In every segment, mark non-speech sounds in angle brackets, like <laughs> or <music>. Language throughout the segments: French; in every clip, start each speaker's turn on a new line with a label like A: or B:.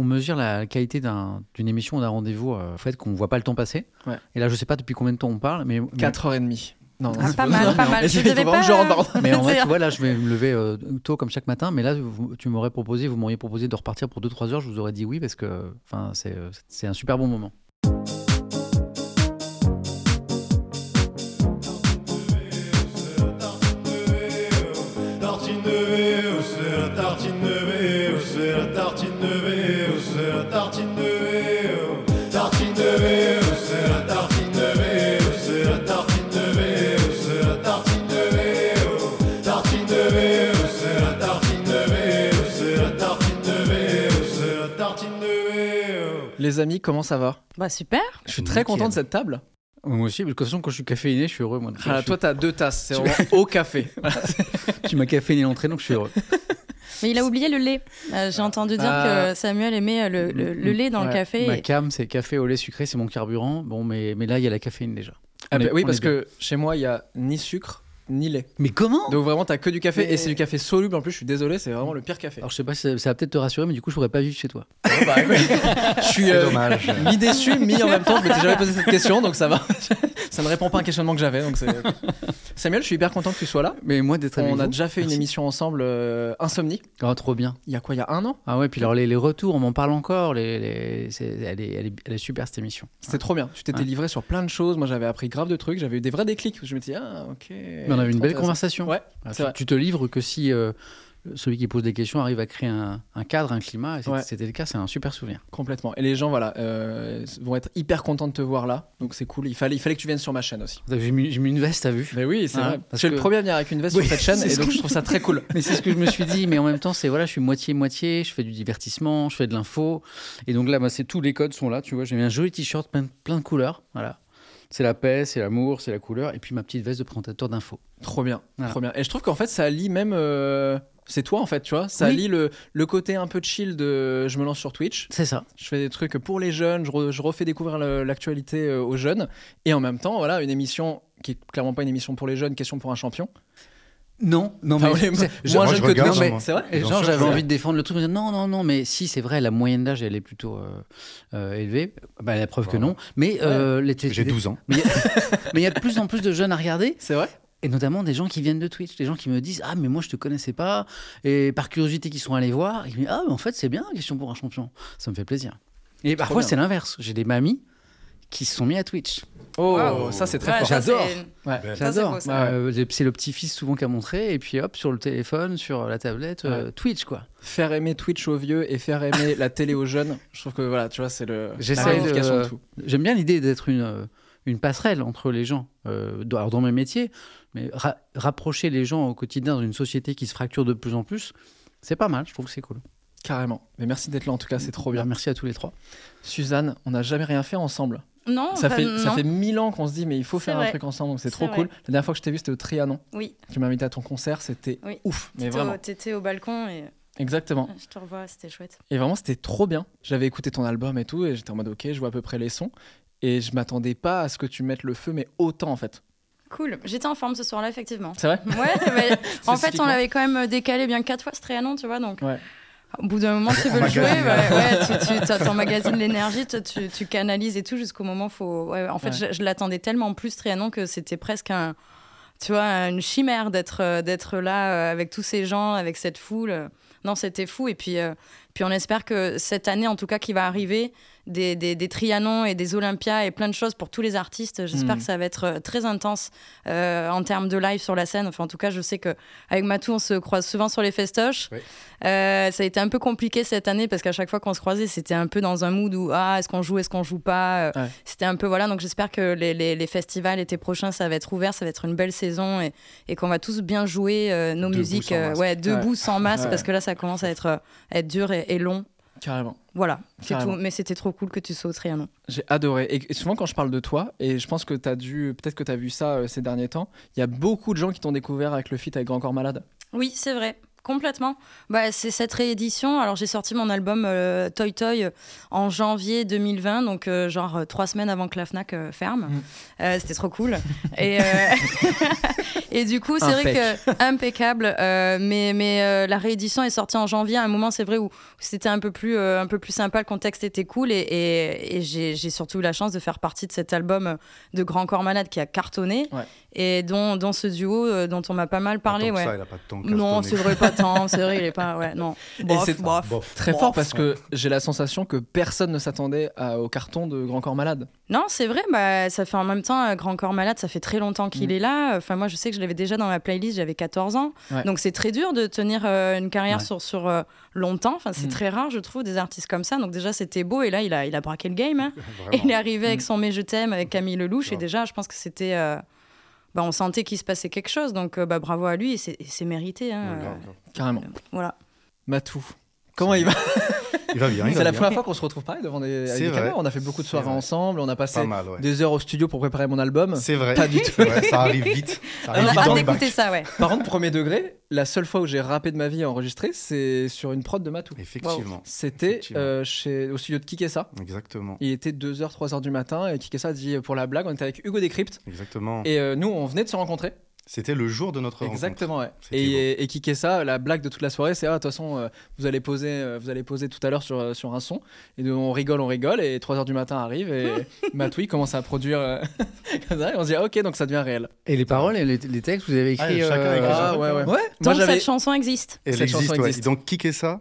A: On mesure la qualité d'un- d'une émission, d'un rendez-vous, euh, au fait qu'on voit pas le temps passer.
B: Ouais.
A: Et là, je sais pas depuis combien de temps on parle, mais. mais-
B: 4h30. Non, non,
C: Ah,
B: c'est
C: pas mal, pas mal.
B: Il
C: Je
B: faut
C: devais
B: vraiment
C: pas,
B: que je rentre dans-
C: euh, <laughs>
A: <laughs> Mais en vrai,
C: dire.
A: tu vois, là, je vais me lever euh, tôt comme chaque matin, mais là, vous- tu m'aurais proposé, vous m'auriez proposé de repartir pour 2-3 heures, je vous aurais dit oui, parce que enfin, c'est euh, c'est un super bon moment.
D: Tartine de veau, c'est la tartine de veau, c'est la tartine de veau, c'est la tartine de veau. Tartine de veau, c'est la tartine de veau, c'est la tartine de veau, c'est la tartine de veau. Tartine de veau, c'est la tartine de veau, c'est la tartine de veau, c'est la tartine de veau.
B: Les amis, comment ça va
C: Bah super.
B: Je suis très
A: Nickel.
B: content de cette table.
A: Moi aussi, parce que de toute façon, quand je suis caféiné, je suis heureux. Moi, Je
B: Ah,
A: suis-
B: toi, t'as deux tasses, c'est vraiment au café.
A: tu m'as caféiné l'entrée, donc je suis heureux.
C: Mais il a oublié le lait. Euh, J'ai entendu dire
B: Ah.
C: que Samuel aimait euh, le, <laughs> le- le lait dans le
A: Ouais.
C: café.
A: Ma
C: et-
A: cam, c'est café au lait sucré, c'est mon carburant. Bon, mais, mais là, il y a la caféine déjà.
B: Ah
A: On
B: bah
A: est-
B: oui,
A: on
B: parce
A: est bien.
B: que chez moi, il y a ni sucre, ni lait.
A: Mais comment
B: Donc vraiment, t'as que du café
A: Mais-
B: et c'est du café soluble en plus. Je suis désolé, c'est vraiment le pire café.
A: Alors, je sais pas, ça, ça va peut-être te rassurer, mais du coup, je pourrais pas vivre chez toi.
B: je suis euh, <laughs> mi déçu, mi en même temps. Je m'étais jamais posé cette question, donc ça va. <laughs> ça ne répond pas à un questionnement que j'avais. donc c'est- <laughs> Samuel, je suis hyper content que tu sois là.
A: Mais moi, d'être avec
B: On a
A: vous-
B: déjà fait
A: Merci.
B: une émission ensemble, euh, Insomnie.
A: Ah, trop bien.
B: Il y a quoi Il y a un an
A: Ah ouais, puis alors les, les retours, on m'en parle encore. Les, les- c'est- elle, est, elle est- elle est super cette émission.
B: C'était trop bien. Tu t'étais
A: Ouais.
B: livré sur plein de choses. Moi, j'avais appris grave de trucs. J'avais eu des vrais déclics. Je me disais, ah, ok.
A: Mais on a eu une belle
B: Trop intéressant.
A: conversation.
B: Ouais,
A: Ah,
B: c'est
A: tu,
B: vrai.
A: tu te livres que si euh, celui qui pose des questions arrive à créer un, un cadre, un climat. Et c'est-
B: Ouais.
A: C'était le cas, c'est un super souvenir.
B: Complètement. Et les gens, voilà, euh, vont être hyper contents de te voir là. Donc c'est cool. Il fallait, il fallait que tu viennes sur ma chaîne aussi.
A: J'ai mis, j'ai mis une veste, à vue
B: Mais oui, c'est
A: Ah,
B: vrai.
A: parce
B: J'ai
A: que-
B: le premier à venir avec une veste
A: Oui,
B: sur cette chaîne
A: c'est
B: et
A: ce
B: donc
A: que-
B: je trouve ça
A: <laughs>
B: très cool.
A: <laughs> Mais c'est ce que je me suis dit, mais en même temps, c'est voilà, je suis moitié-moitié, je fais du divertissement, je fais de l'info. Et donc là, bah, c'est tous les codes sont là, tu vois. J'ai mis un joli t-shirt, plein, plein de couleurs. Voilà. C'est la paix, c'est l'amour, c'est la couleur. Et puis ma petite veste de présentateur d'info.
B: Trop bien,
A: Voilà.
B: trop bien. Et je trouve qu'en fait, ça allie même. euh, C'est toi en fait, tu vois. Ça
A: Oui.
B: allie le, le côté un peu chill de je me lance sur Twitch,
A: C'est ça.
B: je fais des trucs pour les jeunes, je, re- je refais découvrir le- l'actualité euh, aux jeunes. Et en même temps, voilà, une émission qui est clairement pas une émission pour les jeunes, question pour un champion.
A: Non, non,
B: Enfin,
A: mais.
B: on est
A: <laughs> c'est-
B: moins
A: moi,
B: jeune
A: je
B: que
A: regarde,
B: Twitch,
A: non,
B: mais-
A: mais-
B: c'est vrai.
A: Et
E: Bien
A: genre,
E: sûr,
A: j'avais
E: c'est
A: envie de défendre le truc. je me disais, Non, non, non, mais si, c'est vrai, la moyenne d'âge, elle est plutôt euh, euh, élevée. Bah, la preuve que
E: Voilà.
A: non. Mais euh, les télé-
E: J'ai 12 ans.
A: Mais il y a- <laughs> mais il y a de plus en plus de jeunes à regarder.
B: C'est vrai
A: Et notamment des gens qui viennent de Twitch, des gens qui me disent Ah, mais moi je te connaissais pas, et par curiosité qui sont allés voir, et qui me disent Ah, mais en fait c'est bien, question pour un champion. Ça me fait plaisir. Et parfois
B: bien.
A: c'est l'inverse, j'ai des mamies qui se sont mis à Twitch.
B: Oh,
C: Wow.
B: ça c'est très
C: Ouais,
B: fort.
C: ça,
B: J'adore.
C: c'est-
B: Ouais.
C: Ça, c'est beau, ça.
A: Bah, euh, c'est le petit-fils souvent qui a montré, et puis hop, sur le téléphone, sur la tablette, euh, Twitch quoi.
B: Faire aimer Twitch aux vieux et faire aimer la télé aux jeunes, je trouve que voilà, tu vois, c'est le
A: J'essaie
B: la ramification
A: de-
B: de tout.
A: J'aime bien l'idée d'être une, euh, une passerelle entre les gens, euh, dans, alors dans mes métiers, mais ra- rapprocher les gens au quotidien d'une société qui se fracture de plus en plus, c'est pas mal, je trouve que c'est cool.
B: Carrément. Mais merci d'être là en tout cas, c'est trop
A: Bien,
B: bien.
A: merci à tous les trois.
B: Suzanne, on n'a jamais rien fait ensemble.
C: Non,
B: ça,
C: enfin,
B: fait, ça
C: Oh, bah, non.
B: fait mille ans qu'on se dit, mais il faut
C: C'est
B: faire un
C: vrai.
B: truc ensemble, donc c'est
C: C'est
B: trop
C: vrai.
B: cool. La dernière fois que je t'ai vu, c'était au Trianon.
C: Oui,
B: Tu m'as invité à ton concert, c'était
C: Oui.
B: ouf. Mais
C: t'étais
B: vraiment.
C: au- t'étais au balcon et
B: Exactement.
C: je te revois, c'était chouette.
B: Et vraiment, c'était trop bien. J'avais écouté ton album et tout, et j'étais en mode, ok, je vois à peu près les sons. Et je m'attendais pas à ce que tu mettes le feu, mais autant en fait.
C: Cool. J'étais en forme ce soir-là, effectivement.
B: C'est vrai
C: <laughs> Ouais, mais en fait,
B: Spécifiquement.
C: on l'avait quand même décalé bien quatre fois ce Trianon, tu vois, donc.
B: Ouais.
C: Au bout d'un moment, tu veux le jouer,
E: Emmagasine.
C: ouais, ouais, tu, tu t'as- t'emmagasines l'énergie, tu, tu, tu canalises et tout jusqu'au moment faut. ouais, en fait,
B: Ouais.
C: je, je l'attendais tellement plus Trianon que c'était presque un, tu vois, une chimère d'être euh, d'être là euh, avec tous ces gens, avec cette foule. Non, c'était fou. Et puis, euh, puis on espère que cette année, en tout cas, qui va arriver, des, des, des Trianon et des Olympia et plein de choses pour tous les artistes. J'espère
A: Mm.
C: que ça va être euh, très intense euh, en termes de live sur la scène. Enfin, en tout cas, je sais que avec Matou, on se croise souvent sur les festoches.
A: Oui.
C: Euh, ça a été un peu compliqué cette année parce qu'à chaque fois qu'on se croisait, c'était un peu dans un mood où ah, est-ce qu'on joue, est-ce qu'on joue pas. Euh,
A: Ouais.
C: C'était un peu voilà. Donc j'espère que les, les- les festivals l'été prochain, ça va être ouvert, ça va être une belle saison et, et qu'on va tous bien jouer euh, nos
A: Debout,
C: musiques,
A: sans
C: euh,
A: masque.
C: ouais, debout
A: <laughs>
B: Ouais.
C: sans masse
B: Ouais.
C: Ah, parce que là, ça commence à être, euh, à être dur et, et long.
B: Carrément.
C: Voilà, c'est
B: Carrément.
C: tout. Mais c'était trop cool que tu sois au Trianon.
B: J'ai adoré. Et et souvent, quand je parle de toi, et je pense que tu as dû, peut-être que tu as vu ça euh, ces derniers temps, il y a beaucoup de gens qui t'ont découvert avec le feat avec Grand Corps Malade.
C: Oui, c'est vrai. Complètement. Bah, c'est cette réédition. Alors j'ai sorti mon album euh, Toy Toy euh, en janvier 2020, donc euh, genre euh, trois semaines avant que la Fnac euh, ferme. Euh, C'était trop cool. et, euh, <laughs> et du coup, c'est vrai que impeccable. euh, mais mais euh, la réédition est sortie en janvier. À un moment, c'est vrai où c'était un peu plus euh, un peu plus sympa. Le contexte était cool et, et- et j'ai j'ai surtout eu la chance de faire partie de cet album euh, de Grand Corps Malade qui a cartonné
B: Ouais.
C: et dont dont ce duo euh, dont on m'a pas mal parlé.
E: Tant que
C: ouais.
E: ça, il a pas de temps
C: Non,
E: cartonné. <laughs>
C: c'est vrai, pas tant. C'est vrai, il est pas. Ouais, non. Bof,
B: c'est-
C: bof.
E: Bof.
B: Très
C: Bof.
B: fort parce que j'ai la sensation que personne ne s'attendait à- au carton de Grand Corps Malade.
C: Non, c'est vrai, bah, ça fait en même temps euh, Grand Corps Malade, ça fait très longtemps qu'il est là. Enfin, moi, je sais que je l'avais déjà dans ma playlist, j'avais 14 ans.
B: Ouais.
C: Donc, c'est très dur de tenir euh, une carrière
A: Ouais.
C: sur, sur euh, longtemps. Enfin, c'est très rare, je trouve, des artistes comme ça. Donc, déjà, c'était beau. Et là, il a, il a braqué le game. hein. Et il est arrivé avec son Mais Je t'aime, avec Camille Lelouch. Et déjà, je pense que c'était. euh, bah, on sentait qu'il se passait quelque chose. Donc, euh, bah, bravo à lui. Et c'est- et c'est mérité. hein.
E: Non, grave, grave.
B: Carrément.
C: Voilà.
B: Matou. Comment il va
E: Il va bien. il
B: C'est
E: va
B: la
E: bien.
B: première fois qu'on se retrouve pareil devant des, avec
E: C'est
B: des
E: vrai.
B: caméras. On a fait beaucoup de soirées
E: vrai.
B: ensemble, on a passé
E: Pas mal, ouais.
B: des heures au studio pour préparer mon album.
E: C'est vrai.
B: Pas du tout.
E: C'est vrai, ça arrive vite. Ça
C: On
E: arrive
C: a
E: vite dans
C: hâte
E: le
C: d'écouter
E: bac.
C: ça, ouais.
B: Par contre, premier degré, la seule fois où j'ai rappé de ma vie à enregistrer, c'est sur une prod de Matou.
E: Effectivement.
B: C'était
E: Effectivement.
B: euh, chez, au studio de Kikessa.
E: Exactement.
B: Il était 2h, 3h du matin et Kikessa a dit euh, pour la blague, on était avec Hugo Décrypte.
E: Exactement.
B: Et euh, nous, on venait de se rencontrer.
E: C'était le jour de notre rencontre.
B: Exactement, ouais.
E: C'était
B: Et, et Kikessa, la blague de toute la soirée, c'est Ah, de toute façon, euh, vous, allez poser, euh, vous allez poser tout à l'heure sur, euh, sur un son. Et nous, on rigole, on rigole. Et 3h du matin arrive <laughs> et Matoui commence à produire euh, <laughs> comme ça. Et on se dit Ah, ok, donc ça devient réel.
A: Et les paroles et les, les textes, vous avez écrit.
E: Ah, chacun a écrit
A: ah,
E: ça.
B: ouais, ouais.
C: Donc,
B: j'avais-
C: cette chanson existe.
E: Elle
B: Cette chanson
E: existe, ouais.
B: existe.
E: Donc, kicker ça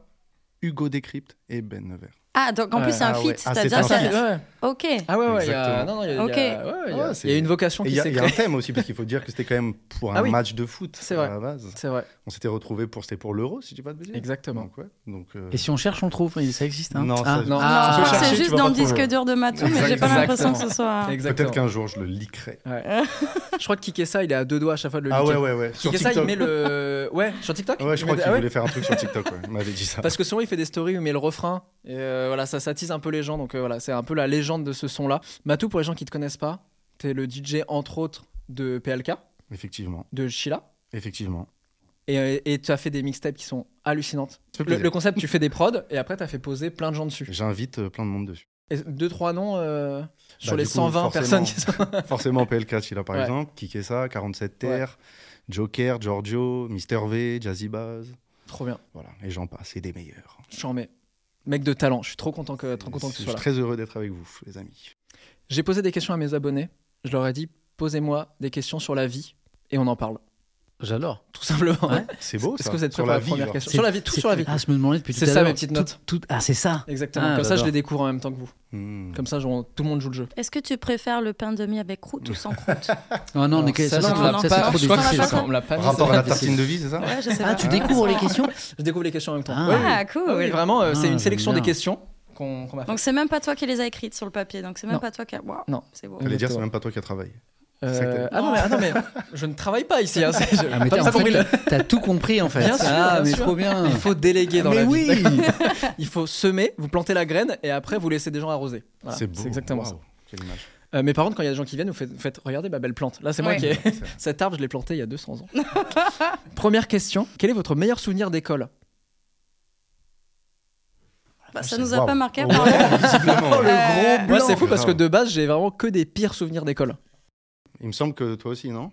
E: Hugo Décrypte et Ben Nevers.
C: Ah, donc en
B: Ouais.
C: plus, c'est un
E: Ah
C: feat.
E: ouais. Ah, c'est
C: C'est-à-dire
E: un
C: que-
E: feat.
B: Ouais.
C: Ok.
B: Ah ouais, ouais, il y a,
E: Exactement.
B: non, non, il y a,
C: Ok.
B: il y a- ouais, il y a-
E: Ouais, c'est-
B: il y a une vocation
E: Et
B: qui
E: il y, a-
B: s'est
E: il y a un
B: créée.
E: thème aussi, parce qu'il faut dire que c'était quand même pour un
B: Ah oui.
E: match de foot
B: C'est
E: à
B: vrai.
E: la base.
B: C'est
E: <laughs>
B: vrai,
E: On s'était retrouvés pour, c'était pour l'Euro, si tu dis pas de bêtises.
B: exactement.
E: Donc, ouais. Donc, euh,
A: Et si on cherche, on trouve. Et Ça existe. Hein
E: Non,
A: Ah,
E: ça-
B: non.
C: Non,
B: Ah, tu
C: je crois
B: peux
C: que c'est
E: chercher, tu
C: juste
E: vas
C: dans
E: pas
C: le
E: trouver.
C: disque dur de Matou, mais j'ai pas
B: Exactement.
C: l'impression que ce soit.
E: peut-être
B: Exactement.
E: qu'un jour, je le leakerai.
B: Ouais. je crois que Kikessa, il est à deux doigts à chaque fois de le
E: Ah ouais,
B: liker.
E: ouais, ouais. Sur
B: Kikessa,
E: TikTok.
B: il met le. Ouais, sur TikTok
E: Ouais, je
B: Il
E: crois
B: met-
E: qu'il
B: ah ouais.
E: voulait faire un truc sur TikTok, ouais. Il m'avait dit ça.
B: Parce que souvent, il fait des stories où il met le refrain. Et euh, voilà, ça, ça tease un peu les gens. Donc euh, voilà, c'est un peu la légende de ce son-là. Matou, pour les gens qui te connaissent pas, t'es le DJ, entre autres, de PLK,
E: Effectivement,
B: de Sheila.
E: effectivement.
B: Et euh, et tu as fait des mixtapes qui sont hallucinantes.
E: Ça fait
B: Le,
E: plaisir.
B: le concept, tu fais des prods et après, t'as fait poser plein de gens dessus.
E: J'invite euh, plein de monde dessus. <laughs>
B: Et deux, trois noms euh, sur
E: Bah,
B: les
E: du coup,
B: 120 personnes
E: forcément.
B: qui sont.
E: Forcément, PLK, Chila par
B: Ouais.
E: exemple, Kikessa, 47
B: Ouais.
E: Terre, Joker, Giorgio, Mister V, Jazzy Baz.
B: Trop bien.
E: Voilà, et j'en passe, c'est des meilleurs.
B: J'en mets. Mec de talent, je suis trop content que, trop content que
E: je
B: tu
E: suis
B: sois là.
E: très heureux d'être avec vous, les amis.
B: J'ai posé des questions à mes abonnés. Je leur ai dit posez-moi des questions sur la vie et on en parle. <laughs>
A: J'adore.
B: Tout simplement.
A: Ouais.
E: C'est beau,
B: Est-ce
E: ça.
B: que vous êtes prêts
E: sur
B: pour la
E: la vie
B: première
E: genre.
B: question Sur la vie, tout sur la vie.
A: Ah, je me demandais depuis tout
B: C'est
A: à
B: ça,
A: l'heure.
B: mes petites
A: Tout-
B: notes.
A: tout- Ah, c'est ça.
B: Exactement.
A: Ah,
B: Comme ça, je
A: j'adore.
B: les découvre en même temps que vous.
E: Hmm.
B: Comme ça, genre, tout le monde joue le jeu.
C: Est-ce que tu préfères le pain de mie avec croûte ou sans
E: <laughs>
C: croûte
A: Oh non, mais
B: Alors,
A: que- ça,
B: non,
A: c'est
C: non,
A: trop-
C: non,
A: ça,
C: pas-
A: c'est trop
C: je crois que
A: difficile.
C: c'est ça.
A: ça.
B: On me l'a pas mis, c'est
E: Rapport à
B: pas
E: la
B: difficile.
E: tartine de vie, c'est ça
C: Ouais, je sais
A: Ah,
C: pas.
A: tu découvres les questions
B: Je découvre les questions en même temps.
A: Ah.
B: Ouais.
C: Ah, cool.
B: Ah oui, vraiment, euh, c'est
A: Ah,
B: une sélection
A: bien.
B: des questions qu'on qu'on va faire.
C: Donc, c'est même pas toi qui les as écrites sur le papier. Donc, c'est même
B: Non.
C: pas toi qui. a- Waouh,
B: Non.
C: C'est beau.
E: J'allais dire, c'est
B: Exactement.
E: même pas toi qui as travaillé.
B: Euh,
E: ça que t'as dit.
B: ah, non, mais, ah non, mais <laughs> je ne travaille pas ici. Hein, c'est- je-
A: Ah, mais
B: pas
A: t'as- en
B: compris
A: fait,
B: le-
A: t'as- t'as tout compris en fait.
B: Bien sûr,
A: Ah,
B: bien
A: mais
B: sûr.
A: trop bien.
B: Il faut déléguer dans
A: Mais
B: la vie.
A: oui.
B: Il faut semer, vous plantez la graine et après vous laissez des gens arroser. Voilà,
E: C'est beau.
B: exactement
E: Waouh,
B: ça.
E: Quelle image.
B: Euh, mais par contre, quand il y a des gens qui viennent, vous faites, faites regardez ma belle plante. Là, c'est moi
C: Ouais.
B: qui ai. <laughs> Cet arbre, je l'ai planté il y a 200 ans. <laughs> Première question quel est votre meilleur souvenir d'école
C: Bah, Ça nous a pas
E: Waouh.
C: marqué.
E: Ouais,
C: apparemment.
E: <laughs> visiblement, ouais.
C: Euh,
B: Moi, c'est fou
E: Grave.
B: parce que de base, j'ai vraiment que des pires souvenirs d'école.
E: Il me semble que toi aussi, non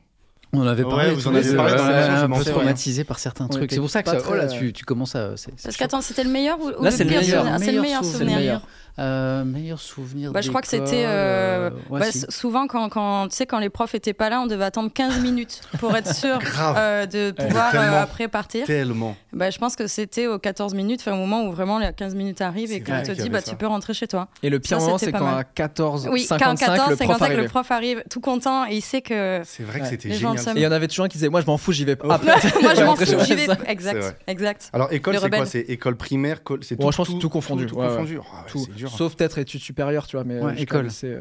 A: On en avait
E: Ouais,
A: parlé.
E: vous
A: tous
E: en
A: les
E: avez
A: deux.
E: parlé,
A: Ouais,
E: ça,
A: ouais,
E: je
A: un
E: m'en
A: peu
E: souviens.
A: traumatisé par certains
B: On
A: trucs.
B: était
A: C'est pour ça que
B: pas
A: ça- oh là,
B: très-
A: tu, tu commences à. c'est-
C: Parce
A: c'est
C: qu'attends, c'était le meilleur ou, ou
B: Là,
C: le
B: c'est le
C: pire
B: meilleur.
C: souvenir Ah, C'est le meilleur
A: sou-
C: souvenir.
B: le meilleur.
A: chaud. Euh, meilleur souvenir.
C: Bah, je crois que
A: d'école,
C: c'était, euh,
A: ouais,
C: Bah,
A: si.
C: s- Souvent, quand, quand, tu sais, quand les profs étaient pas là, on devait attendre 15 minutes pour être sûr
E: Grave.
C: euh, de pouvoir
E: tellement.
C: euh, après partir.
E: Ah, Tellement.
C: Bah, je pense que c'était aux 14 minutes, enfin, au moment où vraiment les 15 minutes arrivent
E: C'est
C: et
E: vrai
C: qu'on te
E: qu'il y
C: dit
E: avait
C: bah,
E: ça.
C: tu peux rentrer chez toi.
B: Et le pire
C: Ça,
B: moment, c'est
C: c'était pas
B: quand
C: mal.
B: à 14,
C: Oui, quand
B: 55,
C: 14,
B: le prof
C: 55,
B: arrivait.
C: le prof arrive tout content et il sait
E: <laughs>
C: que. <laughs>
E: C'est vrai que
B: Ouais.
E: c'était
C: Les gens le
E: génial.
C: savent.
B: Et il y en avait toujours un qui disait Moi, je m'en fous, j'y vais pas. Après,
C: <laughs> Moi, je m'en
B: après,
C: fous, j'y vais.
B: ça.
E: C'est
C: Exact,
E: vrai.
C: exact.
E: Alors, école,
C: Les
E: c'est quoi
C: rebelles.
E: C'est école primaire, col- c'est
B: Bon, je pense que tout confondu.
E: Tout,
B: Ouais, ouais.
E: confondu. Ah ouais,
B: Tout.
E: c'est dur.
B: Sauf peut-être études supérieures, tu vois. Mais
A: Ouais,
B: jusqu'à
A: école.
B: lycée, euh,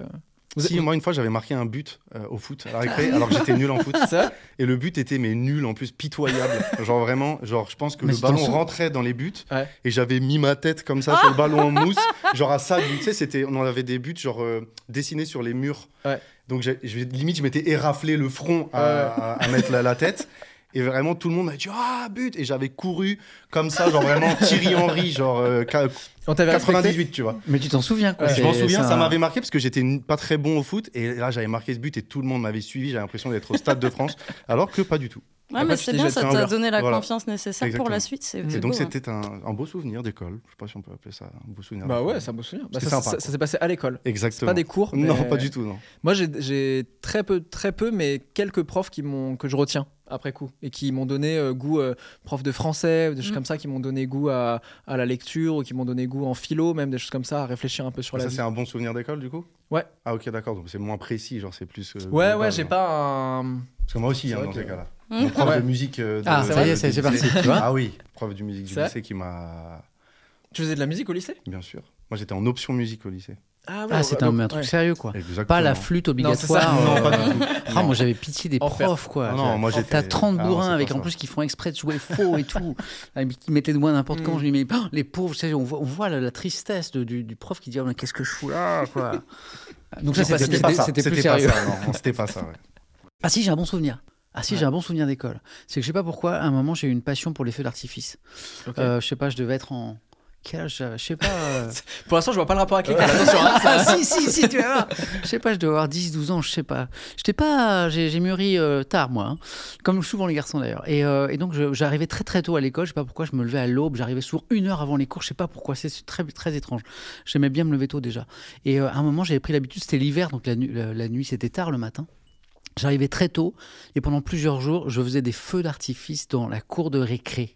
B: Vous
E: Si,
B: êtes- Ah
E: moi, une fois, j'avais marqué un but euh, au foot à la récré, alors que j'étais nul en foot.
B: <laughs> Ça
E: Et le but était, mais nul en plus, pitoyable. genre vraiment, genre, je pense que
A: Mais
E: le
A: tu t'en
E: ballon
A: sou-
E: rentrait dans les buts
B: Ouais.
E: et j'avais mis ma tête comme ça sur le ballon en
B: <laughs>
E: mousse. Genre à ça, tu sais, c'était, on en avait des buts, genre euh, dessinés sur les murs.
B: Ouais.
E: Donc j'ai- je- limite, je m'étais éraflé le front à, à- à mettre la, la tête. Et vraiment, tout le monde m'a dit Ah, but Et j'avais couru comme ça, genre vraiment Thierry Henry, genre euh, ca-
B: On t'avait respecté
E: 98, tu vois.
A: Mais tu t'en souviens quoi.
B: Ouais.
E: Je m'en
A: c'est-
E: souviens,
A: c'est
E: ça
A: un-
E: m'avait marqué parce que j'étais n- pas très bon au foot. Et là, j'avais marqué ce but et tout le monde m'avait suivi. J'avais l'impression d'être au Stade
B: <laughs>
E: de France, alors que pas du tout.
C: Ouais,
E: Après,
C: mais
E: tu
C: c'est
E: t'es
C: bien,
E: jeté
C: ça
E: un
C: t'a
E: leurre.
C: donné la
E: Voilà.
C: confiance nécessaire pour
E: Exactement.
C: la suite. C'est
E: Et
C: c'est
E: donc,
C: beau, hein.
E: c'était un, un beau souvenir d'école. Je sais pas si on peut appeler ça un beau souvenir.
B: Bah
E: d'école.
B: ouais, ça me souvient. Bah, ça,
E: C'est sympa,
B: ça-
E: quoi.
B: ça s'est passé à l'école. C'est
E: Exactement.
B: pas des cours.
E: Non,
B: mais-
E: pas du tout, non.
B: Moi, j'ai- j'ai très peu, très peu, mais quelques profs qui m'ont que je retiens après coup et qui m'ont donné euh, goût, euh, prof de français, des choses
A: Mmh.
C: Mm.
B: comme ça, qui m'ont donné goût à, à la lecture ou qui m'ont donné goût en philo, même des choses comme ça, à réfléchir un peu sur la
E: Ah, ça,
B: vie.
E: c'est un bon souvenir d'école, du coup
B: Ouais.
E: Ah, ok, d'accord. Donc, c'est moins précis, genre, c'est plus. euh,
B: Ouais,
E: global,
B: ouais, j'ai
E: non
B: pas un.
E: Parce que moi aussi,
B: C'est
E: hein,
B: vrai
E: dans
B: que-
C: <laughs>
E: ces cas-là.
C: Hum.
E: Mon prof
B: Ouais.
E: de musique. euh, de-
A: Ah, ça y est,
E: de-
A: c'est
E: du
A: c'est parti.
E: lycée.
A: Tu vois
E: Ah oui, prof de musique du
B: C'est vrai
E: lycée qui m'a.
B: Tu faisais de la musique au lycée
E: Bien sûr. Moi, j'étais en option musique au lycée.
B: ouais,
A: Ah, c'est un, un truc
B: ouais.
A: sérieux quoi.
E: Exactement.
A: Pas la flûte obligatoire.
B: Non,
A: euh,
E: Non, pas du tout.
A: Ah,
E: Non.
A: moi j'avais pitié des
B: Enfer.
A: profs quoi.
E: Ah non,
A: J'avais-
E: moi, j'étais-
A: T'as 30
E: Ah non,
A: bourrins
E: c'est
A: avec
E: pas
A: en
E: ça.
A: plus qui font exprès de jouer <laughs> faux et tout, Ah, mais qui mettaient le doigt n'importe quand. Je lui dis, mais oh, les pauvres, tu sais, on voit, on voit la, la tristesse de- du, du prof qui dit oh, mais qu'est-ce que je fous là
E: <laughs>
A: quoi. Donc ça
E: Non,
A: c'est-
E: c'était pas
A: c'était
E: ça.
A: c'était plus
E: pas
A: sérieux.
E: ça, non, non, C'était pas ça, ouais.
A: Ah si, j'ai un bon souvenir. Ah si,
B: Ouais.
A: j'ai un bon souvenir d'école. C'est que je sais pas pourquoi, à un moment, j'ai eu une passion pour les feux d'artifice.
B: Ok.
A: Euh, je sais pas, je devais être en... Quel âge j'avais Je sais pas... euh,
B: Pour l'instant, je vois pas le rapport avec l'école. Attention, hein, ça-
A: ah si, si, si, tu vas voir. Je sais pas, je dois avoir 10, 12 ans, je sais pas. J'étais pas... J'ai j'ai mûri euh, tard, moi. hein. Comme souvent les garçons, d'ailleurs. Et, euh, et donc, je- j'arrivais très très tôt à l'école. Je sais pas pourquoi, je me levais à l'aube. J'arrivais souvent une heure avant les cours. Je sais pas pourquoi, c'est c'est très, très étrange. J'aimais bien me lever tôt, déjà. Et euh, à un moment, j'avais pris l'habitude, c'était l'hiver, donc la, nu- la- la nuit, c'était tard le matin. J'arrivais très tôt et pendant plusieurs jours, je faisais des feux d'artifice dans la cour de récré.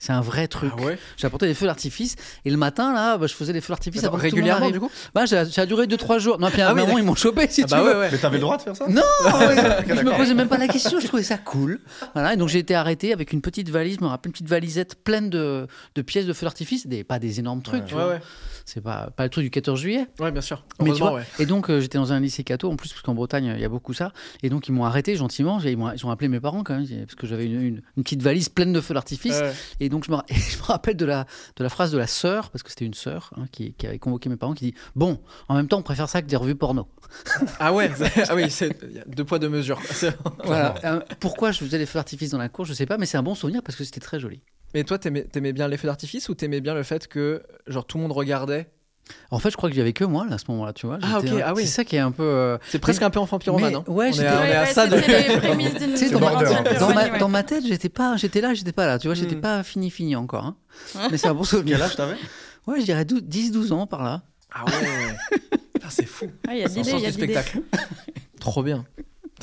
A: C'est un vrai truc.
B: Ah ouais
A: J'apportais des feux d'artifice et le matin, là, bah, je faisais les feux d'artifice
B: Attends,
A: avant que tout le monde
B: régulièrement,
A: arrive.
B: du coup
A: Bah, ça, ça a duré 2-3 jours. Non, puis à
B: Ah
A: un
B: oui,
A: moment, ils m'ont chopé, si
B: Ah
A: tu
B: Bah
A: veux.
B: ouais, ouais.
E: Mais t'avais le droit de faire ça
A: Non, ouais, je me
E: d'accord.
A: posais même pas la question, je trouvais ça cool. Voilà, et donc j'ai été arrêté avec une petite valise, je me rappelle, une petite valisette pleine de, de pièces de feux d'artifice, des, pas des énormes trucs, tu
B: Ouais,
A: vois.
B: ouais.
A: C'est pas, pas le truc du 14 juillet.
B: Ouais, bien sûr.
A: Mais tu
B: Heureusement,
A: vois,
B: ouais.
A: Et donc euh, j'étais dans un lycée catho en plus, parce qu'en Bretagne, il y a beaucoup ça. Et donc ils m'ont arrêté gentiment, j'ai- ils m'ont ils ont appelé mes parents quand même, parce que j'avais une, une- une petite valise pleine de feux d'artifice.
B: Ouais.
A: Et donc je me, ra- <laughs> je me rappelle de la, de la phrase de la sœur, parce que c'était une sœur hein, qui, qui avait convoqué mes parents, qui dit Bon, en même temps, on préfère ça que des revues porno.
B: Ah ouais, <laughs> ah oui, c'est il y a deux poids deux mesures. <laughs> quoi. C'est-
A: Voilà. Euh, pourquoi je faisais les feux d'artifice dans la cour, je sais pas, mais c'est un bon souvenir parce que c'était très joli.
B: Mais toi, t'aimais t'aimais bien les feux d'artifice ou t'aimais bien le fait que genre tout le monde regardait
A: En fait, je crois que j'avais que moi là, à ce moment-là, tu vois.
B: Ah,
A: J'étais
B: ok,
A: un-
B: ah oui.
A: C'est ça qui est un peu. euh,
B: C'est presque un peu enfant pyromane. hein.
A: mais- ouais,
B: on, est
A: j'étais-
B: à, on est
C: Ouais,
B: à
C: ouais,
B: ça de.
C: c'était les prémices d'une-
A: tu sais,
C: d'une
A: dans, ma,
C: grande
E: border, hein.
C: cérémonie,
A: dans ma-
C: ouais.
A: dans ma tête, j'étais pas, j'étais là, j'étais pas là, tu vois, j'étais
B: Mm.
A: pas fini fini encore. hein. Mais c'est un bon souvenir.
E: Quel âge t'avais
A: Ouais, je dirais 10-12 ans par là.
B: <laughs> Ah ouais. Putain, c'est fou.
C: Ah, Il y a de
B: C'est un
C: l'idée,
B: sens
C: il y a
B: du
C: de l'idée. <laughs>
B: spectacle. Trop bien.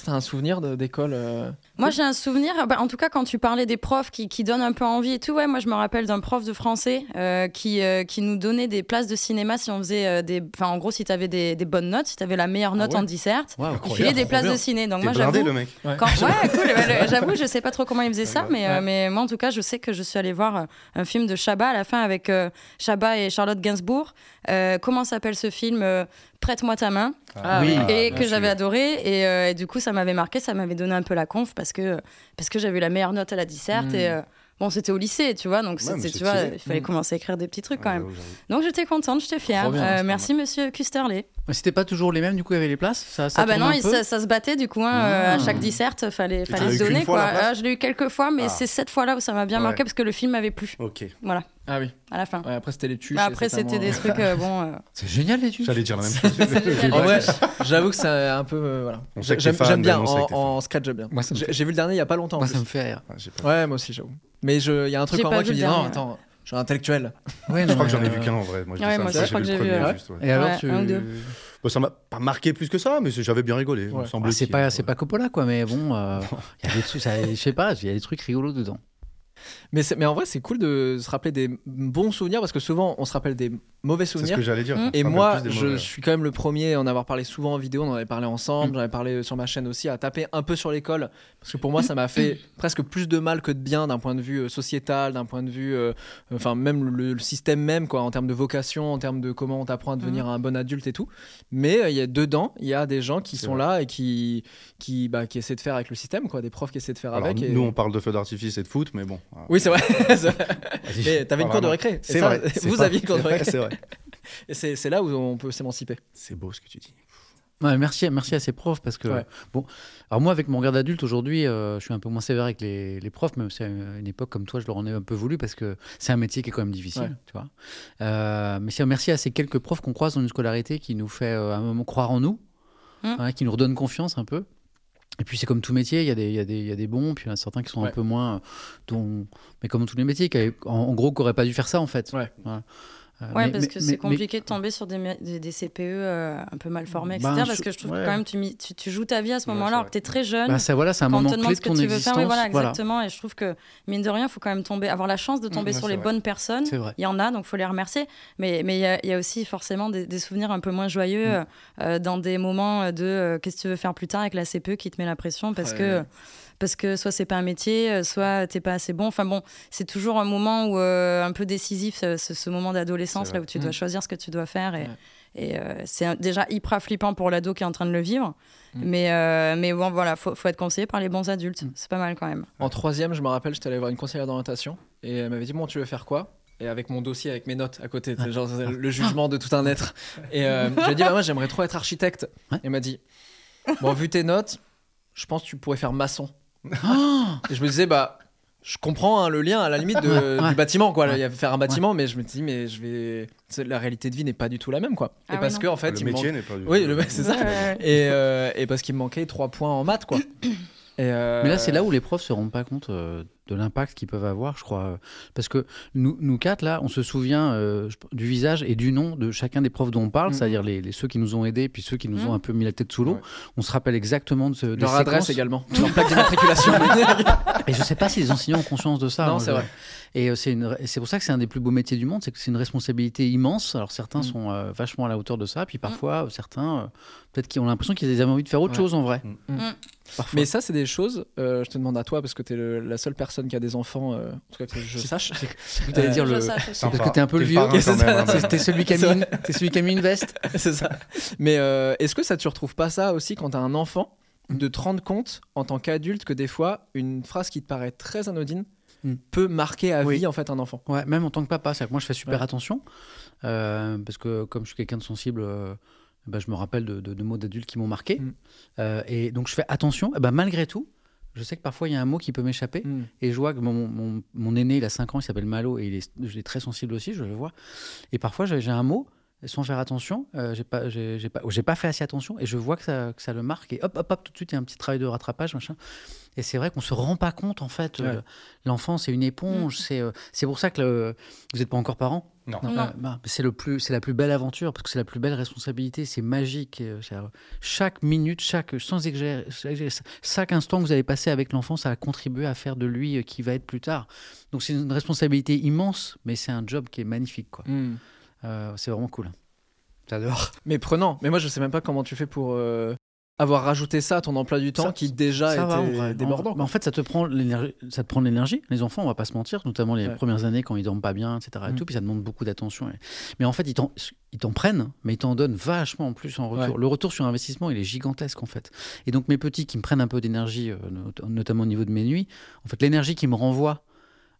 B: T'as un souvenir de- d'école euh,
C: Moi, j'ai un souvenir, bah, en tout cas, quand tu parlais des profs qui, qui donnent un peu envie et tout, ouais, moi, je me rappelle d'un prof de français euh, qui, euh, qui nous donnait des places de cinéma si on faisait euh, des. Enfin, en gros, si t'avais des, des bonnes notes, si t'avais la meilleure note
B: ouais
C: en disserte,
A: Waouh.
C: il
E: Ah Incroyable,
C: filait des
E: trop
C: places
E: bien.
C: de ciné. Donc,
E: T'es
C: moi,
E: blindé,
C: j'avoue.
E: le mec.
C: Quand- Ouais, cool. ouais, le- J'avoue, je sais pas trop comment il faisait ça,
E: Ouais.
C: mais, euh, mais moi, en tout cas, je sais que je suis allée voir euh, un film de Chabat à la fin avec euh, Chabat et Charlotte Gainsbourg. Euh, comment s'appelle ce film euh, Prête-moi ta main.
B: Ah oui.
C: et
E: bien
C: que
E: sûr.
C: j'avais adoré. Et, euh, et du coup, ça m'avait marqué, ça m'avait donné un peu la conf parce que, parce que j'avais eu la meilleure note à la disserte.
B: Mm.
C: Et euh, Bon, c'était au lycée, tu vois, donc
E: Ouais, mais
C: c'était, tu
E: c'est
C: vois,
E: stylé.
C: il fallait commencer à écrire des petits trucs quand
E: Ouais,
C: même.
E: j'avoue, j'avoue.
C: Donc j'étais contente, j'étais fière.
A: Trop bien,
C: Euh,
A: c'est pas
C: merci, monsieur Custerlé.
A: Mais C'était pas toujours les mêmes, du coup, il y avait les places ça, ça
C: ah bah
A: tourne
C: non,
A: un
C: il-
A: peu
C: ça, ça se battait du coup. hein, euh,
A: Ah.
C: à chaque disserte, fallait,
E: l'as
C: fallait
E: eu
C: se
E: qu'une
C: donner
E: fois,
C: quoi.
E: la place
C: Ah, je l'ai eu quelques fois, mais
E: Ah.
C: c'est cette fois-là où ça m'a bien
E: Ouais.
C: marqué parce que le film m'avait plu.
E: Ok.
C: Voilà,
B: Ah oui.
C: à la fin.
B: Ouais, après, c'était les tuches.
C: Mais Bah, après,
B: et
C: c'était des
A: hein.
B: moins-
C: trucs euh,
A: <laughs>
C: bon. euh,
A: C'est génial, les tuches.
E: J'allais dire la même chose.
B: En vrai, Ah <laughs> j'avoue que c'est un peu. euh, voilà.
E: On sait que
B: J'aime
E: t'es fan,
B: j'aime bien.
E: on sait que
B: En,
E: t'es fan.
B: en scratch, j'aime bien.
A: Moi, ça me
B: J'ai
A: fait-
B: j'ai vu le dernier il y a pas longtemps. en
A: Moi, ça
B: plus.
A: me fait rire.
E: Ah, j'ai pas-
B: Ouais, moi aussi, j'avoue. Mais je- il y a un truc
C: J'ai
B: en
C: pas
B: moi
C: vu
B: qui
C: le
B: dit
C: dernier,
B: non,
C: ouais.
B: attends, je suis intellectuel.
A: Ouais, euh,
E: Je crois que j'en ai vu qu'un en vrai. Moi, je dis
C: Ouais,
E: ça,
C: moi
E: ça,
C: aussi, je crois
E: vu
C: que
E: le
C: j'ai vu,
E: premier,
C: ouais.
E: juste, ouais.
A: Et alors,
C: Ouais,
A: tu.
C: un ou deux.
E: Bon, ça m'a pas marqué plus que ça, mais c'est- j'avais bien rigolé.
B: Ouais.
E: Il me semble
A: Bah, c'est
E: qu'il-
A: pas, c'est pas Coppola, quoi, mais bon,
E: <laughs>
A: euh, il y a des trucs, ça- je sais pas, il y a des trucs rigolos dedans.
B: Mais, c'est- mais en vrai, c'est cool de se rappeler des bons souvenirs parce que souvent, on se rappelle des mauvais
E: C'est ce
B: souvenirs.
E: que j'allais dire.
C: Mm.
E: Pas
B: Et
E: mal
B: moi,
E: plus des
B: je
E: mauvais. Mm.
B: suis quand même le premier à en avoir parlé souvent en vidéo, on en avait parlé ensemble, j'en avais parlé euh, sur ma chaîne aussi, à taper un peu sur l'école, parce que pour moi, ça m'a
E: Mm.
B: fait presque plus de mal que de bien d'un point de vue euh, sociétal, d'un point de vue, euh, enfin même le, le système même, quoi, en termes de vocation, en termes de comment on t'apprend à devenir un bon adulte et tout. Mais euh, il y a dedans, il y a des gens qui
E: C'est
B: sont là et qui, qui, bah, qui essaient de faire avec le système, quoi, des profs qui essaient de faire
E: Alors,
B: avec. et-
E: Nous, on parle de feu d'artifice et de foot, mais bon. voilà.
B: Oui, c'est
E: <laughs>
B: vrai. <laughs> C'est vrai.
E: Vas-y.
B: Mais t'avais une
E: Ah,
B: cour de
E: vraiment.
B: récré. et
E: C'est
B: ça,
E: vrai. c'est
B: Vous
E: pas-
B: aviez une cour de
E: <laughs> c'est vrai,
B: récré.
E: C'est vrai.
B: Et c'est c'est là où on peut s'émanciper.
E: C'est beau ce que tu dis.
A: Ouais, merci, merci à ces profs parce que
B: Ouais.
A: bon, alors moi avec mon regard d'adulte aujourd'hui, euh, je suis un peu moins sévère avec les, les profs, même si à une époque comme toi, je leur en ai un peu voulu parce que c'est un métier qui est quand même difficile,
B: Ouais.
A: tu vois. Euh, mais c'est merci à ces quelques profs qu'on croise dans une scolarité qui nous fait euh, à un moment croire en nous,
C: Mm.
B: Hum.
A: hein, qui nous redonne confiance un peu. Et puis c'est comme tout métier, il y, a des- il y, a des- il y a des bons, puis il y en a certains qui sont un
B: Ouais.
A: peu moins, euh, dont- mais comme tous les métiers, qui, avaient- en, en gros, qui n'auraient pas dû faire ça en fait.
B: Ouais.
A: Voilà. Euh,
C: Ouais,
A: mais-
C: parce
A: mais-
C: que
A: mais-
C: c'est
A: mais-
C: compliqué de tomber sur des, mé- des, des CPE euh, un peu mal formés, etc.
A: Ben,
C: parce
A: je-
C: que je trouve
A: ouais.
C: que quand même, tu, mis- tu, tu joues ta vie à ce
E: Ouais, c'est
C: moment-là, alors
E: vrai.
C: que t'es très jeune.
A: Bah, ça, voilà, c'est un
C: quand on
A: moment
C: te demande
A: clé de
C: ce que
A: ton
C: tu veux
A: existence.
C: faire, oui, voilà,
A: voilà.
C: exactement. Et je trouve que, mine de rien, il faut quand même tomber, avoir la chance de tomber
E: ouais,
C: sur
E: c'est
C: les
E: vrai.
C: bonnes personnes.
A: C'est vrai.
C: Il y en a, donc faut les remercier. Mais mais il y a- il y, a aussi forcément des, des souvenirs un peu moins joyeux
B: Mm.
C: euh, euh, dans des moments euh, de euh, qu'est-ce que tu veux faire plus tard avec la CPE qui te met la pression parce
B: Ouais,
C: que
B: ouais.
C: parce que soit c'est pas un métier, euh, soit t'es pas assez bon. Enfin bon, c'est toujours un moment où euh, un peu décisif, ce, ce- ce moment d'adolescence
E: C'est
C: là
E: vrai.
C: où tu dois
B: Mm.
C: choisir ce que tu dois faire et,
B: Ouais.
C: et, euh, c'est un- déjà hyper flippant pour l'ado qui est en train de le vivre.
B: Mm.
C: Mais euh, mais bon voilà, faut, faut être conseillé par les bons adultes. C'est pas mal quand même.
B: En troisième, je me rappelle, j'étais allé voir une conseillère d'orientation et elle m'avait dit Bon, tu veux faire quoi Et avec mon dossier, avec mes notes à côté, c'est genre euh, le jugement de tout un être. Et <laughs> euh, j'ai dit Bah, Moi, j'aimerais trop être architecte.
A: Ouais.
B: Et elle m'a dit Bon, vu tes notes, je pense que tu pourrais faire maçon. et je me disais Bah. Je comprends hein, le lien à la limite de-
A: Ouais.
B: du bâtiment, quoi. Il y a faire un bâtiment, mais je me dis, mais je vais. c'est- La réalité de vie n'est pas du tout la même, quoi. et
C: Ah ouais,
B: parce
C: non.
B: que, en fait,
E: Le
B: il me manque-
E: métier n'est pas du
B: Oui,
E: tout-
B: le- c'est ça. Et, euh, et parce qu'il me manquait trois points en maths, quoi. Et, euh,
A: Mais là, c'est là où les profs se rendent pas compte euh, de l'impact qu'ils peuvent avoir, je crois. euh, Parce que nous, nous quatre, là, on se souvient euh, je- du visage et du nom de chacun des profs dont on parle,
B: Mm.
A: c'est-à-dire les, les- ceux qui nous ont aidés, puis ceux qui nous
C: Mm.
A: ont un peu mis la tête sous l'eau.
E: Ouais.
A: On se rappelle exactement de ce, des
B: Leur adresse
A: séquences. <laughs>
B: également, leur plaque d'immatriculation.
A: Et je sais pas si les enseignants ont conscience de ça.
B: Non,
A: moi,
B: c'est
A: je-
B: vrai.
A: Et euh, c'est une- et c'est pour ça que c'est un des plus beaux métiers du monde, c'est que c'est une responsabilité immense. Alors certains
B: Mm.
A: sont euh, vachement à la hauteur de ça, puis parfois euh, certains, euh, peut-être qu'ils ont l'impression qu'ils avaient envie de faire autre
B: Ouais.
A: chose en vrai.
E: Mm.
C: Mm.
A: Parfois.
B: Mais ça, c'est des choses. euh, je te demande à toi parce que t'es le- la seule personne qui a des enfants. euh, en tout cas, que je sache.
A: T'allais
B: euh,
A: dire le-
E: Sympa.
A: Parce que t'es un peu le
E: T'es
A: vieux. <laughs>
E: parrain quand
B: C'est
E: même, hein,
B: ça.
E: mais-
A: T'es celui qui a mis une- t'es celui qui a mis une veste.
B: <laughs> c'est ça. Mais euh, est-ce que ça tu retrouves pas ça aussi quand t'as un enfant de te rendre compte en tant qu'adulte que des fois une phrase qui te paraît très anodine
A: Mm.
B: peut marquer à
A: Oui.
B: vie en fait un enfant.
A: Ouais, même en tant que papa, c'est-à-dire que moi je fais super
B: Ouais.
A: attention euh, parce que comme je suis quelqu'un de sensible, euh, ben, je me rappelle de, de- de mots d'adultes qui m'ont marqué
B: Mm.
A: Euh, et donc je fais attention. Eh ben, malgré tout, je sais que parfois il y a un mot qui peut m'échapper et je vois que mon, mon- mon aîné, il a 5 ans, il s'appelle Malo et il est, je l'ai très sensible aussi, je le vois. Et parfois j'ai j'ai un mot sans faire attention, euh, j'ai pas, j'ai j'ai pas, j'ai pas fait assez attention et je vois que ça, que ça le marque et hop, hop, hop, tout de suite il y a un petit travail de rattrapage, machin. Et c'est vrai qu'on se rend pas compte en fait. euh,
B: Ouais.
A: L'enfant c'est une éponge, c'est euh, c'est pour ça que le- vous n'êtes pas encore parent. Euh, bah,
E: Non.
C: Non.
A: c'est le plus, c'est la plus belle aventure parce que c'est la plus belle responsabilité, c'est magique. et, euh, c'est- euh, chaque minute, chaque sans exagérer, sans exagérer, chaque instant que vous avez passé avec l'enfant, ça a contribué à faire de lui euh, qui va être plus tard. Donc c'est une responsabilité immense, mais c'est un job qui est magnifique quoi.
B: Mm.
A: Euh, c'est vraiment cool. J'adore.
B: Mais prenant. Mais moi, je sais même pas comment tu fais pour euh, avoir rajouté ça à ton emploi du temps
A: Ça-
B: qui déjà
A: Ça
B: était
A: va, en vrai.
B: débordant.
A: En, en fait, ça te prend l'énergie. Ça te prend de l'énergie. Les enfants, on va pas se mentir, notamment les
B: Ouais.
A: premières années quand ils dorment pas bien, etc. Et
B: Mm.
A: tout, puis ça demande beaucoup d'attention. et- Mais en fait, ils t'en, ils t'en prennent, mais ils t'en donnent vachement en plus en retour.
B: Ouais.
A: Le retour sur investissement, il est gigantesque en fait. Et donc mes petits qui me prennent un peu d'énergie, euh, not- notamment au niveau de mes nuits, en fait, l'énergie qui me renvoie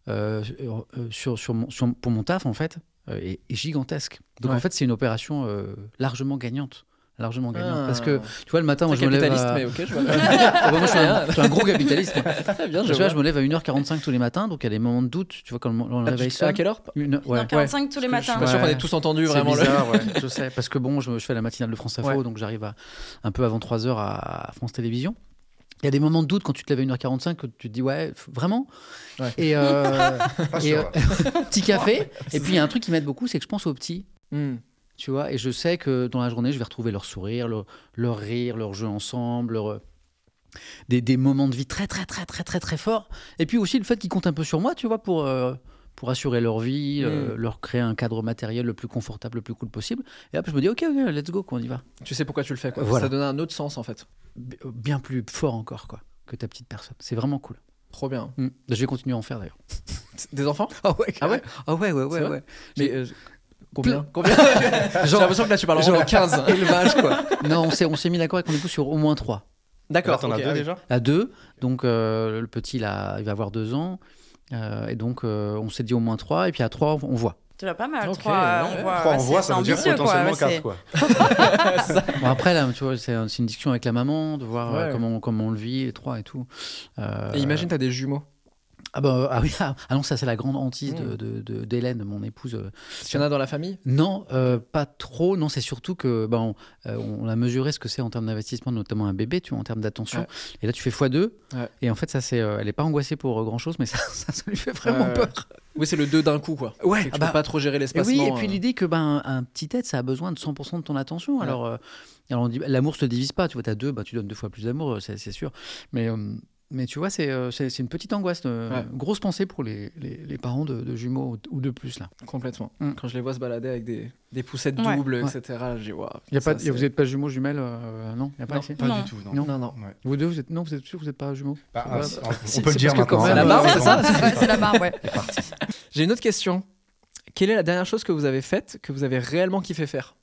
A: euh, euh, sur, sur mon- sur- pour mon taf, en fait, euh, est, est gigantesque. Donc,
B: Ouais.
A: en fait, c'est une opération euh, largement gagnante. Largement gagnante.
B: Ah.
A: Parce que, tu vois, le matin, moi,
B: Très
A: je me lève.
B: capitaliste,
A: à-
B: mais ok, je vois.
A: Ah bah, moi, je, suis un, je suis un gros capitaliste. moi.
B: Très
A: <laughs>
B: bien,
A: Tu
B: je
A: vois,
B: vois.
A: je me lève à 1h45 tous les matins, donc il y a des moments de doute. Tu vois, quand le, quand le
B: Ah,
A: réveil
B: tu- à
A: sonne.
B: quelle heure
A: Une- ouais.
C: 45 tous
B: Je
C: les
B: suis
C: matins.
B: pas sûr qu'on
A: Ouais.
B: ait tous entendu
A: C'est
B: vraiment le-
A: bizarre, ouais, <laughs> je sais. Parce que bon, je, je fais la matinale de France Info,
B: Ouais.
A: donc j'arrive à un peu avant 3h à France Télévisions. Il y a des moments de doute quand tu te lèves à 1h45 que tu te dis, ouais, f- vraiment
B: Ouais.
A: Et, euh,
E: Pas
A: et,
E: sûr.
A: euh, <laughs> petit café. Et puis il y a un truc qui m'aide beaucoup, c'est que je pense aux petits.
B: Hmm.
A: Tu vois, et je sais que dans la journée, je vais retrouver leur sourire, leur, leur rire, leur jeu ensemble, leur- euh, des, des moments de vie très, très, très, très, très, très forts. Et puis aussi le fait qu'ils comptent un peu sur moi, tu vois, pour, euh, pour assurer leur vie, euh,
B: Mm.
A: leur créer un cadre matériel le plus confortable, le plus cool possible. Et après, je me dis, OK, OK, let's go, qu'on y va.
B: Tu sais pourquoi tu le fais, quoi.
A: Voilà.
B: Ça donne un autre sens, en fait.
A: B- euh, Bien plus fort encore, quoi, que ta petite personne. C'est vraiment cool.
B: Trop bien.
A: Mm. Je vais continuer à en faire, d'ailleurs.
B: Des enfants
A: Ah ouais,
B: Ah ouais
A: Ah ouais, ouais,
B: C'est
A: ouais.
B: vrai
A: ouais.
B: Mais. euh,
A: <laughs>
B: Combien, combien J'ai l'impression que là tu parles en
A: genre-
B: de 15.
A: Élevage, quoi. non, on s'est on s'est mis d'accord avec mon époux sur au moins trois.
B: D'accord.
E: Là, t'en as
B: ok,
E: deux
B: ah oui.
E: déjà
A: à deux. Donc euh, le petit, il, a- il va avoir deux ans. Euh, et donc euh, on s'est dit au moins trois. Et puis à trois, on voit.
C: Tu l'as pas mal.
B: Ok,
C: trois, euh,
B: ouais.
C: on voit,
E: Trois en
C: ouais,
E: voix,
C: c'est
E: ça veut dire
C: ambitieux, quoi,
E: potentiellement
C: ouais,
E: quatre,
C: c'est-
E: quoi.
A: Bon, après, là, tu vois, c'est un- c'est une discussion avec la maman, de voir euh,
B: Ouais.
A: comment, comment on le vit, les trois et tout. Euh,
B: Et imagine, t'as des jumeaux.
A: Ah, bah, euh, ah oui, ah, ah non, ça, c'est la grande hantise
B: Mm.
A: de de- de- d'Hélène, mon épouse. euh.
B: Il y en a dans la famille
A: Non, euh, pas trop. Non, c'est surtout que ben, on, euh, on a mesuré ce que c'est en termes d'investissement, notamment un bébé, tu vois, en termes d'attention.
B: Ouais.
A: Et là, tu fais x2.
B: Ouais.
A: Et en fait, ça, c'est, euh, elle n'est pas angoissée pour grand chose, mais ça, <laughs> ça, ça lui fait vraiment
B: Ouais, ouais.
A: peur.
B: Oui, c'est le deux d'un coup, quoi.
A: Ouais,
B: C'est que
A: ah
B: tu
A: bah,
B: peux pas trop gérer euh,
A: Et
B: l'espace.
A: oui, et puis l'idée que ben un petit être, ça a besoin de 100% de ton attention.
B: Ouais.
A: Alors, euh, alors on dit l'amour se divise pas. Tu vois, t'as deux, bah, tu donnes deux fois plus d'amour, euh, c'est c'est sûr. Mais euh, mais tu vois, c'est euh, c'est c'est une petite angoisse, euh,
B: Ouais.
A: grosse pensée pour les, les, les parents de, de jumeaux ou de plus là.
B: Complètement.
A: Mm.
B: Quand je les vois se balader avec des, des poussettes
C: Ouais.
B: doubles,
A: Ouais.
B: etc., j'ai waouh.
A: Y a
B: ça,
A: pas,
B: c'est-
A: vous n'êtes pas jumeaux jumelles, euh, non y a pas
B: Non.
A: accès
E: Pas
C: Non.
E: du tout, non.
A: Non.
B: Non, non.
E: Ouais.
A: Vous deux, vous êtes non, vous êtes sûr que vous n'êtes pas jumeaux
E: Bah,
A: Ouais.
E: on-
A: C'est-
E: on peut
A: c'est
E: le dire
A: parce que quand
E: maintenant.
A: même- euh,
E: hein,
B: La barbe,
E: mais
B: c'est
E: bon.
B: ça
C: <laughs> Ouais, c'est la barbe, ouais.
B: J'ai une autre question. Quelle est la dernière chose que vous avez faite que vous avez réellement kiffé faire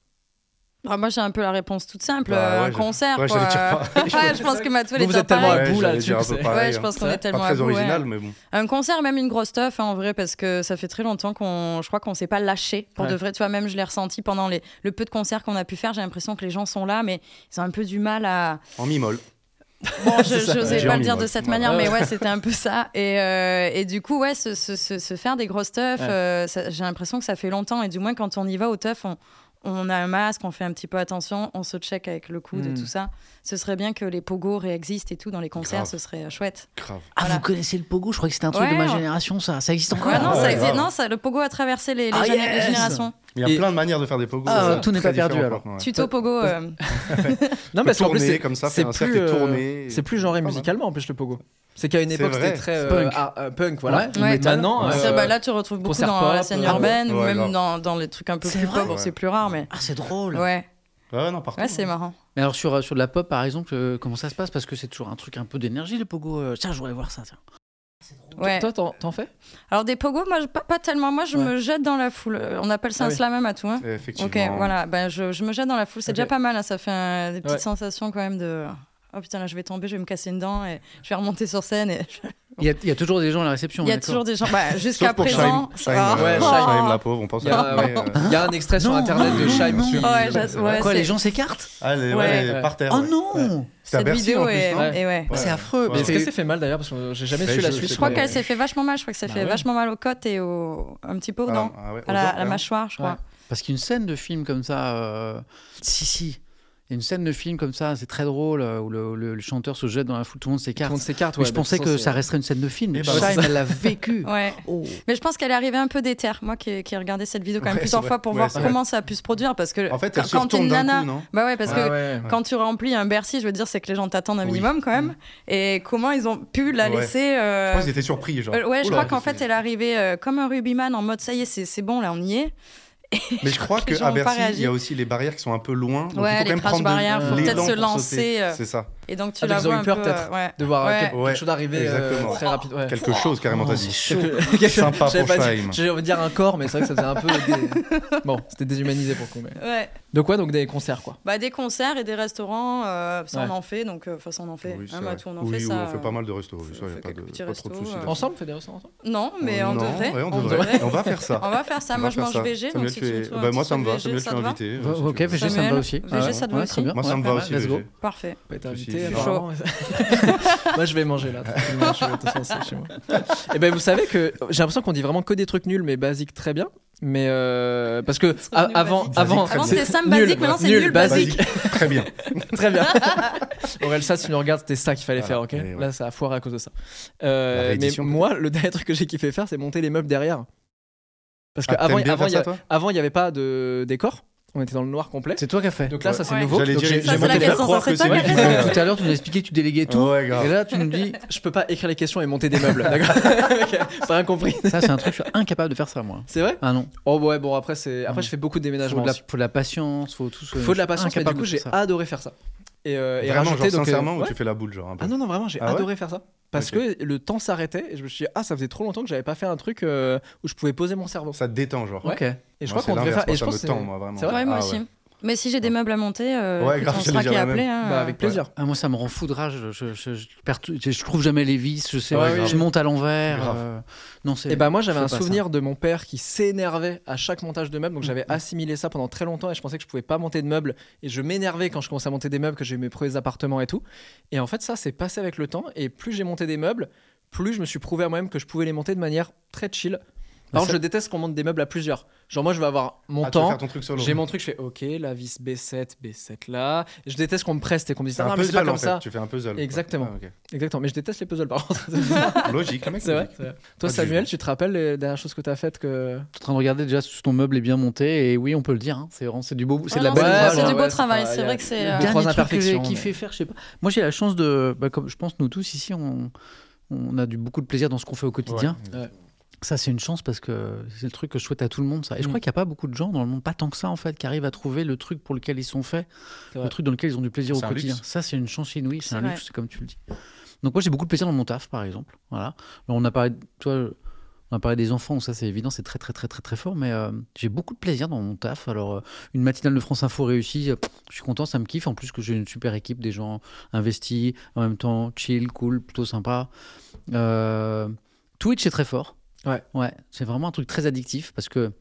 C: Ah, moi, j'ai un peu la réponse toute simple.
E: Bah,
C: euh,
E: ouais,
C: un
E: je-
C: concert,
E: ouais, je
C: quoi.
E: les tire
C: <laughs>
E: pas.
C: ouais, je pense que Matou, elle
B: Vous,
C: est
B: vous
C: un
B: êtes tellement
C: pareil.
B: à bout
E: Ouais, j'allais
B: là-dessus.
E: dire un
B: que
E: peu
B: c'est-
E: pareil.
C: Ouais,
E: pareil,
C: je
E: hein.
C: pense qu'on est
E: Pas
C: tellement à
E: très
C: bout, ouais.
E: original, mais bon.
C: Un concert, même une grosse teuf, hein, en vrai, parce que ça fait très longtemps qu'on, je crois qu'on s'est pas lâché pour
B: Ouais.
C: de vrai. Tu vois, même je l'ai ressenti pendant les, le peu de concerts qu'on a pu faire. J'ai l'impression que les gens sont là, mais ils ont un peu du mal à.
E: En mi-moll.
C: Bon, je
E: ça.
C: n'osais
E: J'ai
C: pas
E: envie,
C: le dire de
E: moi.
C: cette
E: Ouais.
C: manière,
B: Ouais,
C: mais ouais, c'était un peu ça. Et, euh, et du coup, ouais, se, se- se- se faire des grosses teufs,
B: Ouais.
C: euh, ça- j'ai l'impression que ça fait longtemps. Et du moins, quand on y va au teuf, on, on a un masque, on fait un petit peu attention, on se check avec le coude et
B: Hmm.
C: tout ça. Ce serait bien que les pogos réexistent et tout dans les concerts,
E: Grave.
C: ce serait euh, chouette.
E: Grave.
A: Ah,
C: Voilà.
A: vous connaissez le pogo Je crois que c'était un truc
C: Ouais,
A: de ma
C: ouais.
A: génération, ça. Ça existe encore
C: Ouais, non, ça
E: ouais,
C: existe-
E: grave.
C: non, ça- le pogo a traversé les, les
A: Ah,
C: géné- les
A: yes
C: générations.
E: Il y a
B: Et-
E: plein de manières de faire des pogos.
A: Ah,
E: c'est
A: tout n'est
E: très
A: pas perdu,
E: différent,
A: alors.
E: par contre, ouais.
C: Tuto pogo. euh,
B: Non,
E: On
B: parce
E: peut
B: qu'en plus,
E: tourner
B: c'est-
E: comme ça,
B: c'est
E: faire un cercle
B: plus,
E: et tourner.
B: C'est plus genré
E: Pas mal.
B: musicalement en plus le pogo. C'est qu'à une
E: C'est
B: époque c'était
E: vrai.
B: très euh,
A: Punk.
B: ah, euh, punk, voilà.
A: Ouais.
C: Ouais.
B: Mais maintenant,
C: ça,
B: euh,
C: bah, là, tu retrouves beaucoup
B: concert
C: dans
B: pop,
C: la scène
B: euh,
C: urbaine ou
E: ouais,
C: même
E: grave.
C: dans, dans les trucs un peu
A: C'est
C: plus
A: vrai
C: pauvres,
E: Ouais.
C: c'est plus rare, mais
A: Ah, c'est drôle.
C: ouais,
E: Ouais, non, partout.
C: ouais c'est marrant.
A: Mais alors sur, euh, sur de la pop, par exemple, euh, comment ça se passe Parce que c'est toujours un truc un peu d'énergie, le pogo. euh, Tiens, je voudrais voir ça. tiens.
C: Ouais.
B: toi, t'en- t'en fais
C: Alors des pogos, moi je- pas, pas tellement. Moi je
B: Ouais.
C: me jette dans la foule. Euh, On appelle ça
B: Ah
C: un
B: oui.
C: slam slamem à tout. Hein.
E: Effectivement.
C: Ok, voilà. Ben, je, je me jette dans la foule. C'est
B: Ok.
C: déjà pas mal. hein. Ça fait euh, des petites
B: Ouais.
C: sensations quand même de. Oh putain là je vais tomber, je vais me casser une dent et je vais remonter sur scène. Et...
A: Il y, a, il y a toujours des gens à la réception.
C: Il y a
A: d'accord.
C: toujours des gens. Bah,
E: Sauf
C: Jusqu'à
E: pour
C: présent.
E: Shaim.
C: ça-
E: Shaim,
C: Oh.
E: euh,
B: Ouais,
E: Shaim, la pauvre, on pense
B: Il y a,
E: à elle. mais, euh,
B: Il y a un extrait sur
A: Non,
B: internet de
A: non,
B: Shime.
A: non.
C: Ouais, j'ad- ouais,
A: Quoi,
C: c'est-
A: les gens s'écartent
E: Ah,
C: Ouais.
E: les- ouais, les
B: Ouais.
E: par terre.
A: Oh
E: ouais.
A: non
E: C'était à
C: Cette
E: Bercy, en
C: vidéo
E: plus,
C: est.
E: non
B: Ouais.
C: et ouais.
A: C'est affreux.
B: Mais
A: Mais
B: est-ce
A: c'est-
B: que c'est fait mal d'ailleurs Parce que j'ai jamais
E: Mais
B: su la
E: je-
B: suite.
E: je
C: Je crois
E: Ouais.
C: qu'elle s'est fait vachement mal. Je crois que ça
B: Bah
C: fait
B: ouais.
C: vachement mal aux côtes et au... un petit peu aux
E: Ah,
C: dents.
E: ah ouais,
C: à la,
E: aux dents,
C: à la
E: carrément.
C: mâchoire, je crois.
A: Parce qu'une scène de film comme ça. euh, Si, si. Il y a une scène de film comme ça, c'est très drôle, euh, où le, le- le chanteur se jette dans la foule, tout le monde
B: Tout le
A: s'écarte.
B: monde s'écarte,
A: Mais
B: ouais,
A: je
B: de toute
A: pensais
B: façon,
A: que
B: c'est-
A: ça resterait une scène de film.
E: Eh
A: Mais
E: ben,
A: ça,
E: c'est
A: elle l'a vécu.
E: <laughs>
C: Ouais.
A: Oh.
C: Mais je pense qu'elle est arrivée un peu déterre. Moi qui, qui ai regardé cette vidéo quand même
E: Ouais,
C: plusieurs
E: c'est
C: fois
E: vrai.
C: pour
E: Ouais,
C: voir
E: c'est
C: comment ça a pu se produire. Parce que
E: En fait, elle
C: quand,
E: se
C: quand t'es
E: retourne
C: une
E: d'un
C: nana.
E: coup, non
C: Bah ouais, parce
B: Ah
C: que
B: ouais.
C: quand tu remplis un Bercy, je veux dire, c'est que les gens t'attendent un
E: Oui. Mm.
C: minimum quand même. Et comment ils ont pu la
E: Ouais.
C: laisser.
E: Je
C: euh,
E: crois qu'ils étaient surpris, genre.
C: euh, ouais, je crois
E: Oula,
C: qu'en fait, elle est arrivée euh, comme un rugbyman en mode ça y est, c'est c'est bon, là, on y est.
E: Mais je crois
C: Les
E: que
C: gens
E: à
C: ont pas
E: Bercy, il
C: réagi.
E: y a aussi les barrières qui sont un peu loin. Donc
C: Ouais,
E: il
C: les
E: faut quand même
C: crash
E: prendre de-
C: barrières,
B: faut
E: l'élan
C: peut-être se
E: pour sauter.
C: lancer, euh.
E: C'est ça.
C: Et donc tu
B: Ah,
C: la
B: donc ils ont
C: vois
B: eu
C: un
B: peur,
C: peu,
B: peut-être,
C: euh, ouais.
B: de voir euh,
C: Ouais.
B: quelque, quelque
E: Ouais,
B: chose arriver euh,
E: exactement.
B: très rapide. ouais.
E: Quelque chose carrément t'as dit.
B: Quelque- quelque-
E: Sympa
B: j'avais
E: pour
B: pas dit-
E: Schleim.
B: J'ai envie de dire un corps, mais c'est vrai que ça faisait un peu. <laughs> dé- Bon, c'était déshumanisé pour le coup. Mais...
C: Ouais.
B: De quoi Donc des concerts, quoi.
C: Bah, des concerts et des restaurants, euh, ça
B: Ouais.
C: on en fait, donc euh, enfin ça on en fait.
E: Oui,
C: Hein,
E: ça,
C: Matou, on en
E: oui,
C: fait
E: oui,
C: ça.
E: on fait pas mal de restos. oui,
C: on
E: ça, y a
C: fait
E: pas de,
C: quelques petits
E: pas trop de
C: restos,
E: soucis.
C: euh,
E: là-dessus.
B: Ensemble, on fait des restaurants ensemble
C: Non, mais on,
E: Non,
C: devrait,
E: ouais, on
C: on
E: devrait.
C: devrait.
E: <laughs> on va faire ça.
C: On va faire ça.
E: On
C: Moi,
E: va
C: je
E: faire
C: mange
E: ça.
C: VG.
E: Samuel,
C: donc si
E: tu
C: tu
E: es-
C: me trouves un
E: bah,
C: petit
E: moi, ça me
C: truc
E: va. Samuel,
C: VG,
E: tu
C: ça
E: es
C: te va
E: invité.
A: Va-
E: si tu
A: ok,
E: veux.
A: VG, ça
C: Samuel,
A: me va aussi.
C: VG, ça te va
A: très
C: aussi
A: bien.
E: Moi,
A: Ouais,
E: ça me va
A: ouais,
E: aussi.
A: let's go.
E: VG.
C: Parfait.
B: Pas été
E: Je suis
B: invité.
E: chaud.
B: apparemment. <laughs> moi, je vais manger là. tranquillement, je vais- de toute façon, c'est chez moi. Et ben, vous savez que j'ai l'impression qu'on dit vraiment que des trucs nuls, mais basiques très bien. Mais euh, parce que
C: Trucs
B: a-
C: nuls,
B: avant,
C: basiques.
B: avant,
C: Avant, c'était Sam
B: nul,
C: basique, maintenant, c'est nul, basique.
E: Très bien.
B: <laughs> Très bien. Aurel, ça, si tu nous regardes, c'était ça qu'il fallait
E: Voilà,
B: faire, ok
E: mais ouais.
B: Là, ça a foiré à cause de ça. Euh,
E: La
B: mais
E: réédition,
B: moi, le dernier truc que j'ai kiffé faire, c'est monter les meubles derrière. Parce
E: Ah,
B: qu'avant,
E: t'aimes bien
B: avant,
E: faire
B: il y a-
E: ça, toi
B: avant, il n'y avait pas de décor. On était dans le noir complet.
A: C'est toi qui as fait.
B: Donc euh, là, ça, c'est
C: Ouais.
B: nouveau.
E: J'allais
B: Donc,
E: dire,
B: j'ai-
C: Ça,
B: j'ai
C: c'est la
B: monté les-
C: question, ça,
E: croire
C: c'est
E: que
C: toi
E: c'est
C: qui
E: lui
C: as
E: qui
C: fait
E: fait.
A: Tout à l'heure, tu nous expliquais que tu déléguais
B: Oh
A: tout.
E: Ouais,
A: Et
E: grave.
A: là, tu nous
B: <laughs>
A: dis,
B: Je peux pas écrire les questions et monter des
E: <laughs>
B: meubles, d'accord T'as rien compris.
A: ça c'est un truc, je suis incapable de faire ça, moi.
B: C'est vrai
A: Ah non,
B: Oh, ouais, bon, après, c'est... après
A: Non.
B: je fais beaucoup de
A: faut
B: déménagement.
A: de, la, faut de la patience, faut tout. ce-
B: Faut de la
A: je suis
B: patience, mais du
A: incapable
B: coup,
A: de faire
B: j'ai
A: ça.
B: adoré faire ça. Et, euh, et
E: Vraiment,
B: rajouter,
E: genre,
B: donc, euh,
E: sincèrement,
B: ouais.
E: où tu fais la boule, genre un peu.
B: Ah non, non, vraiment, j'ai
E: Ah ouais
B: adoré faire ça. Parce que le temps s'arrêtait et je me suis dit, ah, ça faisait trop longtemps que j'avais pas fait un truc euh, où je pouvais poser mon cerveau.
E: Ça te détend, genre.
B: Ouais.
A: Ok.
B: Et je crois qu'on
E: Moi, c'est
B: devrait
E: l'inverse,
B: faire. Et
E: moi,
B: je
E: ça
B: pense
E: me
B: que
E: tend,
B: c'est-
E: moi, vraiment.
B: c'est vrai,
C: Ouais, moi
E: Ah
C: aussi. Mais si j'ai des meubles à monter, euh,
E: Ouais,
C: écoute,
E: grave,
C: on
E: j'allais
C: sera
E: dire
C: qui
E: la
C: appelé.
E: même.
C: hein.
B: Bah, avec plaisir.
A: Ah, moi, ça me rend fou de rage. Je, je, je, je perds tout- je- je trouve jamais les vis. Je, sais,
B: Ouais, ouais,
A: je
B: ouais.
A: monte à l'envers.
E: Grave.
A: euh, non, c'est.
B: Et bah moi j'avais
A: fais
B: un
A: pas Mm,
B: souvenir de mon père qui s'énervait à chaque montage de meuble, donc j'avais assimilé ça pendant très longtemps et je pensais que je pouvais pas monter de meubles et je m'énervais quand je commençais à monter des meubles que j'ai eu mes premiers appartements et tout. Et en fait ça s'est passé avec le temps et plus j'ai monté des meubles, plus je me suis prouvé à moi-même que je pouvais les monter de manière très chill.
A: Bah,
B: Par contre
A: ça-
B: je déteste qu'on monte des meubles à plusieurs. Genre moi je vais avoir mon
E: Ah, tu veux
B: temps.
E: faire ton truc solo.
B: J'ai mon truc, je fais ok, la vis B7, B7 là. Je déteste qu'on me presse et qu'on me dise
E: C'est
B: ah,
E: un
B: non, mais c'est pas
E: puzzle,
B: comme
E: en
B: ça.
E: fait. Tu fais un puzzle. quoi.
B: Exactement.
E: Ah, ok.
B: Exactement, mais je déteste les puzzles par contre. <laughs>
E: Logique, le mec.
B: c'est vrai.
E: logique.
B: c'est vrai. Toi
E: de
B: Samuel,
E: jugement.
B: tu te rappelles les dernières choses que t'as faites
A: Je
B: que
C: Ah
A: suis en train de regarder déjà si ton meuble est bien monté. Et oui, on peut le dire. hein, c'est vraiment c'est du beau. C'est
C: Ouais,
A: de la
C: non,
A: belle
C: c'est-
A: ouvrage,
C: C'est
A: hein.
C: du
B: ouais,
C: beau
B: ça
C: travail.
B: va,
C: C'est
B: y a-
C: vrai que c'est.
B: y a
C: euh,
B: deux, trois
A: Dernier truc que j'ai
B: imperfections,
A: kiffé
B: mais-
A: faire, je sais pas. Moi, j'ai la chance de, bah, comme je pense nous tous ici, on, on a du beaucoup de plaisir dans ce qu'on fait au quotidien.
E: Ouais.
A: Ça, c'est une chance parce que c'est le truc que je souhaite à tout le monde, ça. Et je
B: Mm.
A: crois qu'il n'y a pas beaucoup de gens dans le monde, pas tant que ça, en fait, qui arrivent à trouver le truc pour lequel ils sont faits,
B: C'est
A: le
B: vrai.
A: truc dans lequel ils ont du plaisir au
E: C'est un
A: quotidien.
E: luxe.
A: Ça, c'est une chance inouïe, c'est
C: C'est
A: un
C: vrai.
A: luxe, c'est comme tu le dis. Donc, moi, j'ai beaucoup de plaisir dans mon taf, par exemple. Voilà. Alors, on a parlé, toi, on a parlé des enfants, ça, c'est évident, c'est très, très, très, très, très fort, mais euh, j'ai beaucoup de plaisir dans mon taf. Alors, euh, une matinale de France Info réussie, euh, pff, je suis content, ça me kiffe. En plus, que j'ai une super équipe, des gens investis, en même temps, chill, cool, plutôt sympa. Euh, Twitch est très fort.
B: Ouais.
A: c'est vraiment un truc très addictif parce que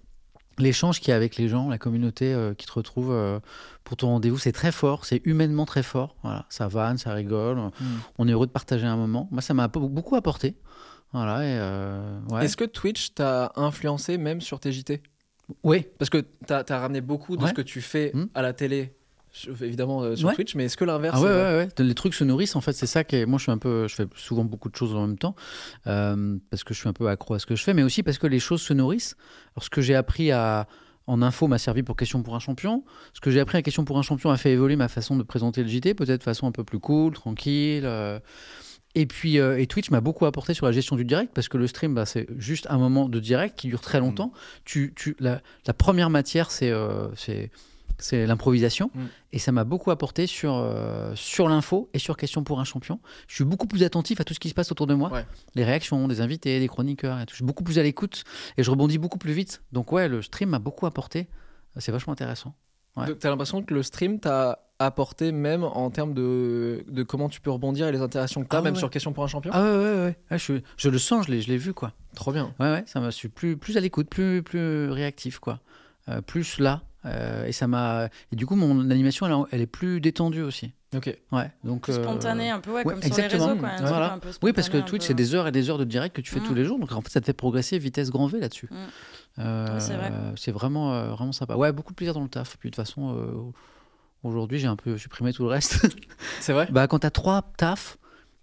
A: l'échange qu'il y a avec les gens, la communauté euh, qui te retrouve euh, pour ton rendez-vous, c'est très fort, c'est humainement très fort. Voilà, ça vanne, ça rigole,
B: Hmm.
A: on est heureux de partager un moment. Moi, ça m'a ap- beaucoup apporté. Voilà, et euh, ouais.
B: Est-ce que Twitch t'a influencé même sur tes JT
A: Oui.
B: Parce que t'as as ramené beaucoup de
A: Ouais.
B: ce que tu fais
A: Hmm.
B: à la télé, sur- évidemment euh, sur
A: Ouais.
B: Twitch, mais est-ce que l'inverse euh,
A: Ah ouais,
B: est
A: ouais,
B: vrai
A: ouais. Les trucs se nourrissent, en fait. C'est ça qui est. Moi, je suis un peu. Je fais souvent beaucoup de choses en même temps. euh, parce que je suis un peu accro à ce que je fais, mais aussi parce que les choses se nourrissent. Alors, ce que j'ai appris à. En info m'a servi pour Question pour un champion. Ce que j'ai appris à Question pour un champion a fait évoluer ma façon de présenter le JT, peut-être de façon un peu plus cool, tranquille. euh. Et puis euh, et Twitch m'a beaucoup apporté sur la gestion du direct parce que le stream, bah, c'est juste un moment de direct qui dure très longtemps.
B: Mmh.
A: Tu, tu, la, la première matière, c'est euh, c'est- c'est l'improvisation.
B: Mm.
A: Et ça m'a beaucoup apporté sur, euh, sur l'info et sur Question pour un champion. Je suis beaucoup plus attentif à tout ce qui se passe autour de moi.
B: Ouais.
A: Les réactions des invités, des chroniqueurs. Et tout. Je suis beaucoup plus à l'écoute et je rebondis beaucoup plus vite. Donc ouais, le stream m'a beaucoup apporté. C'est vachement intéressant. ouais.
B: Donc, T'as l'impression que le stream t'a apporté même en termes de, de comment tu peux rebondir et les interactions que t'as,
A: Ah ouais,
B: même
A: ouais.
B: sur Question pour un champion
A: Ah ouais, ouais, ouais. ouais. Ouais, je, suis- je le sens, je l'ai je l'ai vu, quoi.
B: Trop bien.
A: Ouais, ouais, ça m'a je suis plus, plus à l'écoute, plus, plus réactif, quoi. Euh, plus là. Euh, et ça m'a. Et du coup, mon animation, elle, elle est plus détendue aussi.
B: Ok.
A: Ouais. Donc.
C: Plus
A: euh,
C: spontané, un peu, ouais,
A: ouais,
C: comme sur les
A: exactement.
C: réseaux, quoi. un truc
A: Voilà.
C: un peu
A: Oui, parce que
C: spontané, un
A: Twitch,
C: peu-
A: c'est des heures et des heures de direct que tu fais
C: bah. Mm.
A: tous les jours. Donc, en fait, ça te fait progresser vitesse grand V là-dessus.
C: Mm.
A: Euh,
C: Ouais, c'est vrai.
A: c'est vraiment, euh, vraiment sympa. Ouais, beaucoup de plaisir dans le taf. Puis, de toute façon, euh, aujourd'hui, j'ai un peu supprimé tout le reste. <laughs>
B: C'est vrai
A: bah, quand t'as trois tafs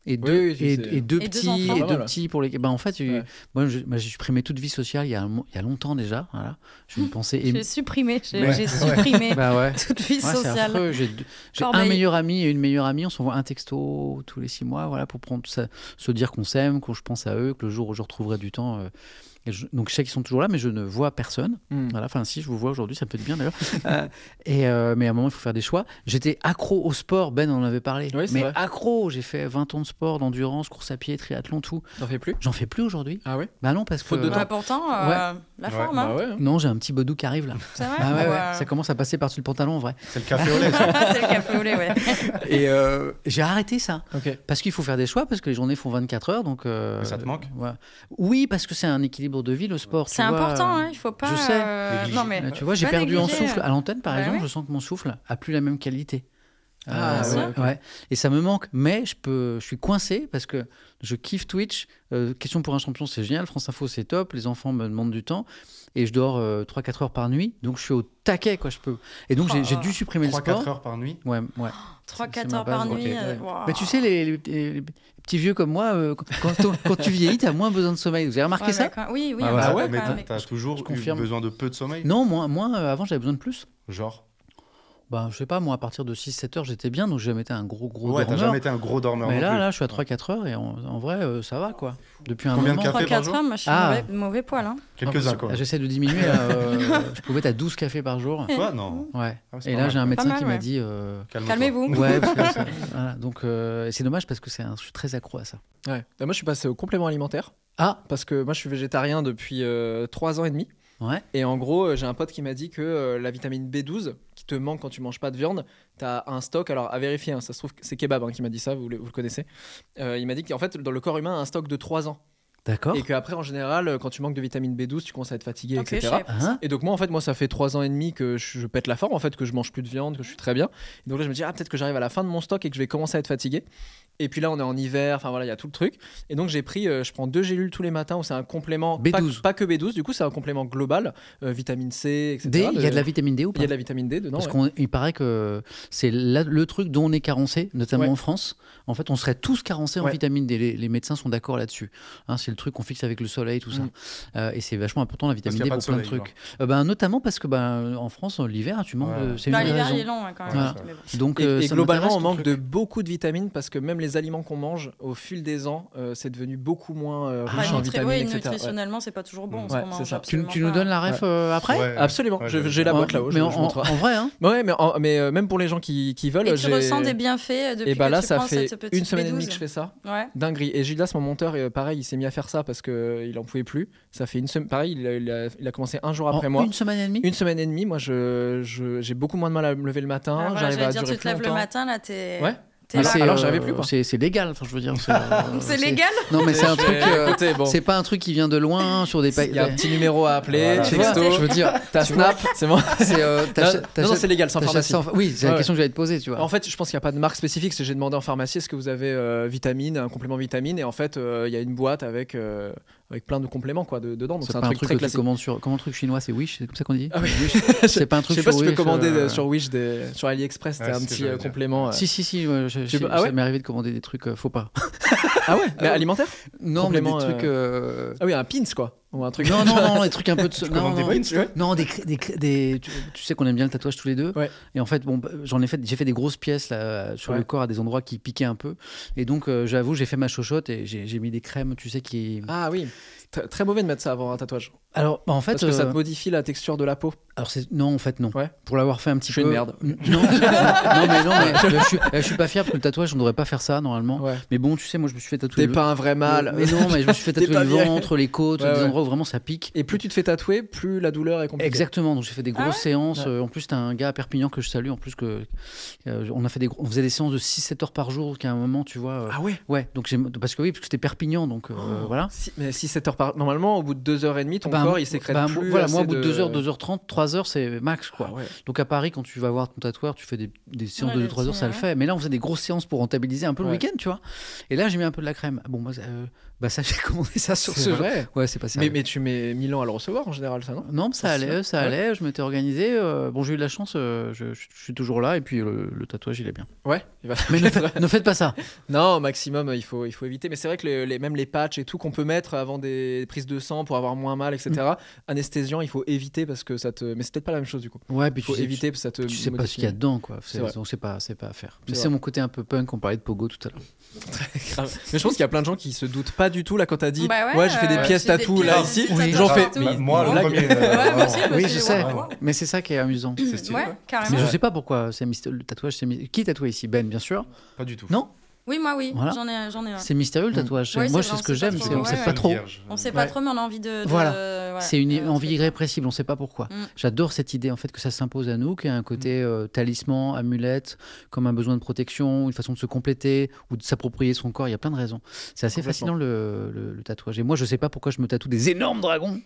A: et deux,
B: oui, c'est-
A: et,
B: c'est-
A: et deux
C: Et deux
A: petits
C: enfants.
A: et
B: Pas
A: deux
B: mal.
A: petits pour les bah en fait j'ai-
B: Ouais.
A: moi je- moi, j'ai supprimé toute vie sociale il y a un mo- il y a longtemps déjà voilà j'ai une
C: <laughs>
A: pensée
C: J'ai
A: ému-
C: supprimé, j'ai
E: Ouais.
C: j'ai supprimé
A: bah ouais
C: toute vie
A: Ouais, c'est
C: sociale.
A: affreux. J'ai deux- j'ai un
C: Corbeil.
A: meilleur ami et une meilleure amie. On s'envoie un texto tous les six mois voilà, pour prendre ça- se dire qu'on s'aime, que je pense à eux, que le jour où je retrouverai du temps, euh, Et je- donc je sais qu'ils sont toujours là, mais je ne vois personne.
B: Hmm.
A: Voilà, enfin si je vous vois aujourd'hui, ça me fait du bien d'ailleurs. <laughs> Euh, et euh, mais à un moment, il faut faire des choix. J'étais accro au sport, Ben en avait parlé.
B: Oui, c'est
A: mais
B: vrai.
A: accro, j'ai fait 20 ans de sport, d'endurance, course à pied, triathlon, tout.
B: T'en fais plus
A: J'en fais plus aujourd'hui.
B: Ah ouais
A: Bah non, parce que Ah,
B: Faute de
C: Bah, pourtant, euh, la
E: Ouais,
C: forme, hein.
B: Bah ouais. hein.
A: non, j'ai un petit bedou qui arrive là.
C: c'est vrai.
A: Ah ouais, ouais,
C: Ouais.
A: ça commence à passer par-dessus le pantalon en vrai.
E: C'est le café au lait. ça.
C: c'est le café au lait, ouais.
A: Et euh, j'ai arrêté ça.
B: Ok.
A: Parce qu'il faut faire des choix, parce que les journées font 24 heures. Donc, euh,
E: Mais ça te manque
A: ouais. Oui, parce que c'est un équilibre de vie, le sport. tu
C: C'est
A: vois.
C: important, hein, il faut pas.
A: je sais.
C: euh,
E: Négliger.
C: Non, mais.
A: Euh, Tu vois, j'ai
C: pas
A: perdu en
C: négliger,
A: souffle.
C: euh.
A: À l'antenne, par
C: Bah
A: exemple,
C: ouais.
A: je sens que mon souffle a plus la même qualité. Euh,
B: Ah,
C: ouais,
B: ok.
A: ouais. Et ça me manque, mais je, peux, je suis coincé parce que je kiffe Twitch. Euh, Question pour un champion, c'est génial. France Info, c'est top. Les enfants me demandent du temps. Et je dors 3-4 heures par nuit. Donc je suis au taquet, quoi. Je peux... Et donc j'ai- j'ai
C: Oh.
A: dû supprimer le
E: 3-4
A: sport.
E: heures par nuit.
A: Ouais, ouais. C'est
C: 3-4
A: ma
C: heures
A: base,
C: par
A: ok.
C: nuit.
A: Ouais.
C: euh, waouh.
A: Mais tu sais, les, les- les- les petits vieux comme moi, euh, quand, quand on- quand tu vieillis, t'as moins besoin de sommeil. Vous avez remarqué
C: Ouais,
A: ça
C: mais quand- Oui, oui,
E: Ah
C: un
E: bah,
C: petit
E: ouais,
C: peu
E: mais
C: quand
E: t'as
C: même.
E: t'as toujours eu
A: confirme.
E: besoin de peu de sommeil
A: Non, moins, moins euh, avant, j'avais besoin de plus.
E: Genre
A: Bah, je sais pas, moi, à partir de 6-7 heures, j'étais bien, donc j'ai jamais été un gros, gros
E: Ouais, t'as
A: dormeur.
E: jamais été un gros dormeur
A: Mais
E: non
A: là,
E: plus.
A: là, je suis à 3-4 heures et en, en vrai, euh, ça va, quoi. Depuis un
E: Combien de
A: moment.
E: cafés par
C: 3-4
E: jour
C: heures, moi, je suis
A: Ah.
C: mauvais, mauvais poil. Hein.
E: Quelques-uns, quoi.
A: Ah, J'essaie de diminuer. là, euh, je pouvais être à 12 cafés par jour.
E: Quoi Non.
A: Ouais.
E: Ah,
A: et
E: c'est pas
A: là,
E: mal,
A: j'ai un
E: quand même.
A: médecin
C: Pas mal,
A: qui m'a
C: ouais.
A: dit. euh,
E: Calme-toi.
C: Calmez-vous.
A: Ouais, parce que ça- <laughs> voilà. donc euh, et c'est dommage parce que c'est un- je suis très accro à ça.
B: Ouais. Bah, Moi, je suis passé au complément alimentaire
A: Ah,
B: parce que moi, je suis végétarien depuis 3 ans et demi.
A: ouais.
B: Et en gros, euh, j'ai un pote qui m'a dit que euh, la vitamine B12 qui te manque quand tu manges pas de viande, t'as un stock. Alors à vérifier, hein, ça se trouve, que c'est Kebab hein, qui m'a dit ça, vous le, vous le connaissez. Euh, il m'a dit qu'en fait, dans le corps humain, un stock de 3 ans.
A: D'accord.
B: Et qu'après, en général, euh, quand tu manques de vitamine B12, tu commences à être fatigué,
C: Ok, je
B: etc.
C: savais pas.
A: Hein
B: Et donc moi en fait moi ça fait trois ans et demi que je, je pète la forme en fait que je mange plus de viande que je suis très bien. Et donc là je me dis ah peut-être que j'arrive à la fin de mon stock et que je vais commencer à être fatigué. Et puis là on est en hiver enfin voilà il y a tout le truc. Et donc j'ai pris euh, je prends deux gélules tous les matins où c'est un complément pas-
A: B12.
B: pas, que B12 du coup c'est un complément global euh, vitamine C etc.
A: D, il y a de la vitamine D ou
B: euh, il
A: pas
B: y a de la vitamine D dedans.
A: Parce
B: ouais.
A: qu'il paraît que c'est la- le truc dont on est carencé, notamment
B: Ouais.
A: en France. En fait, on serait tous carencés en
B: Ouais.
A: vitamine D. Les, les médecins sont d'accord là-dessus. Hein, c'est le truc qu'on fixe avec le soleil, tout ça.
B: Mm.
A: Euh, et c'est vachement important la vitamine
E: qu'il y a
A: D
E: pas
A: pour
E: de
A: plein de
E: soleil,
A: trucs. Euh, ben, notamment parce que ben, en France, l'hiver, tu manques.
E: Ouais.
A: de- C'est une
C: Non,
A: des
C: l'hiver, il est
A: raisons.
C: long hein, quand même.
A: Voilà.
C: mais bon.
A: Donc,
B: Et,
A: euh,
B: et
A: ça
B: globalement,
A: m'intéresse,
B: on
A: ton
B: manque
A: truc.
B: de beaucoup de vitamines parce que même les aliments qu'on mange, au fil des ans, euh, c'est devenu beaucoup moins euh,
A: Ah,
B: riche
C: Ouais,
B: en
C: nutri-
B: vitamines,
C: ouais,
B: etc. Ouais.
C: nutritionnellement, c'est pas toujours bon.
B: Mm.
C: ce
B: Ouais,
C: qu'on
B: c'est
C: mange,
B: ça.
A: Tu,
C: absolument
A: tu nous
C: pas.
A: donnes la ref euh, après
E: Ouais.
B: Absolument,
E: Ouais,
B: je-
E: j'avais-
B: j'ai la
A: En-
B: boîte là-haut.
A: Mais
B: je-
A: en,
B: je montre.
A: en vrai, hein,
B: Ouais, mais, en- mais euh, même pour les gens qui, qui veulent,
C: Et tu
B: j'ai-
C: ressens des bienfaits depuis
B: Et bah
C: que
B: là,
C: tu
B: ça
C: prends
B: fait
C: cette petite
B: une semaine et
C: B12.
B: demie que je fais ça.
C: Ouais.
B: Dinguerie. Et Gildas, mon monteur, euh, pareil, il s'est mis à faire ça parce qu'il en pouvait plus. Ça fait une semaine. Pareil, il a, il a- il a commencé un jour <laughs> après
A: en
B: moi.
A: une semaine et demie.
B: Une semaine et demie, moi, je- je- j'ai beaucoup moins de mal à me lever le matin.
C: Ah, voilà,
B: J'arrive
C: J'allais
B: à
C: dire,
B: durer
C: tu te
B: plus
C: lèves le
B: longtemps.
C: matin, là, t'es.
B: Ouais.
C: t'es
A: Mais
C: là.
A: c'est,
B: Alors,
A: euh,
B: j'avais plus, quoi.
A: C'est c'est légal, enfin je
C: <laughs>
A: veux dire. C'est, euh,
C: C'est légal
A: Non, mais c'est un
B: J'ai-
A: truc. euh,
B: écoutez, bon,
A: C'est pas un truc qui vient de loin sur des pa-
B: Il y a un petit numéro à appeler,
E: Voilà.
A: Tu vois,
B: texto.
A: je veux dire,
B: T'as Snap, c'est bon.
A: c'est euh,
B: Non,
A: t'achètes-
B: non, non,
A: t'achètes-
B: c'est légal, sans
A: T'achètes
B: pharmacie.
A: sans- Oui, c'est la
B: Ouais.
A: question que j'allais te poser, tu vois.
B: En fait, je pense qu'il n'y a pas de marque spécifique. C'est j'ai demandé en pharmacie est-ce que vous avez euh, vitamine, un complément vitamine, et en fait, euh, il y a une boîte avec, euh, avec plein de compléments quoi, de- dedans. Donc
A: c'est
B: c'est
A: pas
B: un truc, très
A: que tu
B: classique.
A: commandes sur. Comment le truc chinois, c'est Wish, c'est comme ça qu'on dit
B: Ah oui.
A: Wish. C'est pas un
B: <laughs> Je
A: truc
B: sais pas
A: sur
B: si tu peux
A: Wish,
B: commander
A: euh,
B: euh, sur Wish, des- sur AliExpress,
E: Ouais,
B: t'as un
E: c'est ce que
B: petit
E: j'allais
B: euh,
E: dire.
B: complément. euh.
A: Si, si, si, ouais, je-
B: sais
A: je-
B: pas- ah
A: ça
B: ouais
A: m'est arrivé de commander des trucs, euh, faut
B: <laughs>
A: pas.
B: Ah ouais, mais alimentaire
A: Non, mais des
B: Complément, euh,
A: trucs. euh,
B: Ah oui, un pins quoi, ou un truc.
A: Non, non,
E: <laughs>
A: non, des trucs un peu
B: <laughs>
A: de.
E: Tu
A: non,
E: commandes des
A: non.
E: prints, ouais
A: Non, des, cr- des, cr- des- tu, tu sais qu'on aime bien le tatouage tous les deux.
B: Ouais.
A: Et en fait, bon, bah, j'en ai fait, j'ai fait des grosses pièces là, sur le
B: Ouais.
A: corps à des endroits qui piquaient un peu. Et donc, euh, j'avoue, j'ai fait ma chochotte et j'ai j'ai mis des crèmes, tu sais, qui.
B: Ah oui, Tr- très mauvais de mettre ça avant un tatouage.
A: Alors, bah, en fait,
B: Parce que ça
A: euh,
B: te modifie la texture de la peau.
A: Alors c'est non en fait non.
B: Ouais.
A: Pour l'avoir fait un petit
B: Je suis
A: peu.
B: une merde.
A: N- Non, <laughs> non mais non
B: <laughs>
A: mais je, je suis, je suis pas fier parce que le tatouage on devrait pas faire ça normalement.
B: Ouais.
A: Mais bon tu sais moi je me suis fait tatouer.
B: T'es
A: le-
B: pas un vrai mâle.
A: Mais non mais je me suis fait
B: T'es
A: tatouer
B: pas
A: le
B: bien.
A: ventre, les côtes,
B: Ouais,
A: des
B: ouais.
A: endroits où vraiment ça pique.
B: <laughs> Et plus tu te fais tatouer, plus la douleur est compliquée.
A: Exactement, donc j'ai fait des grosses
C: ouais
A: séances.
B: Ouais.
A: Euh, En plus, t'as un gars à Perpignan que je salue. En plus, que euh, on, a fait des, gros- on faisait des séances de 6-7 heures par jour, qu'à un moment, tu vois. euh,
B: Ah ouais
A: Ouais, donc j'ai- parce que oui, parce que c'était Perpignan, donc euh, voilà.
B: Si- Mais 6-7 heures par. Normalement, au bout de 2h30, ton
A: Bah,
B: corps il sécrète
A: bah,
B: plus.
A: Voilà, moi, au
B: assez
A: bout de
B: de
A: 2h, 2h30, 3h, c'est max, quoi.
B: Ah ouais.
A: Donc à Paris, quand tu vas voir ton tatoueur, tu fais des, des séances
C: Ouais,
A: de
C: le
A: 2-3 heures,
C: petit,
A: ça le
C: ouais.
A: fait. Mais là, on faisait des grosses séances pour rentabiliser un peu le
B: Ouais.
A: week-end, tu vois. Et là, j'ai mis un peu de la crème. Bon, moi, ça, euh, bah ça, <laughs> j'ai commandé ça sur
B: C'est
A: ce jour.
B: vrai.
A: Ouais, c'est pas
B: Mais,
A: sérieux.
B: mais tu mets 1000 ans à le recevoir en général, ça non
A: Non, mais ça
B: c'est
A: allait,
B: sûr.
A: ça
B: Ouais.
A: allait. Je m'étais organisé. euh, bon, j'ai eu de la chance. euh, je, je- je suis toujours là. Et puis le, le tatouage, il
B: <laughs>
A: est bien.
B: Ouais. il va-
A: Mais ne, faites, ne faites pas ça.
B: Non, au maximum, euh, il faut, il faut éviter. Mais c'est vrai que les, les- même les patchs et tout qu'on peut mettre avant des prises de sang pour avoir moins mal, etc.
A: Mm.
B: Anesthésiant, il faut éviter parce que ça te. Mais c'est peut-être pas la même chose du coup.
A: Ouais, puis
B: Il faut
A: tu sais,
B: éviter parce que ça te.
A: Tu, tu sais pas
B: modifie.
A: ce qu'il y a dedans, quoi. C'est-
B: C'est vrai.
A: donc c'est pas, c'est pas à faire.
B: C'est
A: Mais c'est
B: vrai. <laughs>
A: mon côté un peu punk. On parlait de pogo tout à l'heure.
B: Ah Grave. Mais je pense qu'il y a plein de gens qui se doutent pas pas du tout là quand t'as dit
C: Bah
B: ouais,
C: ouais,
B: j'ai fait des
C: euh,
B: pièces
C: j'ai des
B: tatou là
C: pièces
B: ici
C: tatouages
B: j'en fais
C: partout. Oui.
E: Bah, Moi, le
B: Blague.
E: premier. euh,
C: Ouais, moi
B: Ah,
E: vraiment.
B: bah,
C: aussi, je me
A: Oui,
C: suis
A: je
C: dit,
A: sais.
C: ouais, ouais.
A: Mais c'est ça qui est amusant.
E: C'est stylé.
C: Ouais, carrément.
A: Mais je sais pas pourquoi c'est myst- le tatouage. c'est my- Qui tatouait ici Ben, bien sûr.
E: Pas du tout.
A: Non,
C: Oui, moi, oui.
A: Voilà.
C: J'en ai, j'en ai un.
A: c'est mystérieux le tatouage.
C: Ah. Ouais,
A: Moi,
C: c'est
A: c'est ce
C: vrai,
A: que
C: on sait pas
A: j'aime,
C: trop,
A: c'est on
C: ouais,
A: sait
E: euh,
C: ouais.
A: pas trop.
C: On sait pas trop, mais on a envie de. de-
A: Voilà.
C: euh, voilà.
A: C'est une
C: Euh,
A: envie irrépressible, on sait pas pourquoi.
C: Mm.
A: J'adore cette idée en fait que ça s'impose à nous, qu'il y a un côté euh, talisman, amulette, comme un besoin de protection, une façon de se compléter ou de s'approprier son corps. Il y a plein de raisons. C'est assez fascinant le, le- le tatouage. Et moi, je sais pas pourquoi je me tatoue des énormes dragons.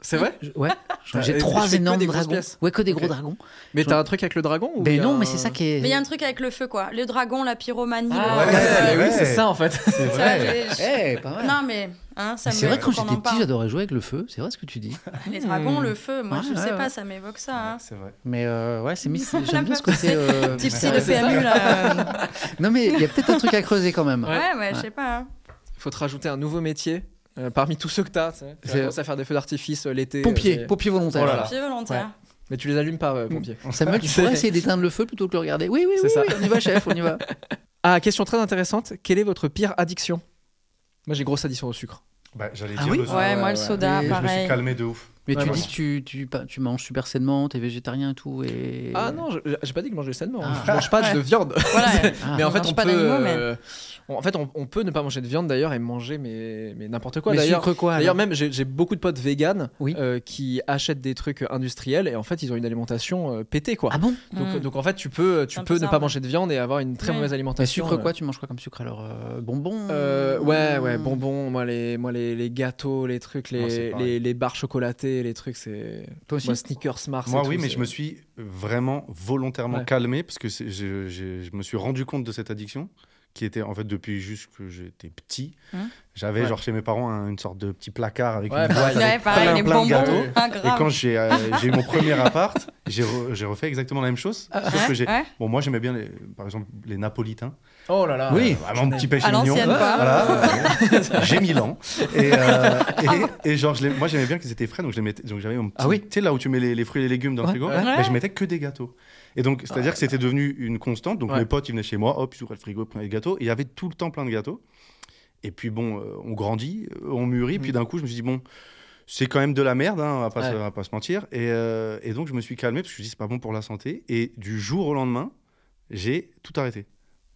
B: c'est vrai
A: Je-
C: <laughs>
A: ouais,
B: Ah, et
A: j'ai
B: tu fais
A: trois
B: que
A: énormes
B: des grosses
A: dragons.
B: pièces
A: Ouais, que des
B: Ok.
A: gros dragons.
B: mais
A: Genre-
B: t'as un truc avec le dragon ou
A: Mais
B: bien-
A: Ben non, mais c'est ça qui est.
C: Mais il y a un truc avec le feu, quoi. Le dragon, la pyromanie.
B: Ah
C: le-
B: ouais,
E: Ouais.
B: mais oui c'est ça en fait
E: C'est
C: Ça,
E: vrai.
C: j'ai-
A: Eh, pas mal.
C: Non, mais. hein, ça
A: Mais
C: me-
A: C'est vrai que quand
C: qu'on en
A: j'étais petit,
C: parle.
A: j'adorais jouer avec le feu. C'est vrai ce que tu dis.
C: Les dragons, le feu, moi,
A: Ouais,
C: je
A: ouais,
C: sais
A: ouais.
C: pas, ça m'évoque ça. hein.
E: C'est vrai.
A: Mais euh, ouais, c'est mis-
C: La <laughs>
A: j'aime bien
C: meuf,
A: ce côté. euh,
C: Petit psy
A: mystérieux.
C: de PMU, là. euh,
A: <laughs> Non, mais il y a peut-être un truc à creuser quand même.
C: Ouais, ouais, je sais pas. hein.
B: <laughs> faut te rajouter un nouveau métier euh, parmi tous ceux que t'as tu sais. Tu vas
A: C'est-
B: commencer à faire des feux d'artifice euh, l'été euh,
A: Pompier,
B: c'est-
A: pompier volontaire.
B: Oh là là.
C: Pied volontaire.
B: mais tu les allumes pas euh, pompier
A: <laughs> Samuel, tu
B: C'est-
A: pourrais essayer d'éteindre le feu plutôt que le regarder. Oui, oui,
B: C'est
A: oui,
B: ça.
A: oui, on y va, chef, on y va.
B: ah question très intéressante quelle est votre pire addiction moi j'ai grosse addiction au sucre
E: Bah, J'allais
A: Ah
E: dire
A: oui
E: le
C: Ouais,
E: soir.
C: moi, le
B: ouais.
A: Mais
C: soda,
A: je me
E: Je me suis
C: pareil.
E: calmé de ouf.
A: Mais
B: Ouais,
A: tu
B: moi
A: dis que tu, tu, pa- tu manges super sainement, t'es végétarien et tout. Et...
B: ah non je- j'ai pas dit que je mangeais sainement hein.
A: Ah.
B: je mange pas de viande
C: Voilà.
A: Ah.
B: mais en
C: on
B: fait
C: mange
B: on
C: pas
B: peut
C: d'animaux, mais-
B: euh, on- en fait on, on peut ne pas manger de viande d'ailleurs et manger mais, mais n'importe quoi
A: Mais
B: d'ailleurs
A: sucre quoi
B: D'ailleurs,
A: alors
B: même, j'ai j'ai beaucoup de potes véganes
A: Oui.
B: euh, qui achètent des trucs euh, industriels et en fait, ils ont une alimentation euh, pétée, quoi.
A: Ah bon
B: donc,
C: Mm.
B: donc, en fait, tu peux, tu
C: un
B: peux
C: peu
B: ne
C: ça,
B: pas
C: ouais.
B: manger de viande et avoir une très
C: Ouais.
B: mauvaise
A: Mais
B: alimentation.
A: sucre quoi
B: euh.
A: Tu manges quoi comme sucre alors euh, Bonbons
B: Euh, ouais, ouais, bonbons, moi les, moi les, les gâteaux, les trucs,
E: Moi,
B: les,
E: Oh, c'est pareil.
B: les, les barres chocolatées, les trucs, c'est.
A: Toi aussi
B: Moi, sneakers, Mars. et
E: Moi,
B: tout,
E: oui, mais
B: c'est-
E: je me suis vraiment volontairement
B: Ouais.
E: calmé parce que c'est- je, je- je me suis rendu compte de cette addiction qui était en fait depuis juste que j'étais petit.
C: Hein
E: J'avais
B: Ouais.
E: genre chez mes parents un- une sorte de petit placard avec
B: Ouais,
E: une boîte
C: Ouais,
E: avec
C: pareil,
E: plein,
C: les
E: plein de
C: bonbons.
E: gâteaux.
C: Ah,
E: Et
C: grave.
E: quand j'ai euh, j'ai eu mon premier appart, j'ai re- j'ai refait exactement la même chose. Sauf
C: Ah, Ouais,
E: que j'ai-
C: ouais.
E: Bon, moi j'aimais bien, les- par exemple, les Napolitains.
B: Oh là là.
E: Oui, vraiment petit péché
C: À
E: mignon.
C: l'ancienne, quoi.
E: Voilà, <laughs> euh, j'ai Milan. Et, euh, et, et genre, je l'ai- moi j'aimais bien qu'ils étaient frais, donc je les mettais- donc j'avais mon petit-
A: Ah oui.
E: Tu sais, là où tu mets les, les fruits et les légumes dans
A: Ouais.
E: le frigo,
B: Ouais.
E: bah, je mettais que des gâteaux. Et donc, c'est-à-dire que c'était devenu une constante. Donc
B: Ouais.
E: mes potes, ils venaient chez moi, hop, ils ouvraient le frigo, ils prenaient des gâteaux. Et il y avait tout le temps plein de gâteaux. Et puis bon, euh, on grandit, euh, on mûrit. Puis d'un coup, je me suis dit, bon. C'est quand même de la merde, hein, on, va pas se,
B: Ouais.
E: on va pas se mentir. Et, euh, et donc, je me suis calmé parce que je me suis dit, c'est pas bon pour la santé. Et du jour au lendemain, j'ai tout arrêté.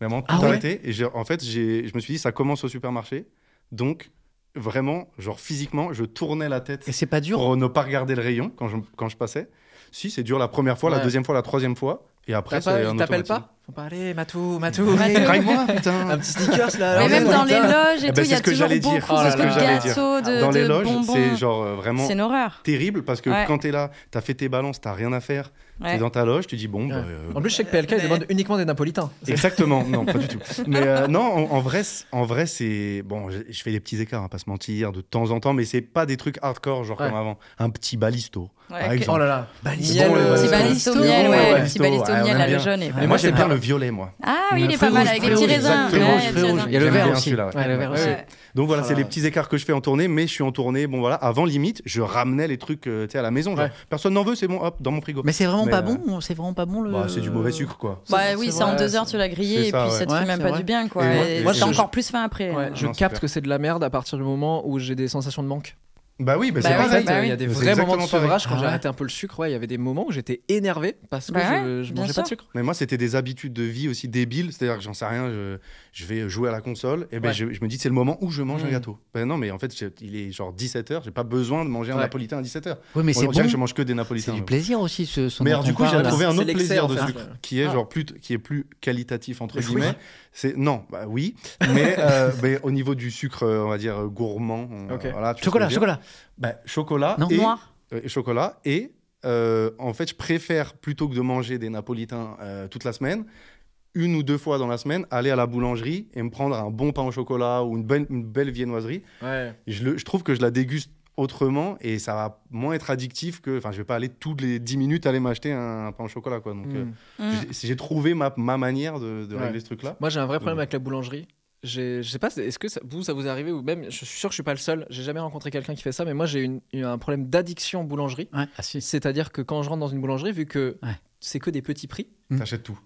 E: Vraiment, tout
A: Ah ouais
E: arrêté. Et j'ai- en fait, j'ai- je me suis dit, ça commence au supermarché. Donc, vraiment, genre physiquement, je tournais la tête
A: Et c'est pas dur
E: pour ne pas regarder le rayon quand je, quand je passais. Si, c'est dur la première fois,
B: Ouais.
E: la deuxième fois, la troisième fois. Et après,
B: T'as
E: c'est
B: pas-
E: un
B: Ils t'appellent
E: automatisme.
B: pas Faut pas aller, Matou, Matou.
E: Ouais,
C: Matou.
E: Drague-moi,
B: <laughs> Un
E: putain
B: petit sneakers là.
C: Mais
E: Alors,
C: même
E: les
C: dans les loges
E: Eh
C: et
E: ben,
C: tout,
E: c'est
C: il y a
E: ce que
C: toujours
E: j'allais
C: beaucoup
E: dire. Oh là
C: de
E: là. C'est ce que j'allais dire.
C: gâteaux, de,
E: Dans les
C: de
E: loges, c'est
C: bonbons.
E: genre euh, vraiment
C: C'est une horreur.
E: terrible parce que
C: Ouais.
E: quand t'es là, t'as fait tes balances, t'as rien à faire,
C: Ouais.
E: t'es dans ta loge, tu dis bon, bah, euh,
B: En plus, je sais que PLK, ils
C: Mais-
B: demandent uniquement des napolitains.
E: Exactement, non, pas du tout. Mais euh, non, en, en vrai, c- en vrai, c'est bon. Je je fais des petits écarts, à pas se mentir, de temps en temps, mais c'est pas des trucs hardcore, genre
B: Ouais.
E: comme avant. Un petit balisto,
C: Ouais,
E: par
C: ok.
B: Oh
E: exemple.
B: là là.
E: Balisto,
B: Miel,
E: le
B: euh,
C: Petit
E: balisto.
C: baliste au
E: Bon,
C: miel,
E: le
C: ouais.
E: balisto,
C: Petit baliste au
E: ouais, on
C: miel,
E: aime
C: là, le
E: bien.
C: jaune est pas
E: Mais
C: mal.
E: moi, j'aime
B: c'est
E: bien
B: pas-
E: le violet, moi.
C: Ah oui, il est
A: Fruits
C: pas mal
A: rouges,
C: avec les
A: fruits
C: petits
A: rouges,
C: raisins.
A: exactement,
C: Ouais,
A: fruits
C: petits
A: rouges.
C: raisins.
A: Il y a le
E: J'aime
A: vert
E: bien
A: aussi.
E: celui-là, ouais.
A: Il y a le vert aussi.
C: Ouais.
E: Donc voilà,
B: Ah
E: c'est
B: là
E: les
B: là.
E: petits écarts que je fais en tournée, mais je suis en tournée. Bon voilà, avant limite, je ramenais les trucs euh, tu sais, à la maison. Genre,
B: Ouais.
E: personne n'en veut, c'est bon, hop, dans mon frigo.
A: Mais euh, c'est vraiment
E: Mais,
A: pas
E: euh,
A: bon C'est vraiment pas bon le.
E: Bah, c'est du mauvais sucre, quoi.
C: Bah oui,
B: c'est
C: ça en
B: vrai,
C: deux heures
B: c'est-
C: tu l'as
E: c'est
C: grillé et
E: ça,
C: puis
E: ouais.
C: ça te
A: Ouais,
C: fait même
A: c'est
C: pas
A: vrai.
C: du bien quoi.
E: Et moi,
C: Et
E: moi,
C: J'ai
E: je-
C: encore plus faim après.
B: Ouais, je
E: non,
B: capte
E: super.
B: que c'est de la merde à partir du moment où j'ai des sensations de manque.
E: Bah oui, bah,
C: Bah
E: c'est
C: oui,
B: en fait,
E: pareil.
B: il
C: bah oui.
B: y a des
E: C'est
B: vrais moments de
E: exactement pareil.
B: sevrage quand
A: Ah
B: j'ai
A: ouais.
B: arrêté un peu le sucre. Ouais, il y avait des moments où j'étais énervé parce que
C: Bah ouais,
B: je, je
C: bien
B: mangeais pas de
C: sûr.
B: sucre.
E: Mais moi, c'était des habitudes de vie aussi débiles. C'est-à-dire que j'en sais rien, je, je vais jouer à la console. Et ben,
B: Ouais.
E: je, je me dis, c'est le moment où je mange
B: Mm.
A: Mmh.
E: un gâteau. Ben non, mais en fait, j'ai- il est genre 17h. J'ai pas besoin de manger un
B: Ouais.
E: napolitain à 17h.
A: Oui, mais c'est
E: On dirait
A: bon.
E: que je mange que des
A: C'est
E: napolitains.
A: du
E: moi.
A: plaisir aussi. Ce, ce
E: hein. mais
A: dont
E: alors, du
A: on
E: coup, j'ai
A: parle, là.
E: trouvé un
B: C'est
E: autre
B: l'excès,
E: plaisir
B: en
E: de
B: fait.
E: sucre qui est,
B: Ah.
E: genre plus, qui est plus qualitatif, entre
B: Les fruits.
E: guillemets. C'est, non, bah oui, mais, euh, <laughs> mais au niveau du sucre, euh, on va dire euh, gourmand. on-
B: Ok.
E: voilà, tu vois
A: Chocolat,
E: ce que je veux dire.
A: chocolat.
E: Bah, chocolat.
A: Non,
E: et,
C: Noir.
E: euh, et chocolat. Et euh, en fait, je préfère, plutôt que de manger des napolitains euh, toute la semaine, une ou deux fois dans la semaine, aller à la boulangerie et me prendre un bon pain au chocolat ou une, bonne- une belle viennoiserie.
B: Ouais.
E: Je, le- je trouve que je la déguste autrement et ça va moins être addictif que. Enfin, je vais pas aller toutes les 10 minutes aller m'acheter un pain au chocolat, quoi. Donc, euh,
B: Mm.
C: Mm.
E: j'ai- j'ai trouvé ma, ma manière de, de
B: Ouais.
E: régler ce truc-là.
B: Moi, j'ai un vrai problème
E: Ouais.
B: avec la boulangerie. J'ai- Je sais pas, est-ce que ça- vous, ça vous est arrivé ou même, je suis sûr que je suis pas le seul. J'ai jamais rencontré quelqu'un qui fait ça, mais moi, j'ai une- eu un problème d'addiction boulangerie.
A: Ouais. Ah, si.
B: C'est-à-dire que quand je rentre dans une boulangerie, vu que
A: Ouais.
B: c'est que des petits prix,
A: Mm.
E: T'achètes tout.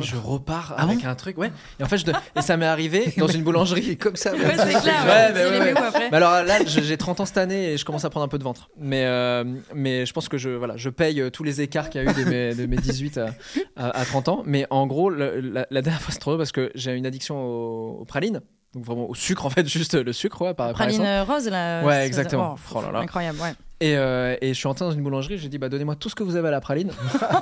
B: je repars
A: Ah
B: avec
A: bon
B: un truc, ouais. Et en fait, je de- et ça m'est
C: <laughs>
B: arrivé dans une boulangerie comme ça.
C: Ouais, c'est clair.
B: Ouais, mais
C: tu
B: ouais,
C: les
B: Bah, ouais.
C: mets où après
B: Mais alors là, je- j'ai 30 ans cette année et je commence à prendre un peu de ventre. Mais, euh, mais je pense que je, voilà, je paye euh, tous les écarts qu'il y a eu de mes, de mes 18 à, à- à 30 ans. Mais en gros, le- la, la dernière fois, c'est trop drôle parce que j'ai une addiction aux, aux pralines. Donc vraiment au sucre, en fait, juste le sucre, ouais, par, par
C: Praline
B: essence.
C: euh, rose là.
B: Ouais,
C: c'est-
B: exactement.
C: pff,
B: Oh là là.
C: Incroyable, ouais.
B: Et, euh, et je suis entré dans une boulangerie, j'ai dit, bah donnez-moi tout ce que vous avez à la praline.
C: <laughs>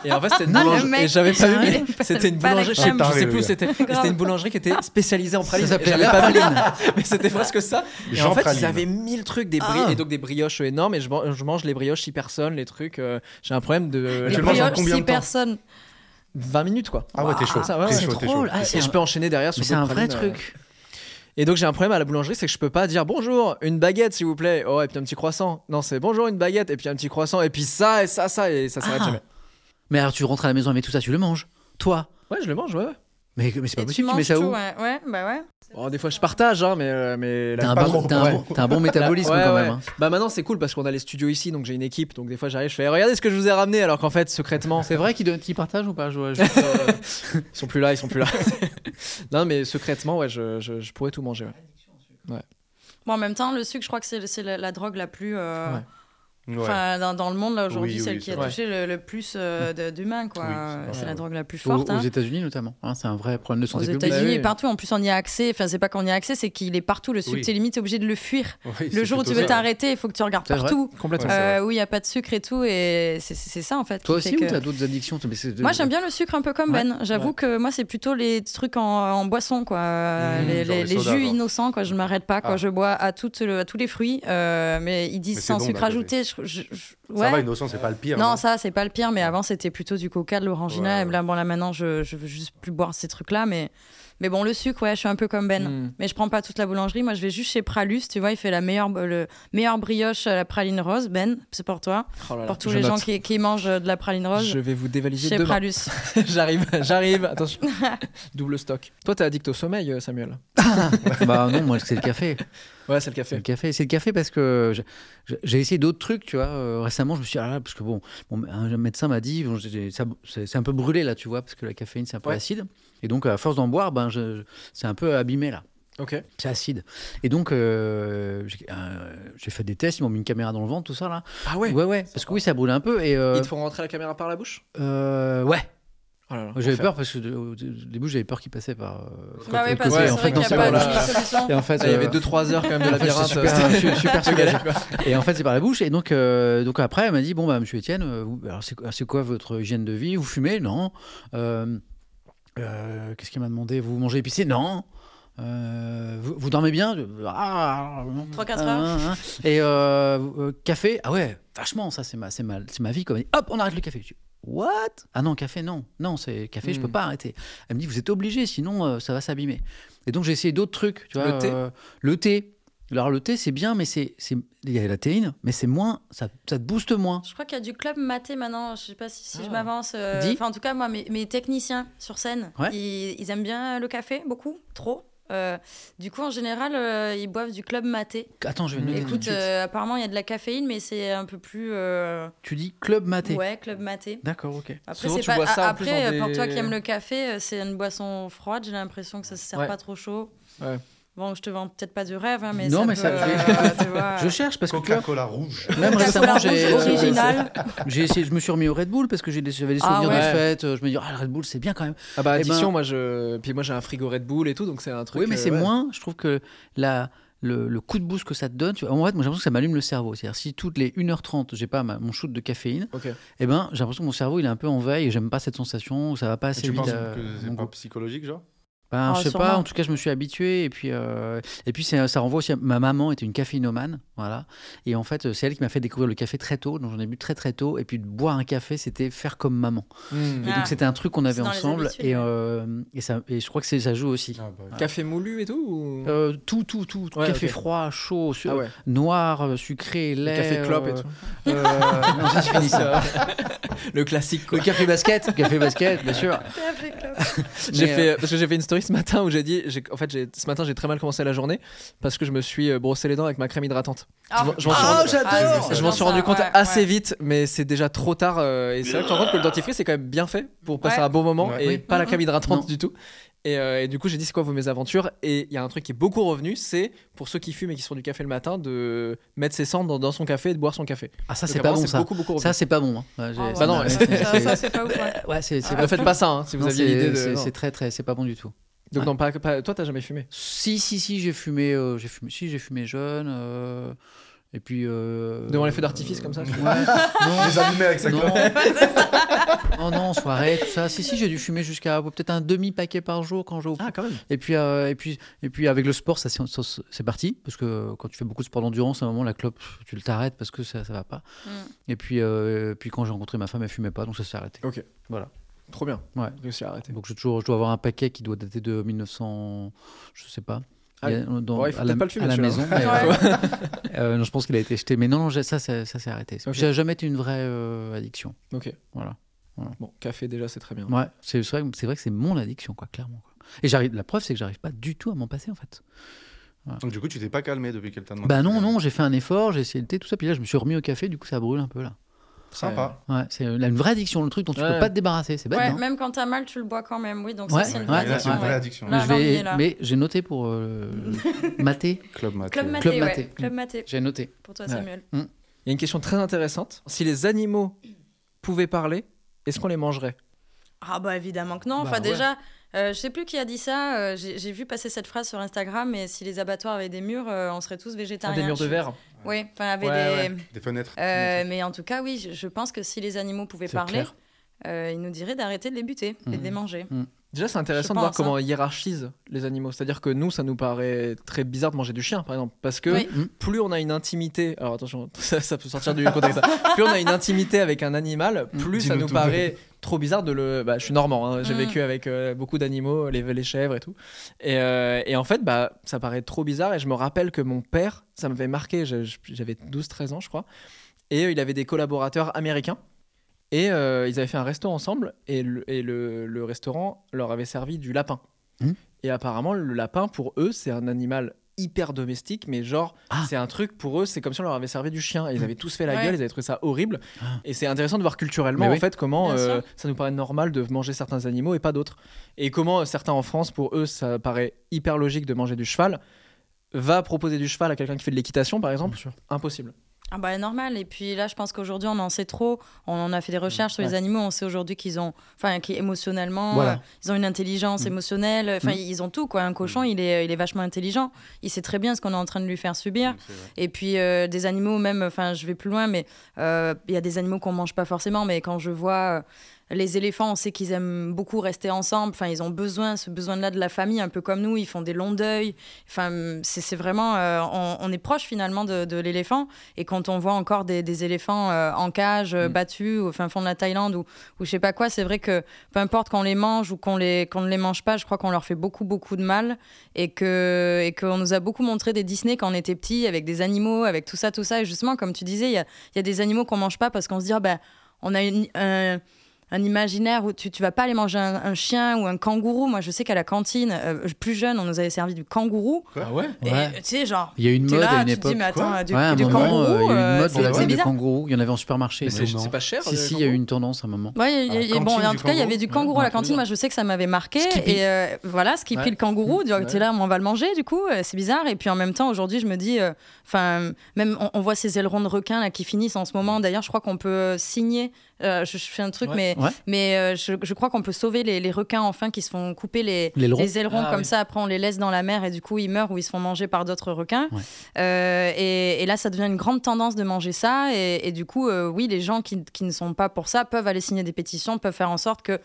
B: et en fait, c'était une
C: Ah, le
B: boulangerie.
C: mec,
B: Et j'avais pas vu, mais
C: j'arrive
B: <laughs>
C: pas-
B: c'était une
C: pas la
B: boulangerie, je sais,
C: crème.
B: je sais
E: Taré,
B: plus,
E: le
B: c'était c'était une boulangerie qui était spécialisée en pralines.
A: s'appelait
B: J'avais
A: la
B: pas vu, mais c'était presque ça. Et
E: Jean
B: en fait,
E: Praline.
B: ils avaient mille trucs, des bri-
A: Ah.
B: et donc des brioches énormes. Et je, man- je mange les brioches six personnes, les trucs. euh, J'ai un problème de
E: Mais
C: Les
E: tu le manges en
C: brioches,
E: combien de
C: euh, six
E: temps
C: personnes.
B: 20 minutes, quoi.
E: Ah ouais, t'es chaud.
B: Ça va,
E: T'es
B: ouais.
E: chaud,
A: C'est
E: t'es
A: drôle.
E: chaud.
A: Ah,
B: Et je peux enchaîner derrière sur
A: Mais c'est
B: d'autres
A: un vrai
B: pralines, euh.
A: truc.
B: Et donc j'ai un problème à la boulangerie, c'est que je peux pas dire bonjour, une baguette s'il vous plaît, oh et puis un petit croissant. Non, c'est bonjour, une baguette, et puis un petit croissant, et puis ça, et ça, ça, et ça s'arrête
A: Ah.
B: jamais.
A: Mais alors, tu rentres à la maison avec tout ça, tu le manges. Toi.
B: Ouais, je le mange, ouais. ouais.
A: Mais, mais c'est pas
C: Et
A: possible,
C: tu
A: tu, mets
C: manges
A: ça
C: tout,
A: où
C: ouais. ouais, bah ouais.
B: Bon, des fois je partage, hein, mais, euh, mais
A: T'as un,
E: Pas
A: bon,
E: trop,
A: t'as un
E: ouais.
A: bon- t'as un bon métabolisme
B: <laughs> Ouais,
A: quand
B: ouais.
A: même. hein.
B: Bah maintenant c'est cool parce qu'on a les studios ici, donc j'ai une équipe, donc des fois j'arrive, je fais Eh, regardez ce que je vous ai ramené, alors qu'en fait secrètement
A: C'est vrai qu'ils donnent- qu'ils partagent ou pas <laughs> je vois- je-
B: ils sont plus là, ils sont plus
C: <laughs>
B: là. non mais secrètement ouais, je, je- je pourrais tout manger. ouais.
C: Bon, en même temps, le sucre, je crois que c'est c'est la, la drogue la plus. euh,
B: Ouais.
E: Ouais.
C: Enfin, dans, dans le monde, là, aujourd'hui,
E: Oui, oui,
C: celle qui a
E: c'est vrai.
C: touché le, le plus euh, de- d'humains, quoi. Euh,
E: Oui, c'est
C: c'est
E: vrai.
C: la drogue la plus
A: Aux,
C: forte.
A: aux
C: hein.
A: États-Unis notamment. hein, c'est un vrai problème de
C: Aux
A: santé publique.
C: États-Unis,
B: Bah oui.
C: et partout. En plus, on y a accès. Enfin, c'est pas qu'on y a accès, c'est qu'il est partout. Le sucre,
E: Oui.
C: t'es limite obligé de le fuir.
E: Ouais,
C: Le
E: c'est
C: jour où tu
E: plutôt
C: veux
E: ça.
C: t'arrêter, il faut que tu regardes
A: C'est vrai.
C: partout.
B: Complètement.
E: Ouais, c'est
C: euh, où il n'y a pas de sucre et tout. Et c'est- c'est c'est ça, en fait.
A: Toi
C: qui
A: aussi
C: fait
A: ou
C: que-
A: t'as d'autres addictions Mais c'est-
C: Moi, j'aime bien le sucre un peu comme
A: Ouais.
C: Ben. J'avoue que moi, c'est plutôt les trucs en, en boisson, quoi. Euh,
E: Mmh,
C: les
E: genre
C: les-
E: les
C: les
E: sodas,
C: jus
E: genre.
C: innocents, quoi. Je ne m'arrête pas, quoi.
E: Ah.
C: Je bois à, toutes le- à tous les fruits, euh, mais ils disent
E: Mais c'est
C: sans
E: bon
C: sucre
E: d'un
C: ajouté. Je, je- je-
E: Ça va,
C: ouais.
E: innocent, c'est pas le pire.
C: Non,
E: hein.
C: ça, c'est pas le pire, mais avant, c'était plutôt du coca, de l'orangina.
E: Ouais,
C: Et
E: ouais.
C: là, bon, là, maintenant, je, je veux juste plus boire ces trucs-là, mais. Mais bon, le sucre, ouais, je suis un peu comme Ben.
E: Mmh.
B: Mm.
C: Mais je prends pas toute la boulangerie. Moi, je vais juste chez Pralus. Tu vois, il fait la meilleure, le meilleure brioche à la praline rose. Ben, c'est pour toi.
B: Oh là là.
C: pour tous
B: Je
C: les gens
B: note.
C: qui, qui mangent de la praline rose.
B: Je vais vous dévaliser
C: Chez
B: demain.
C: Pralus.
B: <laughs> j'arrive, j'arrive,
C: <laughs>
B: attention. Double stock. Toi, t'es addict au sommeil, euh, Samuel
A: Bah non, moi c'est le café.
B: Ouais, c'est le
A: C'est le
B: café.
A: café. C'est le café parce que je- je- j'ai essayé d'autres trucs, tu vois. euh, récemment, je me suis dit, ah là, parce que bon, bon, un médecin m'a dit, bon, j'ai- j'ai- ça- c'est c'est un peu brûlé là, tu vois, parce que la caféine c'est un peu
B: Ouais.
A: acide. Et donc, à force d'en boire, ben, je- je- c'est un peu abîmé là.
B: Ok.
A: C'est acide. Et donc, euh, j'ai euh, j'ai fait des tests, ils m'ont mis une caméra dans le ventre, tout ça là.
B: Ah ouais,
A: Ouais, ouais. Parce que oui, ça brûle un peu. Et euh,
B: Ils te font rentrer la caméra par la bouche
A: euh, ouais.
B: Oh là là,
A: Moi, J'avais
B: enfer.
A: peur parce que de- au au début j'avais peur qu'il passait par. euh,
C: Bah
A: de
C: oui,
A: l'autre
C: parce
A: côté.
C: que
B: Ouais,
C: c'est
A: en fait,
C: vrai qu'il
A: non,
C: n'y a
A: c'est
C: pas
A: par
B: bon,
A: la-
B: là.
C: de solution.
A: Et en fait,
B: Ah, il y
A: euh,
B: avait 2-3 heures quand même de la
A: en fait,
B: labyrinthe.
A: c'est
B: <laughs>
A: <laughs> super,
B: euh,
A: je suis super
B: c'était
A: soulagé.
B: galère, quoi.
A: Et en fait, c'est par la bouche. Et donc, euh, donc après, elle m'a dit Bon, bah, monsieur Étienne, euh, vous- alors, c'est, quoi- c'est quoi votre hygiène de vie Vous fumez Non. Euh, euh, qu'est-ce qu'elle m'a demandé Vous mangez épicé Non. Euh, vous, vous dormez bien ah, non.
C: Trois, quatre
A: Ah,
C: heures.
A: ah, ah. Et euh, euh, café Ah ouais, vachement, ça, c'est ma, c'est ma, c'est ma vie. Comme... Hop, on arrête le café. Je dis, What Ah non, café, non. Non, c'est café, je peux
B: Hmm.
A: pas arrêter. Elle me dit Vous êtes obligé, sinon euh, ça va s'abîmer. Et donc, j'ai essayé d'autres trucs. Tu vois,
B: Le thé
A: euh, le thé. Alors le thé c'est bien, mais c'est c'est- il y a la théine, mais c'est moins, ça, ça te booste moins.
C: Je crois qu'il y a du club maté maintenant. Je sais pas si, si je
B: Ah.
C: m'avance. euh,
A: Dis.
C: Enfin, en tout cas, moi, mes, mes techniciens sur scène,
A: Ouais.
C: ils, ils aiment bien le café, beaucoup, trop. Euh, du coup, en général, euh, ils boivent du club maté.
A: Attends, je vais le noter tout de
C: Écoute,
A: suite.
C: euh, apparemment, il y a de la caféine, mais c'est un peu plus. euh,
A: Tu dis club maté. Bah,
C: Ouais, club maté.
A: D'accord, ok.
C: Après,
B: Souvent,
C: c'est
B: tu
C: pas...
B: bois ça
C: a-
B: en plus
C: Après,
B: dans
C: pour
B: des-
C: toi qui aime le café, euh, c'est une boisson froide. J'ai l'impression que ça se sert
B: Ouais.
C: pas trop chaud.
B: Ouais.
C: Bon, je te vends peut-être pas du rêve, hein, mais
A: Non,
C: ça
A: mais
C: peut,
A: ça-
C: euh, <laughs> tu vois.
A: Je cherche parce que tu vois,
E: Coca-Cola rouge.
A: <laughs> même récemment
C: Coca-Cola
A: j'ai
C: rouge original.
A: j'ai essayé, je me suis remis au Red Bull parce que j'ai des- j'avais des
C: Ah
A: souvenirs
B: ouais.
A: de fête. Je me dis ah le Red Bull c'est bien quand même.
B: Ah bah
A: Eh ben-
B: addiction, moi je. Puis moi j'ai un frigo Red Bull et tout, donc c'est un truc.
A: oui, mais
B: euh,
A: c'est
B: ouais.
A: moins. Je trouve que la le, le coup de boost que ça te donne, tu vois, en fait, moi j'ai l'impression que ça m'allume le cerveau. C'est-à-dire si toutes les 1h30 j'ai pas ma- mon shoot de caféine,
B: Ok.
A: eh ben j'ai l'impression que mon cerveau il est un peu en veille et j'aime pas cette sensation, ça va pas assez
E: Tu
A: vite.
E: penses
A: à
E: que
A: euh, mon
E: c'est pas
A: goût.
E: psychologique, genre
A: Ben,
C: Ah,
A: je sais
C: sûrement.
A: pas, en tout cas, je me suis habitué. Et puis, euh, et puis c'est- ça renvoie aussi à ma maman était une caféinomane. Voilà. Et en fait, c'est elle qui m'a fait découvrir le café très tôt. Donc, j'en ai bu très, très tôt. Et puis, de boire un café, c'était faire comme maman.
B: Mm.
A: Et
C: Ah.
A: donc, c'était un truc qu'on avait
C: C'est dans les
A: ensemble.
C: habitudes,
A: Et,
C: ouais.
A: euh, et, ça, et je crois que c'est- ça joue aussi.
E: Ah, bah,
B: Café moulu et tout ou-
A: Euh, tout, tout, tout.
B: Ouais,
A: café
B: ok.
A: froid, chaud, su-
B: Ah ouais.
A: noir, euh, sucré,
B: Le
A: lait.
B: café clope et
A: euh,
B: <laughs> tout.
A: euh, non, ça, c'est fini,
B: <laughs>
A: ça.
B: Le classique quoi.
A: Le café basket, café basket, bien sûr.
B: J'ai
A: Mais, euh,
B: fait, parce que j'ai fait une story ce matin où j'ai dit, j'ai- en fait, j'ai- ce matin j'ai très mal commencé la journée parce que je me suis euh, brossé les dents avec ma crème hydratante.
E: pâte.
C: Ah,
B: Je m'en- je m'en suis
C: ah,
B: rendu-
C: j'adore.
B: Ah,
C: c'est
B: Je m'en
C: bien
B: suis rendu
C: ça,
B: compte
C: ouais, ouais.
B: assez vite, mais c'est déjà trop tard. euh, et c'est vrai que tu te rends compte que le dentifrice c'est quand même bien fait pour passer
C: Ouais.
B: un bon moment
E: Ouais.
B: et
A: Oui.
B: pas la
C: Mhm.
B: crème hydratante
A: Non.
B: du tout. Et, euh, et du coup, j'ai dit c'est quoi vos mésaventures Et il y a un truc qui est beaucoup revenu c'est pour ceux qui fument et qui se font du café le matin de mettre ses cendres dans, dans son café et de boire son café.
A: Ah, ça,
B: Donc,
A: c'est pas
B: apparemment,
A: bon, ça.
B: Beaucoup, beaucoup revenu.
A: Ça, c'est pas bon. hein. Ouais, j'ai-
C: Ah ouais.
A: <laughs>
B: Bah non,
A: Ouais,
C: <laughs>
B: c'est-
A: c'est-
C: ça, ça, c'est pas <laughs> ouf. ouais.
A: Ouais, c'est c'est
C: Ah,
A: pas
B: ne faites pas ça hein, si vous
A: Non,
B: aviez
A: c'est-
B: l'idée de.
A: c'est-
B: non.
A: C'est très, très, c'est pas bon du tout.
B: Donc, non, pas, pas- toi, t'as jamais fumé
A: Si, si, si, j'ai fumé, euh, j'ai fumé, si, j'ai fumé jeune. euh, et puis. euh,
B: Devant les feux d'artifice, comme ça, je
A: Ouais.
B: crois. <laughs>
A: non,
E: Les allumer avec sa
A: non.
E: clope.
A: Oh non, en soirée, tout ça. Si, si, j'ai dû fumer jusqu'à ouais, peut-être un demi-paquet par jour quand je.
B: Ah, quand même.
A: Et puis, euh, et, puis, et puis avec le sport, ça, c'est- ça, c'est parti. Parce que quand tu fais beaucoup de sport d'endurance, à un moment, la clope, tu le t'arrêtes parce que ça ça va pas.
C: Mm.
A: Et puis, euh, puis quand j'ai rencontré ma femme, elle fumait pas, donc ça s'est arrêté.
B: Ok.
A: Voilà.
B: Trop bien.
A: Ouais.
B: Réussi à arrêter.
A: Donc je, toujours, je dois avoir un paquet qui doit dater de 1900, je sais pas.
B: Ah
A: y a- dans-
B: Ouais, il faut
A: à la,
B: peut-être pas le fumer,
A: à la
B: celui-là.
A: maison.
C: <laughs>
A: mais, euh, <laughs> euh, non, je pense qu'il a été jeté. Mais non, non j'ai- ça, ça, ça s'est arrêté.
B: Ok.
A: J'ai jamais été une vraie euh, addiction.
B: Ok.
A: Voilà.
B: Bon, café déjà, c'est très bien.
A: Ouais, c'est c'est vrai, que- c'est vrai que c'est mon addiction, quoi, clairement. quoi. Et j'arrive. La preuve, c'est que j'arrive pas du tout à m'en passer, en fait.
E: Donc, du coup, tu t'es pas calmé depuis qu'elle t'a demandé.
A: Bah non, non, j'ai fait un effort, j'ai essayé le thé, tout ça. Puis là, je me suis remis au café. Du coup, ça brûle un peu là.
E: Sympa.
A: Ouais, c'est une vraie addiction, le truc dont tu
B: Ouais.
A: peux pas te débarrasser. C'est bête.
C: Ouais,
A: hein.
C: même quand t'as mal, tu le bois quand même. Oui, donc
A: Ouais,
C: ça, c'est une
A: ouais,
C: vraie
E: Et là,
C: addiction.
E: c'est une vraie
C: ouais.
E: hein. addiction.
C: Là,
A: Je
C: l'envie
A: vais-
C: est là.
A: mais j'ai noté pour
C: <laughs>
A: euh, mater.
E: Club Maté.
C: Club Maté,
A: Club
C: ouais.
A: Maté.
C: Club Maté.
A: J'ai noté.
C: Pour toi,
B: Ouais.
C: Samuel.
B: Il y a une question très intéressante. Si les animaux pouvaient parler, est-ce qu'on les mangerait
C: Ah bah évidemment que non.
A: Bah
C: Enfin
A: ouais.
C: déjà, euh, je sais plus qui a dit ça. euh, J'ai j'ai vu passer cette phrase sur Instagram. Mais si les abattoirs avaient des murs, euh, on serait tous végétariens.
B: Ah, Des murs de verre
C: Oui, enfin avec
B: Ouais,
C: des.
E: Des fenêtres.
C: Euh, mais en tout cas, oui, je, je pense que si les animaux pouvaient
A: C'est
C: parler,
A: clair.
C: euh, ils nous diraient d'arrêter de les buter et de les manger.
B: Déjà, c'est
C: Je
B: intéressant de
C: pense,
B: voir comment on hiérarchise les animaux. C'est-à-dire que nous, ça nous paraît très bizarre de manger du chien, par exemple. Parce que
C: Oui.
A: Mm.
B: plus on a une intimité. Alors attention, <laughs> ça, ça peut sortir du contexte. ça. Plus on a une intimité avec un animal, plus ça
E: Dis-nous
B: nous
E: tout.
B: paraît trop bizarre de le. Bah, je suis normand, hein, j'ai
C: Mm.
B: vécu avec euh, beaucoup d'animaux, les, les chèvres et tout. Et, euh, et en fait, bah, ça paraît trop bizarre. Et je me rappelle que mon père, ça m'avait marqué, je- je- j'avais 12-13 ans, je crois. Et euh, il avait des collaborateurs américains. Et euh, ils avaient fait un resto ensemble. Et le, et le- le restaurant leur avait servi du lapin.
A: Mm.
B: Et apparemment, le lapin, pour eux, c'est un animal hyper domestique, mais genre,
A: Ah. Mmh.
B: c'est un truc pour eux, c'est comme si on leur avait servi du chien. Et ils avaient tous fait la
C: Ouais.
B: gueule, ils avaient trouvé ça horrible. Et c'est intéressant de voir culturellement,
A: Ah. Mais oui.
B: en fait, comment
C: Bien
B: euh,
C: sûr.
B: ça nous paraît normal de manger certains animaux et pas d'autres. Et comment euh, certains en France, pour eux, ça paraît hyper logique de manger du cheval. Va proposer du cheval à quelqu'un qui fait de l'équitation, par exemple, impossible.
C: Ah bah normal. Et puis là, je pense qu'aujourd'hui, on en sait trop. On en a fait des recherches sur les
B: Ouais.
C: animaux. On sait aujourd'hui qu'ils ont, enfin, qu'émotionnellement,
A: Voilà.
C: euh, ils ont une intelligence émotionnelle. Enfin, ils ont tout quoi. Un cochon, il est, il est vachement intelligent. Il sait très bien ce qu'on est en train de lui faire subir. Et puis euh, des animaux, même, enfin, je vais plus loin, mais euh, il y a des animaux qu'on mange pas forcément. Mais quand je vois euh, les éléphants, on sait qu'ils aiment beaucoup rester ensemble. Enfin, ils ont besoin, ce besoin-là de la famille, un peu comme nous. Ils font des longs deuils. Enfin, c'est c'est vraiment, euh, on, on est proche finalement de, de l'éléphant. Et quand on voit encore des, des éléphants euh, en cage, euh, battus au fin fond de la Thaïlande ou, ou je sais pas quoi, c'est vrai que peu importe qu'on les mange ou qu'on les, qu'on ne les mange pas, je crois qu'on leur fait beaucoup, beaucoup de mal et que et qu'on nous a beaucoup montré des Disney quand on était petit avec des animaux avec tout ça tout ça et justement comme tu disais il y a, il y a des animaux qu'on mange pas parce qu'on se dit Ah ben, on a une- un, un imaginaire où tu, tu vas pas aller manger un, un chien ou un kangourou moi je sais qu'à la cantine euh, plus jeune on nous avait servi du kangourou
E: Ah ouais
C: Et,
A: Ouais.
C: tu sais genre
A: Il y a eu une
C: t'es
A: mode
C: là
A: à une
C: tu te
A: époque.
C: dis mais attends
E: quoi.
C: Ah, du,
A: ouais, à un
C: du
A: moment, euh,
C: kangourou
A: il y a eu une
C: euh,
A: mode
C: c'est-
A: de la
C: c'est
A: vente de
C: bizarre
A: kangourou. Il y en avait en supermarché.
B: Mais
A: mais
B: c'est
A: non.
B: c'est pas cher. euh,
A: Si,
B: le
A: si, il y a eu
B: kangourou
A: une tendance à un moment.
C: Ouais, il y a-
E: la
C: il y a- bon,
E: cantine
C: en
E: du
C: tout cas, il y
E: kangourou.
C: avait du kangourou à la
B: Ouais,
C: cantine. Moi, je sais que ça m'avait marqué.
A: Skippy.
C: Et euh, voilà, ce qui
B: Ouais.
C: prit le kangourou. tu vois,
B: Ouais.
C: T'es là, on va le manger, du coup, euh, c'est bizarre. Et puis en même temps, aujourd'hui, je me dis, euh, enfin, même on, on voit ces ailerons de requins là qui finissent en ce moment. D'ailleurs, je crois qu'on peut euh, signer. euh, je, je fais un truc,
B: Ouais.
C: mais
A: Ouais.
C: mais euh, je, je crois qu'on peut sauver les, les requins enfin qui se font couper les
A: Les ailerons.
C: les ailerons
B: Ah,
C: comme
B: oui.
C: ça. Après, on les laisse dans la mer et du coup, ils meurent ou ils se font manger par d'autres requins.
A: Ouais.
C: Euh, et, et là, ça devient une grande tendance de manger ça. Et, et du coup, euh, oui, les gens qui, qui ne sont pas pour ça peuvent aller signer des pétitions, peuvent faire en sorte que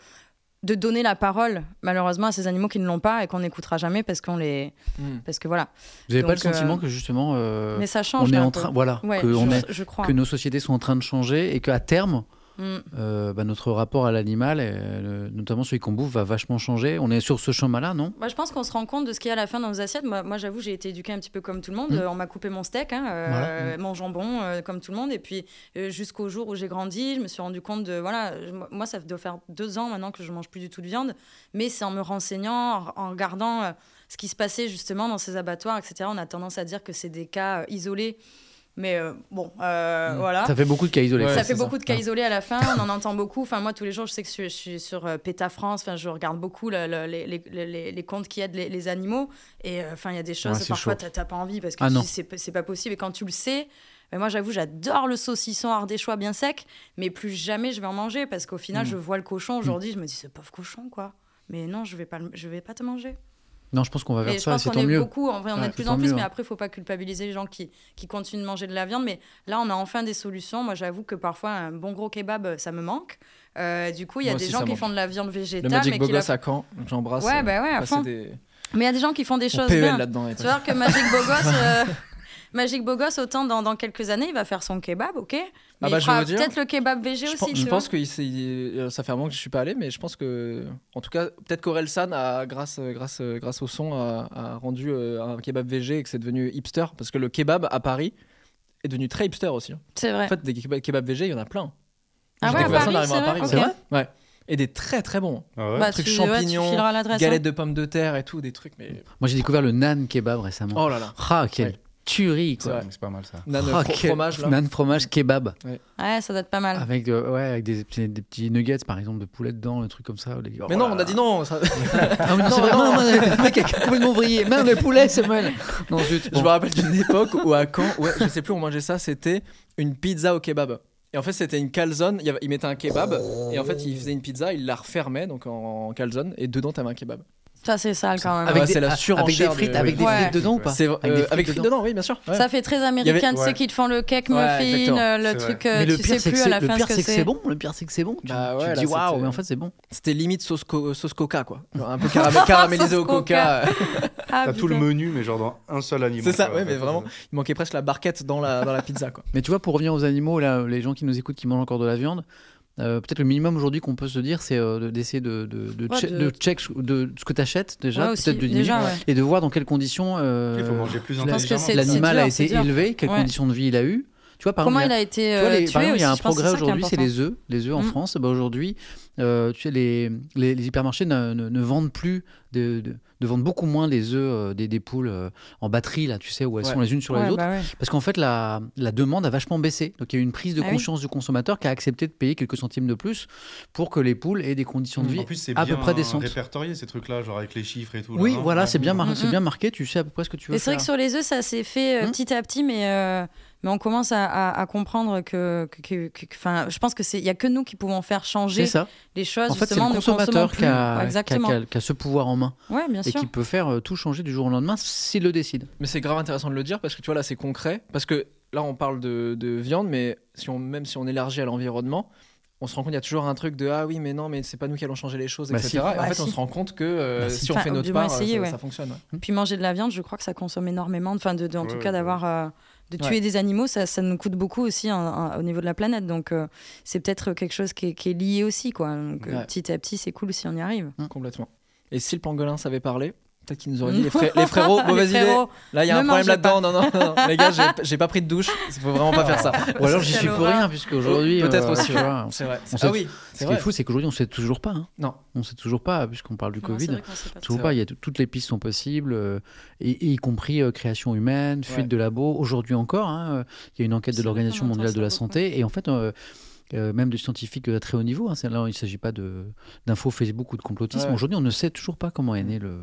C: de donner la parole, malheureusement, à ces animaux qui ne l'ont pas et qu'on n'écoutera jamais parce qu'on les,
B: Mm.
C: parce que voilà.
A: Vous avez pas le
C: Donc, euh,
A: sentiment que justement, euh,
C: Mais ça change.
A: on est
C: là, un
A: en
C: peu.
A: train, voilà,
C: Ouais,
A: que,
C: je,
A: on est-
C: je crois.
A: que nos sociétés sont en train de changer et qu'à terme,
C: Mm.
A: euh, bah, notre rapport à l'animal, et, euh, notamment celui qu'on bouffe, va vachement changer. On est sur ce chemin-là, non
C: Moi, je pense qu'on se rend compte de ce qu'il y a à la fin dans nos assiettes. Moi, moi, j'avoue, j'ai été éduquée un petit peu comme tout le monde.
A: Mm.
C: Euh, on m'a coupé mon steak, hein, euh,
A: Voilà.
C: mon jambon, euh, comme tout le monde. Et puis, euh, jusqu'au jour où j'ai grandi, je me suis rendu compte de. Voilà, je- moi, ça doit faire deux ans maintenant que je mange plus du tout de viande. Mais c'est en me renseignant, en, en regardant euh, ce qui se passait justement dans ces abattoirs, etc. On a tendance à dire que c'est des cas euh, isolés. Mais euh, bon,
A: Mm.
C: euh, voilà.
A: Ça fait beaucoup de cas isolés.
B: Ouais,
C: ça
B: c'est
C: fait beaucoup
B: ça. Ah.
C: de cas isolés à la fin, on en entend beaucoup. Enfin, moi, tous les jours, je sais que je, je suis sur euh, PETA France, enfin, je regarde beaucoup le- le- les, les, les- les comptes qui aident les, les animaux. Et euh, enfin, il y a des choses,
A: Ouais, c'est
C: parfois,
A: chaud.
C: t'as t'as pas envie parce que
A: Ah
C: tu
A: non.
C: dis, c'est pas- c'est pas possible. Et quand tu le sais, ben, moi, j'avoue, j'adore le saucisson ardéchois bien sec, mais plus jamais je vais en manger parce qu'au
A: Mm.
C: final, je vois le cochon aujourd'hui, je me dis, ce pauvre cochon, quoi. Mais non, je vais pas, le- je vais pas te manger.
A: Non, je pense qu'on va
C: Mais
A: vers
C: je
A: ça,
C: pense
A: c'est
C: qu'on
A: tant
C: est
A: mieux.
C: beaucoup, en vrai, on
A: Ouais,
C: est de
A: c'est
C: plus
A: tant
C: en plus,
A: mieux,
C: mais
A: hein.
C: après, il faut pas culpabiliser les gens qui, qui continuent de manger de la viande. Mais là, on a enfin des solutions. Moi, j'avoue que parfois, un bon gros kebab, ça me manque. Euh, du coup, il y a
B: Moi
C: des
B: aussi,
C: gens
B: ça
C: qui
B: manque.
C: font de la viande
B: Le
C: végétale,
B: Magic
C: mais qui la...
B: Bogos à Caen, j'embrasse.
C: Ouais,
B: euh,
C: bah ouais, à
B: passer
C: fond.
B: des
C: Mais il y a des gens qui font des
B: on
C: choses bien.
B: PEL là-dedans. et
C: Tu
B: tout.
C: vois que
B: <laughs>
C: Magic Bogos, euh, Magic Bogos, autant dans, dans quelques années, il va faire son kebab, ok Mais
B: bah,
C: il
B: je vais
C: fera
B: vous dire,
C: peut-être le kebab végé
B: Je,
C: aussi.
B: pense- je
C: tu
B: pense
C: vois.
B: que il s'est- il- euh, ça fait un moment que je suis pas allé, mais je pense que, en tout cas, peut-être qu'Aurel San, a, grâce, euh, grâce, euh, grâce au son, a, a rendu euh, un kebab VG et que c'est devenu hipster. Parce que le kebab à Paris est devenu très hipster aussi. hein.
C: C'est vrai.
B: En fait, des kebab, kebab VG, il y en a plein.
C: Ah
B: J'ai
C: ouais, à
B: découvert ça
C: Paris,
B: en arrivant
C: c'est
B: à Paris.
C: vrai,
B: C'est
C: ok.
B: vrai Ouais. Et des très très bons.
E: Ah ouais
C: Bah,
B: Trucs
C: tu, ouais, tu
B: champignons,
C: fileras l'adresse. hein.
B: Galettes de pommes de terre et tout, des trucs, mais.
A: Moi, j'ai découvert le nan kebab récemment.
B: Oh là là.
A: Ah, quelle
B: Ouais.
A: tuerie, quoi.
B: C'est vrai.
E: Ah, C'est pas mal ça.
B: Nan,
A: Ah,
B: fro-
A: quel-
B: fromage, là.
A: Nan fromage kebab.
C: Ouais, ça date pas mal.
B: Ah.
A: Avec, de- ouais, avec des, petits- des petits nuggets, par exemple, de poulet dedans, le truc comme ça. les- oh
B: Mais non,
A: là
B: on a
A: là.
B: dit non. ça-
A: Ah, mais non, c'est vrai, non, non, non, le mec est complètement vrillé. Même le poulet, c'est mal. Non, zut.
B: Je
A: bon.
B: me rappelle d'une époque où à Caen, ouais, je sais plus, on mangeait ça, c'était une pizza au kebab. Et en fait, c'était une calzone, il, y avait- il mettait un kebab, et en fait, il faisait une pizza, il la refermait donc en, en calzone, et dedans, t'avais un kebab.
C: Ça, c'est sale quand même.
B: Ah ouais,
A: des-
B: c'est la
A: ah, avec des
B: surenchère
A: frites,
B: de-
A: avec des
C: Ouais.
A: frites dedans ou pas
B: C'est, euh, avec, des frites, dedans. oui, bien sûr. ouais.
C: Ça fait très américain,
E: Il y
C: tu
E: avait-
C: sais, qu'ils te font le cake
B: Ouais,
C: muffin,
B: exactement.
C: euh, le
E: C'est
C: truc,
A: Mais
C: euh,
A: le
C: tu
A: pire,
C: sais
A: c'est que
C: plus à la
A: c'est-
C: fin
A: le
C: ce
A: pire,
C: que
A: c'est que
C: c'est.
A: c'est bon. Le pire, c'est que c'est bon. Tu- Tu
B: Bah ouais,
A: te
B: là,
A: dis waouh,
B: c'était-
A: mais en fait, c'est bon.
B: C'était limite sauce, co- euh, sauce coca, quoi. Genre <laughs> un peu caramé- caramélisé au
C: Sauce coca.
B: coca.
C: Ah,
E: T'as tout le
C: putain.
E: menu, mais genre dans un seul aliment.
B: C'est ça,
E: quoi.
B: ouais, mais vraiment. <laughs> Il manquait presque la barquette dans la, dans la pizza, quoi.
A: Mais tu vois, pour revenir aux animaux, là, les gens qui nous écoutent, qui mangent encore de la viande, euh, peut-être le minimum aujourd'hui qu'on peut se dire, c'est euh, de- d'essayer de, de, de,
C: Ouais,
A: che- de
C: de-
A: check ce- de ce que tu achètes déjà,
C: Ouais, aussi,
A: peut-être de diminuer,
C: déjà, ouais.
A: et de voir dans quelles conditions euh,
E: Il faut manger plus
A: la-
C: Je pense que
E: intelligemment.
C: c'est-
A: l'animal a
C: c'est
A: été
C: dur, c'est dur.
A: élevé, quelles
C: Ouais.
A: conditions de vie il a eu. Tu vois, par
C: Comment
A: exemple, il y a-
C: il a été
A: Tu vois,
C: euh,
A: les-
C: tué
A: par exemple, il y a un
C: aussi, je pense que
A: progrès
C: ça qui est
A: aujourd'hui, c'est les
C: important.
A: œufs. Les œufs en
C: Mm.
A: France, bah, aujourd'hui, euh, tu sais, les, les, les hypermarchés ne, ne- ne vendent plus, de, de- ne vendent beaucoup moins les œufs euh, des, des poules euh, en batterie, là, tu sais, où elles
B: Ouais.
A: sont les unes sur les
C: Ouais,
A: autres.
C: bah ouais.
A: Parce qu'en fait, la, la demande a vachement baissé. Donc, il y a eu une prise de
C: Ah oui.
A: conscience du consommateur qui a accepté de payer quelques centimes de plus pour que les poules aient des conditions de vie
E: Mm. En plus, c'est
A: à
E: bien
A: peu près décentes.
E: répertorié ces trucs-là, genre avec les chiffres et tout.
A: Oui,
E: là, hein. non
A: voilà, c'est bien, mar-
C: Mm,
A: c'est
C: mm.
A: bien marqué, tu sais à peu près ce que tu veux
C: Et c'est
A: faire.
C: vrai que sur les œufs, ça s'est fait euh,
A: Hmm.
C: petit à petit, mais, euh, mais on commence à, à- à comprendre que. que- que- que- que- Enfin, je pense que c'est. Il y a que nous qui pouvons faire changer
A: C'est ça.
C: les choses.
A: En fait, c'est
C: justement,
A: le
C: ne consommons
A: consommateur
C: plus.
A: qui a,
C: Ouais,
A: qui a-
C: Exactement.
A: qui a- qui a ce pouvoir en main
C: Ouais, bien
A: et
C: sûr.
A: qui peut faire euh, tout changer du jour au lendemain s'il le décide.
B: Mais c'est grave intéressant de le dire parce que tu vois là c'est concret parce que là on parle de, de viande mais si on même si on élargit à l'environnement on se rend compte il y a toujours un truc de ah oui mais non mais c'est pas nous qui allons changer les choses
A: Bah
B: etc
A: si.
B: et en
C: Bah
B: fait on
C: si.
B: se rend compte que euh,
A: Bah si.
B: si on
C: Enfin,
B: fait
C: au
B: notre
C: moins
B: part euh,
C: essayer,
B: ça,
C: ouais.
B: ça fonctionne ouais.
C: Puis manger de la viande, je crois que ça consomme énormément. Enfin, de, de- en
E: Ouais,
C: tout
E: ouais,
C: cas,
E: ouais.
C: d'avoir. euh, de tuer
B: Ouais.
C: des animaux, ça, ça nous coûte beaucoup aussi hein, hein, au niveau de la planète. Donc, euh, c'est peut-être quelque chose qui est, qui est lié aussi. Quoi. Donc, euh,
B: Ouais.
C: petit à petit, c'est cool si on y arrive.
B: complètement et si le pangolin savait parler peut-être qu'il nous aurait
C: <laughs>
B: dit les, fré- les frérots
C: Les
B: mauvaise idée
C: frérots.
B: là il y a
C: Ne
B: un problème
C: mangez
B: là-dedans non, non non les gars j'ai- j'ai pas pris de douche il faut vraiment pas faire
C: <laughs>
B: Bah, ça
A: Ou alors j'y suis
C: Quelle
A: pour
C: horreur.
A: rien, puisque aujourd'hui.
B: Peut-être
A: euh,
B: aussi,
A: tu
B: ouais.
A: vois,
B: <laughs> c'est vrai
A: On sait-
B: ah oui
A: Ce
B: c'est
A: qui est
B: vrai
A: fou, c'est qu'aujourd'hui, on sait toujours pas. hein.
B: non
A: On sait toujours pas, puisqu'on parle du
C: Non,
A: Covid.
C: c'est vrai qu'on sait pas.
A: Toujours
B: C'est
A: pas,
B: vrai.
A: il y a tout- toutes les pistes sont possibles, euh, et, et y compris euh, création humaine, fuite
B: Ouais.
A: de labo. Aujourd'hui encore, hein, euh, il y a une enquête de
C: C'est vrai
A: l'Organisation
C: qu'on entend
A: mondiale de
C: ça
A: la
C: beaucoup.
A: santé, et en fait, euh, euh, même de scientifiques à très haut niveau, hein, c'est- là, il ne s'agit pas de- d'infos Facebook ou de complotisme.
B: Ouais. Mm.
A: Aujourd'hui, on ne sait toujours pas comment est né le.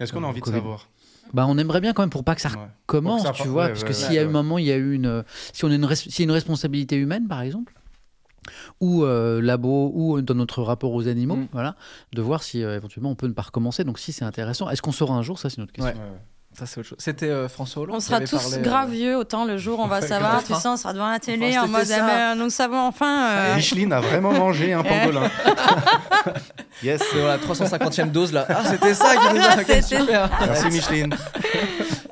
E: Est-ce qu'on a envie de
A: Covid.
E: savoir
A: Bah, on aimerait bien quand même pour pas que ça
E: Ouais.
A: recommence,
E: Pour que ça
A: tu
E: par-
A: vois,
E: ouais,
A: parce
E: ouais,
A: que
E: ouais,
A: s'il y a
E: ouais.
A: un moment, il y a eu une, euh, si on a une, res- s'il y a une responsabilité humaine, par exemple, ou euh, labo, ou dans notre rapport aux animaux,
B: Mm.
A: voilà, de voir si euh, éventuellement on peut ne pas recommencer. Donc si c'est intéressant, est-ce qu'on saura un jour Ça, c'est notre question.
B: Ouais. ça c'est autre chose c'était euh, François Hollande
C: On
B: qui
C: sera
B: avait
C: tous
B: parlé, euh,
C: grave vieux, autant le jour on va savoir,
B: grave,
C: tu
B: hein.
C: sais, on sera devant la télé
B: Enfin,
C: en mode
B: c'était
C: ah
B: ça. Ah
C: ben, nous savons enfin. euh, <laughs>
E: Micheline a vraiment mangé
A: <laughs>
E: un pangolin. yes.
B: C'est la 350e dose là. Ah, c'était ça qui nous a
C: C'était-
B: super.
E: Merci Micheline.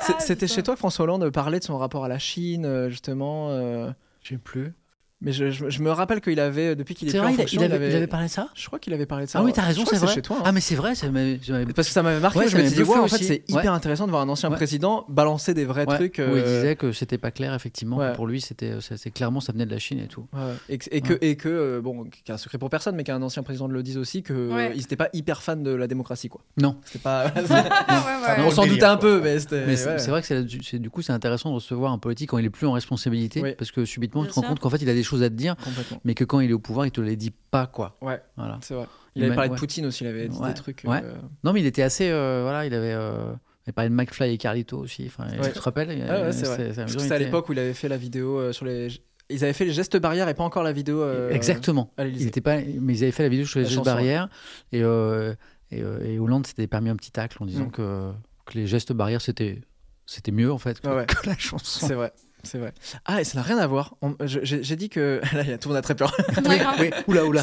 B: C'est- C'était chez toi que François Hollande parlait de son rapport à la Chine, euh, justement. euh,
A: Je sais plus.
B: Mais je, je- je me rappelle qu'il avait, depuis qu'il est
A: C'est
B: plus en
A: vrai, il, a-
B: fonction,
A: il avait, il avait parlé de ça
B: Je crois qu'il avait parlé de ça.
A: Ah oui,
B: ouais.
A: t'as raison,
B: Je crois
A: c'est
B: que
A: vrai.
B: chez toi. hein.
A: Ah, mais c'est vrai, ça m'avait- j'avais-
B: Parce que ça m'avait marqué,
A: Ouais,
B: je
A: ça
B: me
A: m'avait
B: disais,
A: bluffé
B: waouh, en fait,
A: aussi.
B: c'est
A: Ouais.
B: hyper intéressant de voir un ancien
A: Ouais.
B: président balancer des vrais
A: Ouais,
B: trucs.
A: Où il
B: euh,
A: disait que c'était pas clair, effectivement.
B: ouais.
A: que Pour lui, c'était c'est- c'est clairement, ça venait de la Chine et tout.
B: Ouais, Et, que- et que, et que euh, bon, qui est un secret pour personne, mais qu'un ancien président le dise aussi, qu'ils
C: Ouais.
B: n'étaient pas hyper fans de la démocratie. quoi.
A: Non.
B: C'était pas.
C: Ah,
E: ouais.
B: <laughs> on s'en
E: Délire,
B: doutait un
E: quoi.
B: peu, mais c'était.
A: Mais c'est
B: ouais.
A: c'est vrai que c'est là-dessus- c'est- du coup, c'est intéressant de recevoir un politique quand il est plus en responsabilité,
B: Oui.
A: parce que subitement,
C: Bien
A: tu te rends
C: sûr.
A: compte qu'en fait, il a des choses à te dire,
B: Complètement.
A: mais que quand il est au pouvoir, il te les dit pas, quoi.
B: Ouais,
A: Voilà.
B: c'est vrai. Il
A: Il
B: avait
A: m'a-
B: parlé
A: ouais.
B: de Poutine aussi, il avait dit
A: Ouais.
B: des trucs.
A: Ouais.
B: euh,
A: Non, mais il était assez. euh, voilà, il avait. euh, il parlait de McFly et Carlito aussi. Enfin,
B: Ouais.
A: Tu te rappelles il-
B: Ah ouais, c'est vrai.
A: euh, c'est- c'est
B: Parce
A: amusant,
B: que
A: il
B: c'était à
A: était-
B: l'époque où il avait fait la vidéo euh, sur les. Ils avaient fait les gestes barrières et pas encore la vidéo. euh,
A: Exactement.
B: à l'Élysée.
A: Ils étaient pas, mais ils avaient fait la vidéo sur les
B: La
A: gestes
B: chanson,
A: barrières et, euh, et, euh, et Hollande s'était permis un petit tacle en disant
B: Mm.
A: que, que les gestes barrières c'était c'était mieux en fait que,
B: Ah Ouais, ouais.
A: que la chanson.
B: C'est vrai. C'est vrai. Ah, et ça n'a rien à voir. On- je- J'ai j'ai dit que. <laughs> Là, il y a- tout le monde a très peur.
C: Ouais, grave.
A: Oui, oula <laughs> oula.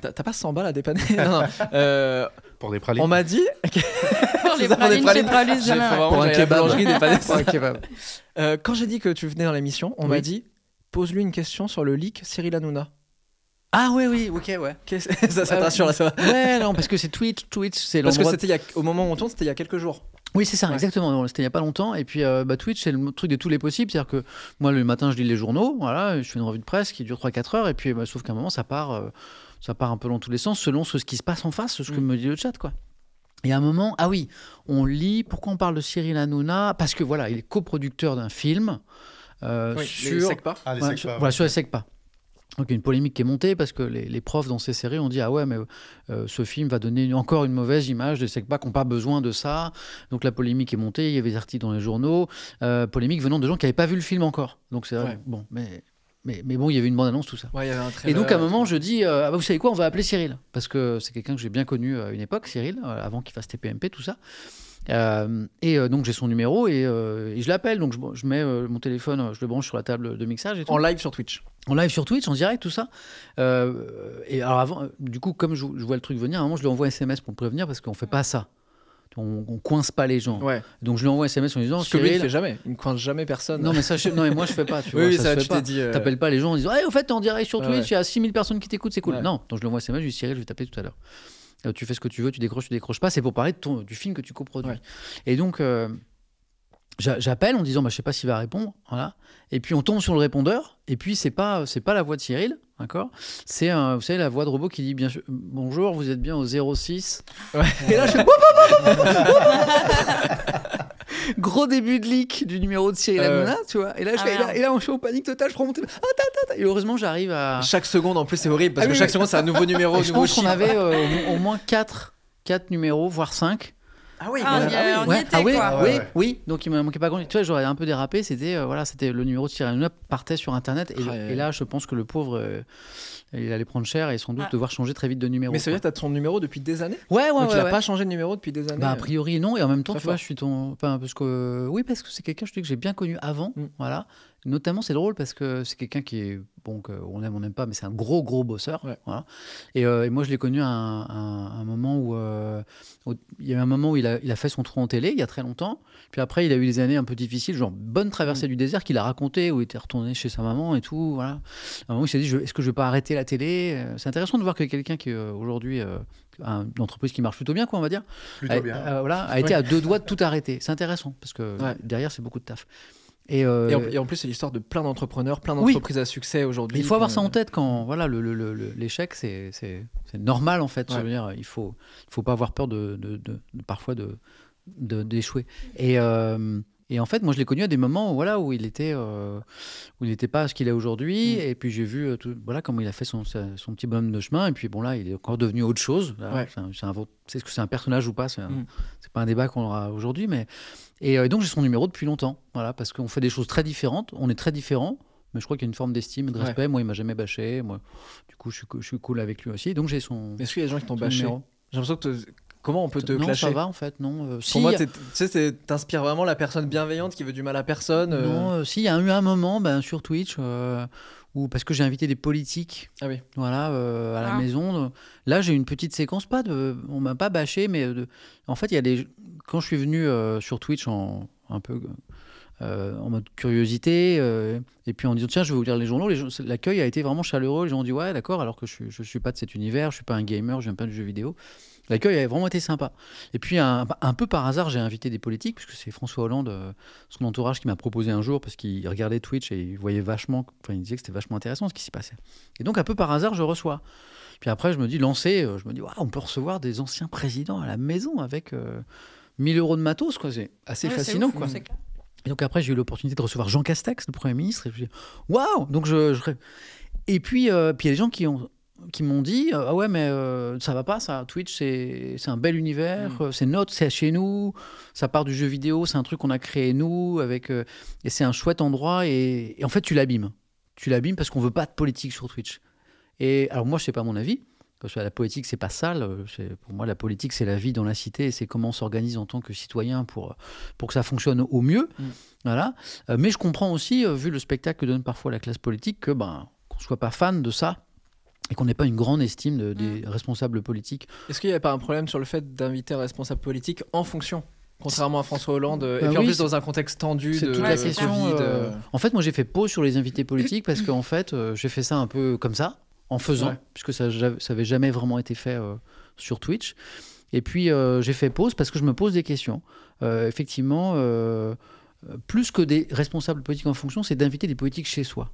B: T'as t'as pas 100 balles à dépanner <laughs> Non, non. Euh,
E: Pour des pralines.
B: on m'a dit <laughs>
C: Pour
B: C'est
C: les
B: ça, pour des
C: pralines,
B: pralines.
C: j'ai pralines,
B: J'ai-
C: jamais,
B: faut
C: ouais.
B: vraiment
A: Pour
B: que
A: un
B: j'aille à la
A: kebab.
B: boulangerie,
A: <laughs>
B: des pâtes.
A: Pour un kebab.
B: Euh, quand j'ai dit que tu venais dans l'émission, on
A: Oui.
B: m'a dit pose-lui une question sur le leak Cyril Hanouna.
A: Ah ouais oui ok ouais.
B: Qu'est-ce- <laughs> ça, ça te
A: Ah,
B: rassure là, ça va.
A: Ouais non parce que c'est Twitch Twitch c'est
B: Parce que
A: l'endroit.
B: c'était il y a- au moment où on tourne, c'était il y a quelques jours.
A: Oui c'est ça
B: Ouais.
A: exactement. Non, C'était il y a pas longtemps et puis euh, bah, Twitch c'est le truc de tous les possibles c'est-à-dire que moi le matin je lis les journaux voilà je fais une revue de presse qui dure 3-4 heures et puis bah, sauf qu'à un moment ça part euh, ça part un peu dans tous les sens selon ce, ce qui se passe en face ce que
B: Mm.
A: me dit le chat quoi. Et à un moment, ah oui, on lit pourquoi on parle de Cyril Hanouna parce que voilà, il est coproducteur d'un film euh,
B: Oui, les
A: sur
B: secs pas.
E: Ah, les
A: voilà,
E: secs
A: sur,
E: pas,
A: voilà, sur les SECPA. Donc il y a une polémique qui est montée parce que les, les profs dans ces séries ont dit ah ouais mais euh, ce film va donner une- encore une mauvaise image des SECPA qui n'ont pas besoin de ça donc la polémique est montée il y avait des articles dans les journaux euh, polémique venant de gens qui n'avaient pas vu le film encore donc c'est vrai
B: Ouais.
A: bon mais, mais mais bon il y avait une bande annonce tout ça
B: Ouais, il y avait un
A: et
B: trailer
A: donc à un
B: tout.
A: moment je dis euh, Ah bah, vous savez quoi on va appeler Cyril parce que c'est quelqu'un que j'ai bien connu à une époque Cyril euh, avant qu'il fasse TPMP tout ça Euh, et euh, donc j'ai son numéro et, euh, et je l'appelle donc je, je mets euh, mon téléphone euh, je le branche sur la table de mixage et tout
B: En live sur Twitch.
A: en live sur Twitch, en direct, tout ça. Euh, et alors avant, euh, du coup, comme je, je vois le truc venir, à un moment, je lui envoie un SMS pour le prévenir parce qu'on fait pas ça. On, on coince pas les gens.
B: Ouais.
A: Donc je lui envoie un SMS en lui disant
B: Ce que lui, il
A: Cyril,
B: fait jamais. Il ne coince jamais personne.
A: non mais ça, je- non mais moi je fais pas. Tu
B: oui,
A: vois,
B: oui,
A: ça, se
B: ça,
A: fait
B: tu t'es
A: pas.
B: dit. euh,
A: T'appelles pas les gens en disant, ouais, au fait, t'es en direct sur
B: Ouais,
A: Twitch,
B: ouais.
A: il y a 6000 personnes qui t'écoutent, c'est cool.
B: Ouais.
A: Non, donc je l'envoie SMS, je dis Cyril, je vais t'appeler tout à l'heure. Euh, tu fais ce que tu veux, tu décroches, tu décroches pas. C'est pour parler de ton, du film que tu coproduis.
B: Ouais.
A: Et donc, euh, j'a- j'appelle en disant, bah, je sais pas s'il va répondre. Voilà. Et puis on tombe sur le répondeur. Et puis c'est pas, c'est pas la voix de Cyril, d'accord C'est, un- vous savez, la voix de robot qui dit, bien, sûr, bonjour, vous êtes bien au 06.
B: Ouais.
A: Et là, je fais, Woup, woup, woup, woup, woup. <laughs> Gros début de leak du numéro de Cyril
B: Ah ouais.
A: Hanouna, tu vois. Et là, je
C: Ah
A: fais- et là,
C: merde.
A: et là, on je suis en panique totale, je prends mon téléphone. Ah, ta, ta, ta. Et heureusement, j'arrive à.
B: Chaque seconde, en plus, c'est horrible parce
A: Ah
B: que
A: oui,
B: chaque
A: oui.
B: seconde, c'est un nouveau numéro,
A: je
B: nouveau
A: pense qu'on
B: chiffre.
A: avait euh, au mo- au moins 4, numéros, voire 5.
B: Ah oui,
C: Ah,
B: ouais.
C: on y a- on y était,
A: oui,
C: quoi.
E: Ah ouais,
A: oui,
E: ouais.
A: oui. Donc il me manquait pas grand. Tu vois, j'aurais un peu dérapé. C'était euh, voilà, c'était le numéro de Cyril Hanouna partait sur Internet. Et,
B: Ah, ouais.
A: et là, je pense que le pauvre, euh, il allait prendre cher et sans doute
C: Ah.
A: devoir changer très vite de numéro.
B: Mais ça veut
A: quoi.
B: dire que t'as ton numéro depuis des années
A: Ouais, ouais,
B: Donc,
A: ouais,
B: il a
A: ouais.
B: pas changé de numéro depuis des années
A: Bah, a priori, non. Et en même temps,
B: Très
A: tu vois,
B: fort.
A: je suis ton. Enfin, parce que. euh, Oui, parce que c'est quelqu'un je te dis, que j'ai bien connu avant.
B: Mm.
A: Voilà. Notamment, c'est drôle parce que c'est quelqu'un qui est. Bon, que on aime, on n'aime pas, mais c'est un gros, gros bosseur.
B: Ouais.
A: Voilà. Et, euh, et moi, je l'ai connu à un, à un moment où. euh, où- il y a eu un moment où il a, il a fait son trou en télé, il y a très longtemps. Puis après, il a eu des années un peu difficiles, genre bonne
B: Mm.
A: traversée du désert qu'il a raconté, où il était retourné chez sa maman et tout. Voilà. À un moment, il s'est dit je- est-ce que je vais pas arrêter la télé Euh, C'est intéressant de voir que quelqu'un qui, euh, aujourd'hui, euh, a une entreprise qui marche plutôt bien, quoi, on va dire
E: Plutôt
A: a,
E: bien.
A: a- voilà, a été à deux doigts de tout arrêter. C'est intéressant parce que
B: Ouais.
A: derrière, c'est beaucoup de taf. Et, euh,
B: Et en, et en plus, c'est l'histoire de plein d'entrepreneurs, plein
A: Oui.
B: d'entreprises à succès aujourd'hui. euh,
A: il faut avoir
B: Comme,
A: ça en tête quand voilà le- le- le- le- l'échec, c'est c'est c'est normal en fait.
B: Ouais.
A: Je veux dire, il faut il faut pas avoir peur de, de- de- de- parfois de de- d'échouer. Et euh, et en fait, moi, je l'ai connu à des moments où, voilà, où il était, euh, où il n'était pas ce qu'il est aujourd'hui.
B: Mm.
A: Et puis j'ai vu, euh, tout- voilà, comment il a fait son, sa- son petit bonhomme de chemin. Et puis bon, là, il est encore devenu autre chose. Là,
B: Ouais.
A: c'est un- c'est un vo- c'est- Est-ce que c'est un personnage ou pas C'est un-
B: Mm.
A: c'est pas un débat qu'on aura aujourd'hui, mais et, euh, et donc j'ai son numéro depuis longtemps, voilà, parce qu'on fait des choses très différentes, on est très différents, mais je crois qu'il y a une forme d'estime, et de
B: Ouais.
A: respect. Moi, il m'a jamais bâché, moi, du coup, je suis, co- je suis cool avec lui aussi, donc j'ai son,
B: Est-ce qu'il y a des gens qui t'ont
A: son
B: bâché
A: numéro.
B: J'ai l'impression que te- comment on peut te
A: non,
B: clasher
A: ça va en fait, non. euh,
B: Pour
A: si, il
B: moi,
A: y a-
B: t'es- tu sais, c'est- t'inspires vraiment la personne bienveillante qui veut du mal à personne. euh,
A: non, euh, si, il y a eu un moment, ben, sur Twitch, euh, où parce que j'ai invité des politiques
B: Ah oui.
A: voilà, euh, à la
C: Ah.
A: maison. Là, j'ai une petite séquence, pas de, on m'a pas euh, bâché, mais de- en fait, il y a des, quand je suis venu euh, sur Twitch en un peu euh, en mode curiosité, euh, et puis en disant tiens, je vais ouvrir les journaux. Les gens- c'est- L'accueil a été vraiment chaleureux. Les gens ont dit ouais, d'accord, alors que je ne suis pas de cet univers, je suis pas un gamer, je viens pas du jeu vidéo. L'accueil a vraiment été sympa. Et puis, un, un peu par hasard, j'ai invité des politiques, puisque c'est François Hollande, euh, son entourage, qui m'a proposé un jour, parce qu'il regardait Twitch et il voyait vachement, enfin, il disait que c'était vachement intéressant ce qui s'y passait. Et donc, un peu par hasard, je reçois. Puis après, je me dis, lancé, euh, je me dis, Waouh, on peut recevoir des anciens présidents à la maison avec euh, 1000 euros de matos, quoi. C'est assez
C: Ouais,
A: fascinant,
C: ouf,
A: quoi.
C: c'est clair.
A: Et donc après, j'ai eu l'opportunité de recevoir Jean Castex, le Premier ministre. Et je me suis dit, waouh Donc je, je- Et puis, euh, puis il y a des gens qui ont qui m'ont dit euh, ah ouais mais euh, ça va pas ça Twitch c'est c'est un bel univers euh, c'est notre c'est chez nous ça part du jeu vidéo c'est un truc qu'on a créé nous avec euh, et c'est un chouette endroit et, et en fait tu l'abîmes tu l'abîmes parce qu'on veut pas de politique sur Twitch et alors moi je sais pas mon avis parce que la politique c'est pas sale euh, c'est- pour moi la politique c'est la vie dans la cité et c'est comment on s'organise en tant que citoyen pour pour que ça fonctionne au mieux voilà. Euh, mais je comprends aussi, euh, vu le spectacle que donne parfois la classe politique, que ben qu'on soit pas fan de ça et qu'on n'ait pas une grande estime de- des responsables politiques.
B: Est-ce qu'il n'y avait pas un problème sur le fait d'inviter un responsable politique en fonction Contrairement à François Hollande, euh, et
A: Bah
B: puis en
A: oui,
B: plus
A: c'est-
B: dans un contexte tendu
A: C'est
B: de
A: toute
C: Ouais,
A: la
C: c'est
A: question.
B: Covid.
A: euh,
B: euh,
A: En fait, moi j'ai fait pause sur les invités politiques parce qu'en fait, euh, j'ai fait ça un peu comme ça, en faisant,
B: Ouais.
A: puisque ça n'avait jamais vraiment été fait euh, sur Twitch. Et puis euh, j'ai fait pause parce que je me pose des questions. Euh, effectivement, euh, euh, plus que des responsables politiques en fonction, c'est d'inviter des politiques chez soi.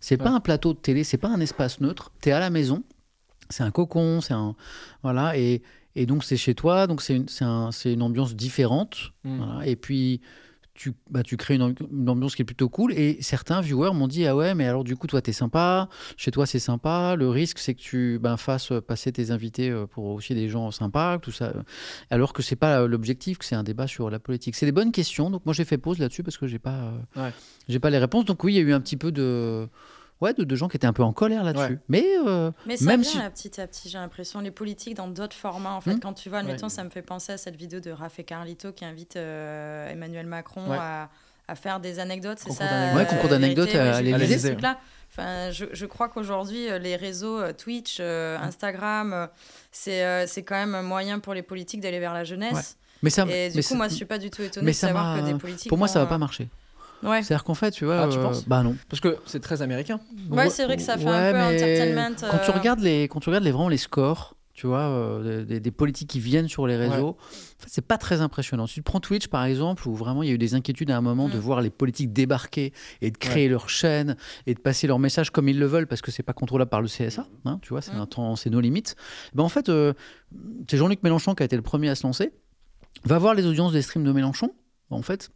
A: C'est pas
B: Ouais.
A: un plateau de télé, c'est pas un espace neutre. T'es à la maison, c'est un cocon, c'est un voilà, et, et donc c'est chez toi, donc c'est une, c'est un- c'est une ambiance différente.
B: Mm.
A: voilà. Et puis tu, bah, tu crées une, ambi- une ambiance qui est plutôt cool. Et certains viewers m'ont dit ah ouais, mais alors du coup toi t'es sympa, chez toi c'est sympa. Le risque c'est que tu ben, fasses passer tes invités euh, pour aussi des gens sympas, tout ça. Alors que c'est pas euh, l'objectif, que c'est un débat sur la politique. C'est des bonnes questions. Donc moi j'ai fait pause là-dessus parce que j'ai pas euh,
B: Ouais.
A: j'ai pas les réponses. Donc oui, il y a eu un petit peu de ouais de, de gens qui étaient un peu en colère là-dessus.
B: Ouais.
A: Mais euh,
C: Mais ça
A: Même
C: vient
A: si-
C: à petit à petit, j'ai l'impression, les politiques dans d'autres formats. En fait,
A: Hmm.
C: quand tu vois, admettons,
B: Ouais.
C: ça me fait penser à cette vidéo de Raph et Carlito qui invite euh, Emmanuel Macron
B: Ouais.
C: à, à faire des anecdotes, c'est
B: Concours
C: ça
B: d'anecdotes.
C: euh,
B: Ouais, concours
A: d'anecdotes
C: vérité,
A: à
C: ouais, j'ai vu
B: l'Élysée.
C: ce truc-là. Enfin, je, je crois qu'aujourd'hui, euh, les réseaux euh, Twitch, euh, Instagram, euh, c'est euh, c'est quand même un moyen pour les politiques d'aller vers la jeunesse.
A: mais ça
C: Et du
A: mais
C: coup,
A: ça-
C: moi, je suis pas du tout étonnée
A: mais
C: de
A: ça
C: savoir
A: m'a-
C: que des politiques.
A: Pour moi, ça va
C: ont,
A: pas
C: euh,
A: marcher.
C: Ouais.
A: C'est-à-dire qu'en fait, tu vois.
B: Ah, tu
A: euh,
B: penses
A: Bah non.
B: Parce que c'est très américain.
C: Ouais, c'est vrai que ça fait un peu entertainment,
A: Quand tu
C: euh.
A: regardes les, quand tu regardes les, vraiment les scores, tu vois, euh, des, des politiques qui viennent sur les réseaux, en fait, c'est pas très impressionnant. Si tu prends Twitch par exemple, où vraiment il y a eu des inquiétudes à un moment de
C: Mm.
A: voir les politiques débarquer et de créer leur chaîne et de passer leur message comme ils le veulent parce que c'est pas contrôlable par le CSA, hein, tu vois, c'est
C: Mm.
A: un temps, c'est nos limites. Ben en fait, euh, c'est Jean-Luc Mélenchon qui a été le premier à se lancer. Va voir les audiences des streams de Mélenchon. En fait,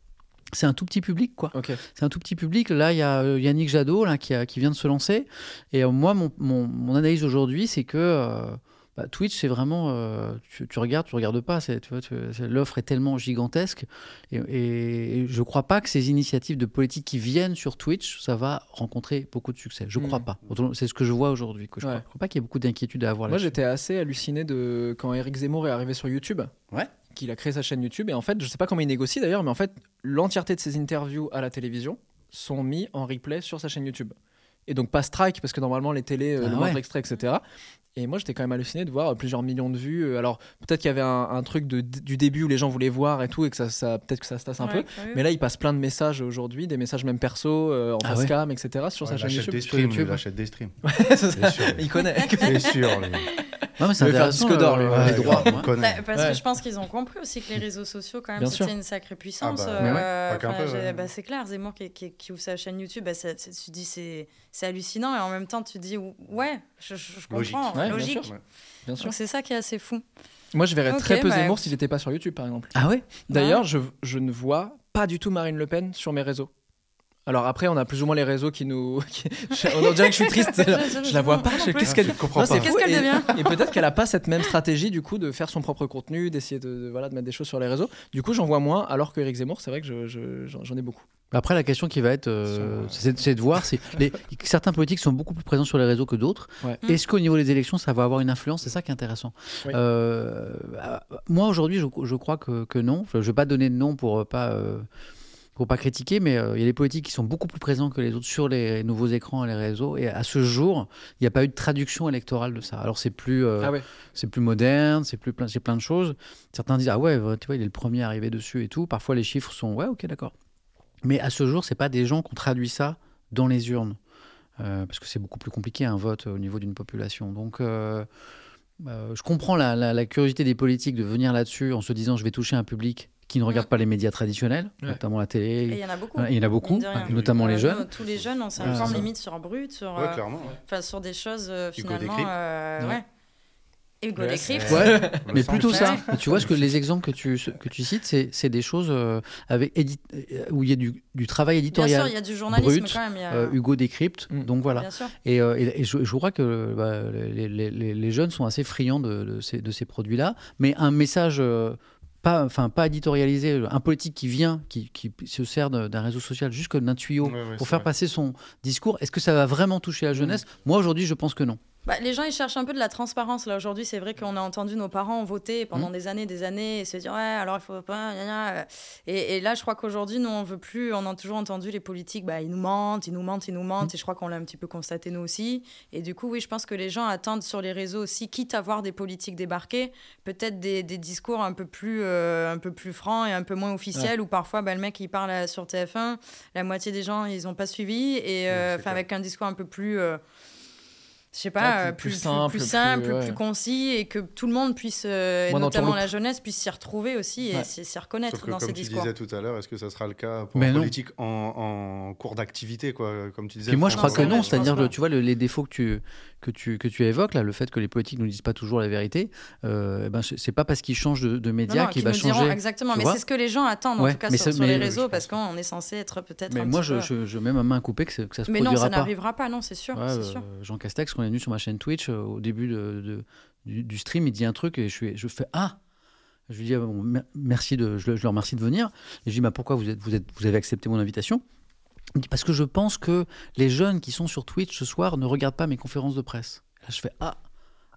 A: c'est un tout petit public, quoi.
B: Ok.
A: C'est un tout petit public. Là, il y a euh, Yannick Jadot là, qui, a- qui vient de se lancer. Et euh, moi, mon, mon- mon analyse aujourd'hui, c'est que euh, bah, Twitch, c'est vraiment. euh, tu, tu regardes, tu regardes pas. C'est- tu vois, tu- c'est- L'offre est tellement gigantesque. Et, et je ne crois pas que ces initiatives de politique qui viennent sur Twitch, ça va rencontrer beaucoup de succès. Je ne crois
B: Mm.
A: pas. Autrement, C'est ce que je vois aujourd'hui. quoi. Je ne
B: Ouais.
A: crois, je crois pas qu'il y ait beaucoup d'inquiétude à avoir
B: Moi,
A: là-dessus.
B: j'étais assez halluciné de quand Eric Zemmour est arrivé sur YouTube.
A: Ouais.
B: Qu'il a créé sa chaîne YouTube. Et en fait, je sais pas comment il négocie d'ailleurs, mais en fait, l'entièreté de ses interviews à la télévision sont mis en replay sur sa chaîne YouTube. Et donc, pas strike, parce que normalement, les télés, euh,
A: Ah
B: le moindre
A: ouais.
B: extrait, etc. Et moi, j'étais quand même halluciné de voir euh, plusieurs millions de vues. Euh, Alors, peut-être qu'il y avait un, un truc de- du début où les gens voulaient voir et tout, et que ça, ça- peut-être que ça se tasse un
C: ouais, bah
B: peu.
C: curieux.
B: Mais là, il passe plein de messages aujourd'hui, des messages même perso, euh, en
A: Ah
B: face
A: ouais.
B: cam, etc., sur sa
E: il
B: chaîne
E: achète
B: YouTube.
E: des
A: sur
E: streams.
A: YouTube. hein.
E: Il achète
A: <laughs>
E: des streams.
B: <laughs> C'est ça.
E: C'est sûr.
B: Il connaît.
E: C'est sûr. lui.
A: Non, mais c'est
B: Il veut faire
A: intéressant,
B: disque d'or,
A: euh,
B: lui.
A: les
E: Ouais,
A: droits,
E: grave,
A: moi.
E: on connaît.
C: Bah, parce
B: Ouais.
C: que je pense qu'ils ont compris aussi que les réseaux sociaux, quand même,
B: Bien
C: c'était
B: sûr.
C: une sacrée puissance.
E: Ah bah,
C: euh,
A: mais ouais,
E: pas qu'un
C: enfin,
E: peu,
C: j'ai-
E: ouais.
C: bah, c'est clair, Zemmour qui, qui- qui ouvre sa chaîne YouTube, bah, ça- ça- tu dis c'est c'est hallucinant, et en même temps, tu dis ou- ouais, je, je- je
E: Logique.
C: comprends,
B: Ouais, bien
C: logique.
B: sûr. Bien sûr.
C: Donc c'est ça qui est
A: <laughs>
C: assez fou.
B: Moi, je verrais
C: Ok,
B: très peu
C: bah,
B: Zemmour
C: écoute.
B: s'il n'était pas sur YouTube, par exemple.
A: Ah ouais
B: D'ailleurs, je, je ne vois pas du tout Marine Le Pen sur mes réseaux. Alors après, on a plus ou moins les réseaux qui nous. <laughs> qui- je- on dirait que je suis triste.
C: <laughs>
B: c'est genre, je, la vois pas.
C: Moi non
B: je-
C: plus.
B: Qu'est-ce qu'elle
E: Je comprends
B: Non, c'est
E: pas.
B: fou,
C: Qu'est-ce qu'elle
B: et- Et peut-être qu'elle a pas cette même stratégie du coup de faire son propre contenu, d'essayer de, de- voilà de mettre des choses sur les réseaux. Du coup, j'en vois moins. Alors que Eric Zemmour, c'est vrai que je- je- j'en j'en ai beaucoup.
A: Après, la question qui va être, euh, c'est c'est de voir si
B: <laughs>
A: les- certains politiques sont beaucoup plus présents sur les réseaux que d'autres.
B: Ouais.
C: Mm.
A: Est-ce qu'au niveau des élections, ça va avoir une influence C'est ça qui est intéressant.
B: Oui.
A: Euh, euh, moi, aujourd'hui, je, je crois que, que non. Je ne vais pas donner de nom pour euh, pas. euh, pour pas critiquer, mais euh, il y a des politiques qui sont beaucoup plus présents que les autres sur les nouveaux écrans et les réseaux. Et à ce jour, il n'y a pas eu de traduction électorale de ça. Alors c'est plus, euh,
B: Ah ouais.
A: c'est plus moderne, c'est plus plein, c'est plein de euh, choses. Certains disent ah ouais, tu vois, il est le premier arrivé dessus et tout. Parfois les chiffres sont ouais, ok, d'accord. Mais à ce jour, c'est pas des gens qu'on traduit ça dans les urnes. Euh, parce que c'est beaucoup plus compliqué un vote euh, au niveau d'une population. Donc, euh, euh, je comprends la, la- la curiosité des politiques de venir là-dessus en se disant je vais toucher un public qui ne regarde pas les médias traditionnels,
B: Ouais.
A: notamment la
C: Et il
A: télé.
C: y en a beaucoup.
A: Voilà, Il y en a beaucoup, hein,
C: mine de rien.
A: notamment les
C: Euh,
A: jeunes.
C: nous, Tous les jeunes, on
A: Ouais,
C: s'informe
A: c'est ça.
C: limite sur Brut, sur,
E: Ouais,
C: euh,
E: clairement.
C: enfin, sur des choses euh,
E: Hugo
C: finalement.
E: Décrypte.
C: euh,
B: Ouais.
C: ouais. Hugo
B: Ouais,
C: Décrypte.
A: Ouais,
B: Euh, <laughs>
E: On le
A: mais
E: sent,
A: plutôt
E: on le
A: ça.
E: sent.
A: Mais tu vois, ce
E: <laughs>
A: que les exemples que tu, que tu cites, c'est c'est des choses euh, avec édit- euh, où il y a du, du travail
C: Bien sûr,
A: éditorial.
C: il y a du journalisme
A: Brut,
C: quand même. il y a-
A: Euh, Hugo décrypte,
B: Mm.
A: donc voilà.
C: Bien sûr.
A: Et, euh, et- et je, je crois que bah, les, les- les- les jeunes sont assez friands de, de ces, de ces produits-là, mais un message euh, pas, enfin, pas éditorialisé, euh, un politique qui vient, qui, qui se sert de- d'un réseau social jusque d'un tuyau
E: Ouais, ouais,
A: pour
E: c'est
A: faire
E: vrai. Mm.
A: passer son discours, est-ce que ça va vraiment toucher la jeunesse Moi aujourd'hui, je pense que non.
C: Bah, les gens, ils cherchent un peu de la transparence. Là, aujourd'hui, c'est vrai qu'on a entendu nos parents voter
E: Mmh.
C: pendant des années, des années, et se dire, ouais, alors il faut pas. gna, gna. Et, et là, je crois qu'aujourd'hui, nous, on veut plus. On a toujours entendu les politiques, bah, ils nous mentent, ils nous mentent, ils nous mentent.
E: Mmh.
C: Et je crois qu'on l'a un petit peu constaté, nous aussi. Et du coup, oui, je pense que les gens attendent sur les réseaux aussi, quitte à voir des politiques débarquer, peut-être des, des discours un peu, plus, euh, un peu plus francs et un peu moins officiels, où parfois, bah, le mec, il parle à- sur TF1, la moitié des gens, ils n'ont pas suivi. Et euh,
E: c'est
C: enfin,
E: clair.
C: avec un discours un peu plus. euh, je sais
B: Ouais,
C: pas,
B: plus-
C: euh, plus,
B: plus simple,
C: plus simple, plus,
B: plus- ouais.
C: concis et que tout le monde puisse, euh, et
B: Moins dans ton
C: notamment
B: loop.
C: la jeunesse, puisse s'y retrouver aussi et
B: Ouais.
C: s'y s'y reconnaître
E: Sauf que,
C: dans
E: comme
C: ces
E: tu
C: discours.
E: disais tout à l'heure, est-ce que ça sera le cas pour
A: Mais
E: un
A: non.
E: politique en, en cours d'activité, quoi Comme tu disais.
A: Puis moi, je
E: faut-
A: crois
C: Non,
A: que
C: c'est
A: non.
C: vrai, je
A: C'est-à-dire,
C: pense
A: le-
C: pas.
A: tu vois, le- les défauts que tu, que, tu, que tu évoques, là, le fait que les politiques ne nous disent pas toujours la vérité, euh, ben, c'est c'est pas parce qu'ils changent de, de
C: Non,
A: média
C: non,
A: qu'il
C: qui
A: va
C: nous diront
A: changer.
C: exactement,
A: tu
C: mais
A: vois.
C: c'est ce que les gens attendent
A: Ouais,
C: en tout cas
A: mais
C: sur,
A: ça-
C: sur
A: mais
C: les
A: je
C: réseaux
A: pense.
C: parce qu'on est censé être peut-être.
A: Mais
C: un
A: moi,
C: petit
A: je,
C: peu-
A: je, je mets ma main coupée que, c'est- que ça se
C: Mais non,
A: produira
C: ça
A: pas.
C: n'arrivera pas, non, c'est sûr,
A: Ouais,
C: c'est
A: euh,
C: sûr.
A: Jean Castex, quand il est venu sur ma chaîne Twitch, euh, au début de, de- du, du stream, il dit un truc et je, suis, je fais Ah Je lui dis ah, bon, mer- merci de, je, le, je le remercie de venir. Et je lui dis bah, Pourquoi vous, êtes, vous, êtes, vous avez accepté mon invitation Il me dit Parce que je pense que les jeunes qui sont sur Twitch ce soir ne regardent pas mes conférences de presse. Là, je fais Ah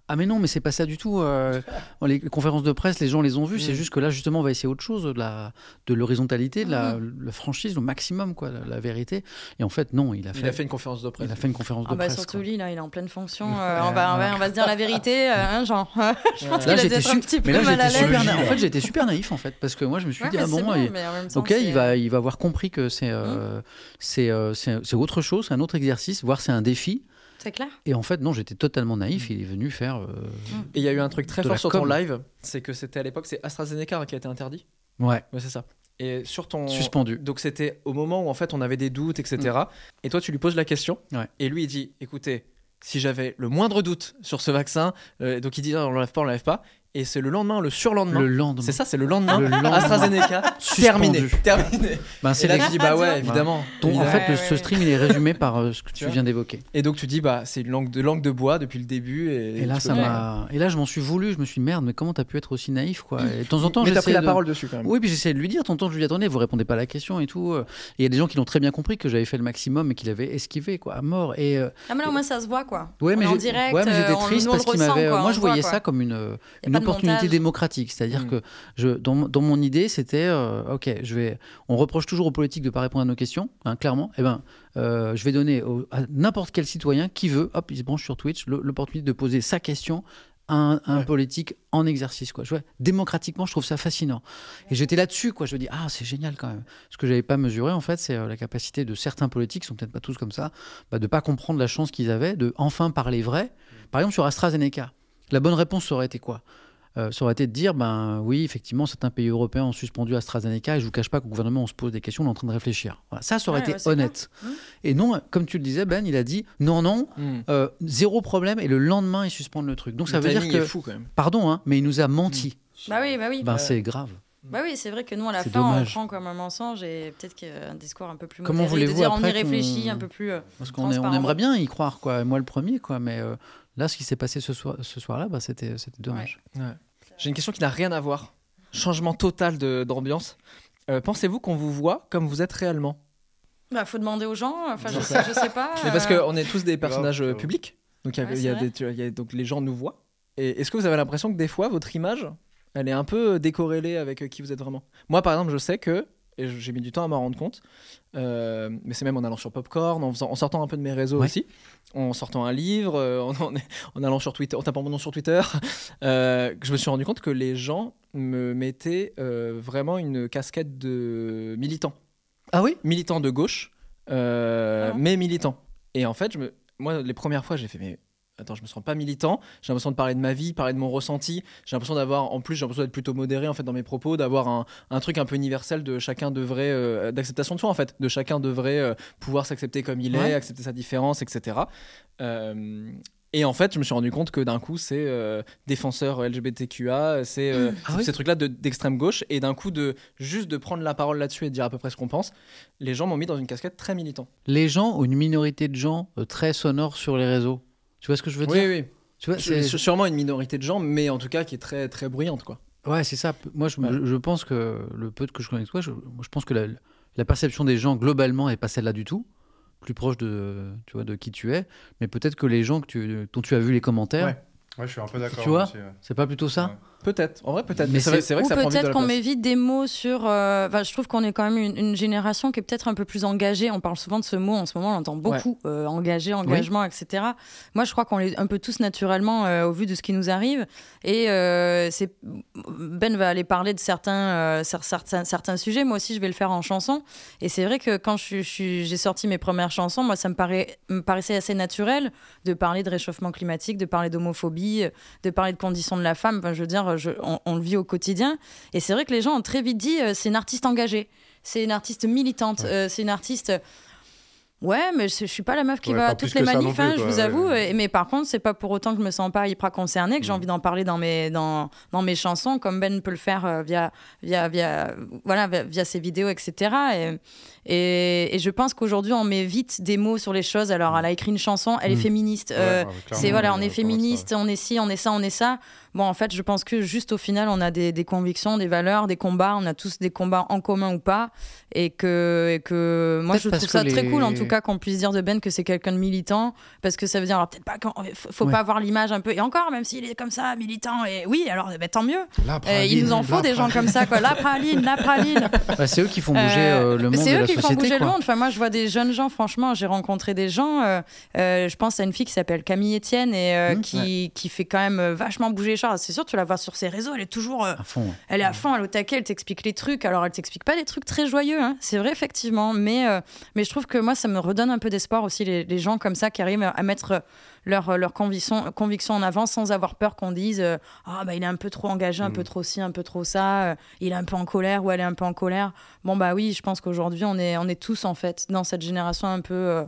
A: ah mais non, mais c'est pas ça du tout. euh, les conférences de presse, les gens les ont vues.
C: Mm.
A: C'est juste que là, justement, on va essayer autre chose, de la- de l'horizontalité, de la,
C: Mm.
A: la franchise, le maximum, quoi, la, la vérité. Et en fait, non, il a fait,
B: Il a fait une conférence de presse.
A: il a fait une conférence de
C: Ah bah
A: presse.
C: surtout
A: quoi.
C: lui là, il est en pleine fonction. euh, on, va, on, va, on va se dire la vérité, euh, hein, Jean. je pense
A: Là,
C: qu'il a dû
A: j'étais
C: être un
A: su-
C: petit
A: mais
C: peu
A: là,
C: mal à
A: j'étais super
C: l'aise.
A: naïf. En fait, j'étais super naïf en fait parce que moi je me suis
C: Ouais,
A: dit
C: mais
A: ah bon,
C: c'est bien,
A: il-
C: mais en même temps,
A: ok, il
C: c'est- euh, Hmm.
A: va il va avoir compris que c'est euh, c'est euh, c'est c'est autre chose, c'est un autre exercice, voire c'est un défi.
C: C'est clair.
A: Et en fait, non, j'étais totalement
C: Hmm.
A: naïf. Il est venu faire. euh,
B: Et il y a eu un truc très
A: De
B: fort
A: la
B: sur ton
A: com.
B: live, c'est que c'était à l'époque, c'est AstraZeneca qui a été interdit.
A: Ouais,
B: Ouais, c'est ça. Et sur ton.
A: suspendu.
B: Donc c'était au moment où en fait on avait des doutes, etc. Et toi tu lui poses la question.
A: Mm. Ouais.
B: Et lui il dit écoutez, si j'avais le moindre doute sur ce vaccin, euh, donc il dit Ah, on l'enlève pas, on l'enlève pas. Et c'est le lendemain, le surlendemain.
A: Le lendemain.
B: C'est ça, c'est le lendemain.
A: Le lendemain.
B: AstraZeneca,
A: Suspendu.
B: terminé. Terminé.
A: Ben,
B: Et
A: c'est
B: là
A: la
B: tu dis bah ouais,
C: Ouais.
B: évidemment.
A: Ton- en
B: évidemment.
A: fait, le-
C: Ouais,
A: ce
C: ouais,
A: stream, il est résumé par euh, ce que tu
B: <laughs> vois.
A: viens d'évoquer.
B: Et donc tu dis bah c'est une langue de langue de bois depuis le début. Et,
A: Et là,
B: tu peux
A: ça
B: pas-
A: m'a. Et là, je m'en suis voulu. Je me suis dit, merde, mais comment t'as pu être aussi naïf,
B: <laughs>
A: quoi. Et de temps en temps,
B: Mais t'as
A: j'essaie
B: pris la
A: de-
B: parole dessus quand même.
A: Oui, puis j'essayais de lui dire, tonton, je lui dis, attendez, vous répondez pas à la question et tout. Et il y a des gens qui l'ont très bien compris que j'avais fait le maximum et qu'il avait esquivé, quoi, à mort. Et euh,
C: Ah mais là au moins ça se voit quoi.
A: ouais,
C: On
A: mais
C: est en
A: j'ai-
C: direct.
A: ouais, mais
C: euh,
A: j'étais
C: on-
A: triste
C: nous, on le
A: parce qu'il m'avait. euh,
C: ressent, quoi,
A: Moi,
C: on
A: je
C: le
A: voyais
C: voit,
A: ça
C: quoi.
A: comme une,
C: Y a
A: une
C: pas de
A: opportunité
C: montage.
A: démocratique. C'est-à-dire
B: Mm.
A: que je, dans, mon- dans mon idée, c'était euh, ok, je vais. On reproche toujours aux politiques de ne pas répondre à nos questions, hein, clairement. Eh ben, euh, je vais donner au- à n'importe quel citoyen qui veut, hop, il se branche sur Twitch, le- l'opportunité de poser sa question à un, à un
B: Ouais.
A: politique en exercice. Quoi. Je vois, démocratiquement, je trouve ça fascinant. Et j'étais là-dessus, quoi. Je me dis, ah, c'est génial quand même. Ce que j'avais pas mesuré, en fait, c'est euh, la capacité de certains politiques, ils sont peut-être pas tous comme ça, bah, de pas comprendre la chance qu'ils avaient de enfin parler vrai. Par exemple, sur AstraZeneca, la bonne réponse ça aurait été quoi Euh, ça aurait été de dire, ben oui, effectivement, certains pays européens ont suspendu AstraZeneca et je vous cache pas qu'au gouvernement, on se pose des questions, on est en train de réfléchir. Voilà. Ça, ça aurait
C: Ouais,
A: été
C: ouais, c'est
A: honnête.
C: clair. Mmh.
A: Et non, comme tu le disais, Ben, il a dit, non, non,
B: Mm.
A: euh, zéro problème, et le lendemain, ils suspendent le truc. Donc ça
B: Le
A: veut dire
B: timing
A: que,
B: est fou quand même.
A: pardon, hein, mais il nous a menti.
C: Bah oui, bah oui.
A: Ben, c'est grave.
C: Bah oui, c'est vrai que nous, à la
A: C'est
C: fin,
A: dommage.
C: on prend comme un mensonge et peut-être qu'un discours un peu plus
A: Comment
C: modéré, de
A: voulez-vous
C: dire on
A: après
C: y réfléchit
A: qu'on-
C: un peu plus. euh,
A: Parce qu'on est- on
C: transparent.
A: aimerait bien y croire, quoi. et Moi, le premier, quoi. Mais euh, là, ce qui s'est passé ce soir, ce soir-là, bah, c'était, c'était dommage.
B: J'ai une question qui n'a rien à voir. Changement total de- d'ambiance. Euh, Pensez-vous qu'on vous voit comme vous êtes réellement
C: Bah faut demander aux gens, enfin je sais, je sais pas.
B: Mais Parce
C: euh,
B: qu'on est tous des personnages
E: Grave,
B: euh,
E: grave.
B: publics, donc, il y a-
C: Ouais,
B: il y a
C: c'est
B: des- tu- il y a- donc les gens nous voient. Et est-ce que vous avez l'impression que des fois, votre image, elle est un peu décorrélée avec euh, qui vous êtes vraiment Moi, par exemple, je sais que, et j'ai mis du temps à m'en rendre compte, euh, mais c'est même en allant sur Popcorn, en, faisant- en sortant un peu de mes réseaux
A: Ouais.
B: aussi, en sortant un livre, euh, en, en- en allant sur Twitter, en tapant mon nom sur Twitter, <laughs> euh, que je me suis rendu compte que les gens me mettaient euh, vraiment une casquette de militant.
A: Ah oui
B: militant de gauche, euh,
C: Ah bon
B: mais militant. Et en fait, je me... moi, les premières fois, j'ai fait, mais attends, je me sens pas militant, j'ai l'impression de parler de ma vie, parler de mon ressenti, j'ai l'impression d'avoir, en plus, j'ai l'impression d'être plutôt modéré, en fait, dans mes propos, d'avoir un, un truc un peu universel de chacun devrait, euh, d'acceptation de soi, en fait, de chacun devrait euh, pouvoir s'accepter comme il
A: Ouais.
B: est, accepter sa différence, etc. Euh, et en fait, je me suis rendu compte que d'un coup, c'est euh, défenseur LGBTQA, c'est euh,
A: Ah
B: c'est
A: oui
B: ces trucs-là de- d'extrême gauche, et d'un coup, de juste de prendre la parole là-dessus et de dire à peu près ce qu'on pense, les gens m'ont mis dans une casquette très militant.
A: Les gens, ou une minorité de gens euh, très sonores sur les réseaux. Tu vois ce que je veux dire
B: oui.
A: Tu vois,
B: C'est
A: c'est-
B: sûrement une minorité de gens, mais en tout cas qui est très très bruyante, quoi.
A: Ouais, c'est ça. P- Moi, je,
B: Ouais.
A: je- je pense que le peu de que je connais de toi, je, moi, je pense que la, la perception des gens globalement est pas celle-là du tout. Plus proche de, tu vois, de qui tu es. Mais peut-être que les gens que tu, dont tu as vu les commentaires,
B: Ouais.
E: Ouais, je suis un peu d'accord.
A: Tu vois
E: aussi, ouais.
A: c'est pas plutôt ça
E: Ouais.
B: Peut-être, en vrai peut-être.
A: Mais
B: Mais c'est vrai,
A: c'est-
B: c'est vrai
C: Ou
B: que ça prend vite de
C: peut-être
B: la
C: qu'on
B: place.
C: m'évite des mots sur. euh, Enfin, je trouve qu'on est quand même une, une génération qui est peut-être un peu plus engagée. On parle souvent de ce mot en ce moment, on l'entend beaucoup. euh, engagé, engagement, etc. Moi, je crois qu'on l'est un peu tous naturellement euh, au vu de ce qui nous arrive. Et euh, c'est Ben va aller parler de certains, euh, cer- certains, certains sujets. Moi aussi, je vais le faire en chanson. Et c'est vrai que quand je suis- je suis- j'ai sorti mes premières chansons, moi, ça me, paraît, me paraissait assez naturel de parler de réchauffement climatique, de parler d'homophobie, euh, de parler de conditions de la femme. Enfin, je veux dire, je- on, on le vit au quotidien. Et c'est vrai que les gens ont très vite dit euh, c'est une artiste engagée, c'est une artiste militante, euh, c'est une artiste. Ouais, mais je, je suis pas la meuf qui
E: Ouais,
C: va
E: pas
C: à
E: plus
C: toutes les
E: que ça non
C: manifs,
E: plus,
C: hein, je
E: quoi,
C: vous
E: ouais. Mm.
C: avoue. Et- Mais par contre, c'est pas pour autant que je me sens pas hyper concernée, que j'ai envie d'en parler dans mes, dans, dans mes chansons, comme Ben peut le faire euh, via, via, via, voilà, via- via ses vidéos, etc. Et, et, et je pense qu'aujourd'hui, on met vite des mots sur les choses. Alors, elle a écrit une chanson, elle est
A: Mm.
C: féministe.
E: Ouais,
C: euh,
E: ouais, clairement,
C: c'est voilà,
E: euh,
C: on
E: comment
C: est
E: ça,
C: féministe, on est ci, on est ça, on est ça. Bon, en fait, je pense que juste au final, on a des, des convictions, des valeurs, des combats. On a tous des combats en commun ou pas. Et que, et que moi,
A: Peut-être
C: je
A: parce
C: trouve ça
A: que
C: très
A: les-
C: cool, en tout cas, qu'on puisse dire de Ben que c'est quelqu'un de militant. Parce que ça veut dire, alors peut-être pas, qu'on- faut, faut
A: Ouais.
C: pas avoir l'image un peu. Et encore, même s'il est comme ça, militant, et oui, alors ben, tant mieux.
E: La
C: Euh, il
E: praline,
C: nous en
E: la
C: faut des gens
E: praline.
C: comme ça, quoi. La praline, la praline.
A: Bah, C'est eux qui font bouger
C: Euh,
A: euh, le monde
C: C'est
A: et
C: eux
A: la
C: qui
A: société.
C: font bouger le
A: quoi.
C: monde. Enfin, moi, je vois des jeunes gens, franchement, j'ai rencontré des gens. euh, euh, je pense à une fille qui s'appelle Camille Etienne et euh,
A: Mhm,
C: qui, qui fait quand même euh, vachement bouger les choses. C'est sûr, tu la vois sur ses réseaux, elle est toujours. euh,
A: À fond. ouais.
C: elle est à fond, elle est au taquet, elle t'explique les trucs. Alors, elle t'explique pas des trucs très joyeux, hein. c'est vrai, effectivement. Mais, euh, mais je trouve que moi, ça me redonne un peu d'espoir aussi, les, les gens comme ça qui arrivent à mettre euh, leur, euh, leur conviction, conviction en avant sans avoir peur qu'on dise euh, Ah, bah, il est un peu trop engagé, un peu trop ci, un peu trop ça, euh, il est un peu en colère ou elle est un peu en colère. Bon, bah oui, je pense qu'aujourd'hui, on est, on est tous, en fait, dans cette génération un peu. euh,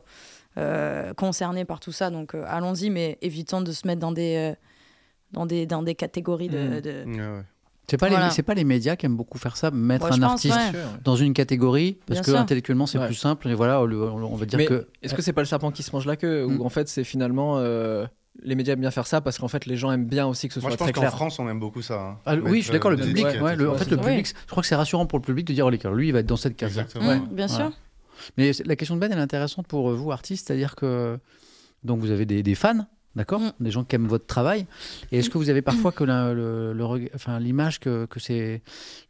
C: euh, concernés par tout ça, donc euh, allons-y, mais évitons de se mettre dans des, euh, dans des, dans des catégories de,
B: Mm.
C: de-
E: Ouais, ouais.
A: C'est pas,
C: Voilà.
A: les- c'est pas les médias qui aiment beaucoup faire ça, mettre
C: Ouais, je
A: un
C: pense,
A: artiste
C: ouais.
A: dans une catégorie, parce
C: Bien
A: que
C: sûr.
A: intellectuellement, c'est
B: Ouais.
A: plus simple. Et voilà, on, le- on va dire
B: Mais
A: que.
B: Est-ce que c'est pas le serpent qui se mange la queue
A: Mm.
B: ou en fait c'est finalement euh, les médias aiment bien faire ça parce qu'en fait les gens aiment bien aussi que ce
E: Moi,
B: soit
E: je pense
B: très
E: qu'en
B: clair.
E: France, on aime beaucoup ça. hein.
A: Ah, oui,
E: Mettre,
A: je suis d'accord, le
E: euh, des
A: public.
E: étiquettes
A: ouais,
E: et
A: le-
E: tout
A: en
E: ça.
A: fait, le
C: Oui.
A: public, je crois que c'est rassurant pour le public de dire oh, les gars, lui, il va être dans cette case.
E: Exactement.
C: Mm, bien sûr.
A: Voilà. Mais la question de Ben, elle est intéressante pour euh, vous, artistes, c'est-à-dire que donc vous avez des, des fans, d'accord
C: Mm.
A: Des gens qui aiment votre travail. Et est-ce que vous avez parfois que la- le- le reg- enfin, l'image que, que, ces,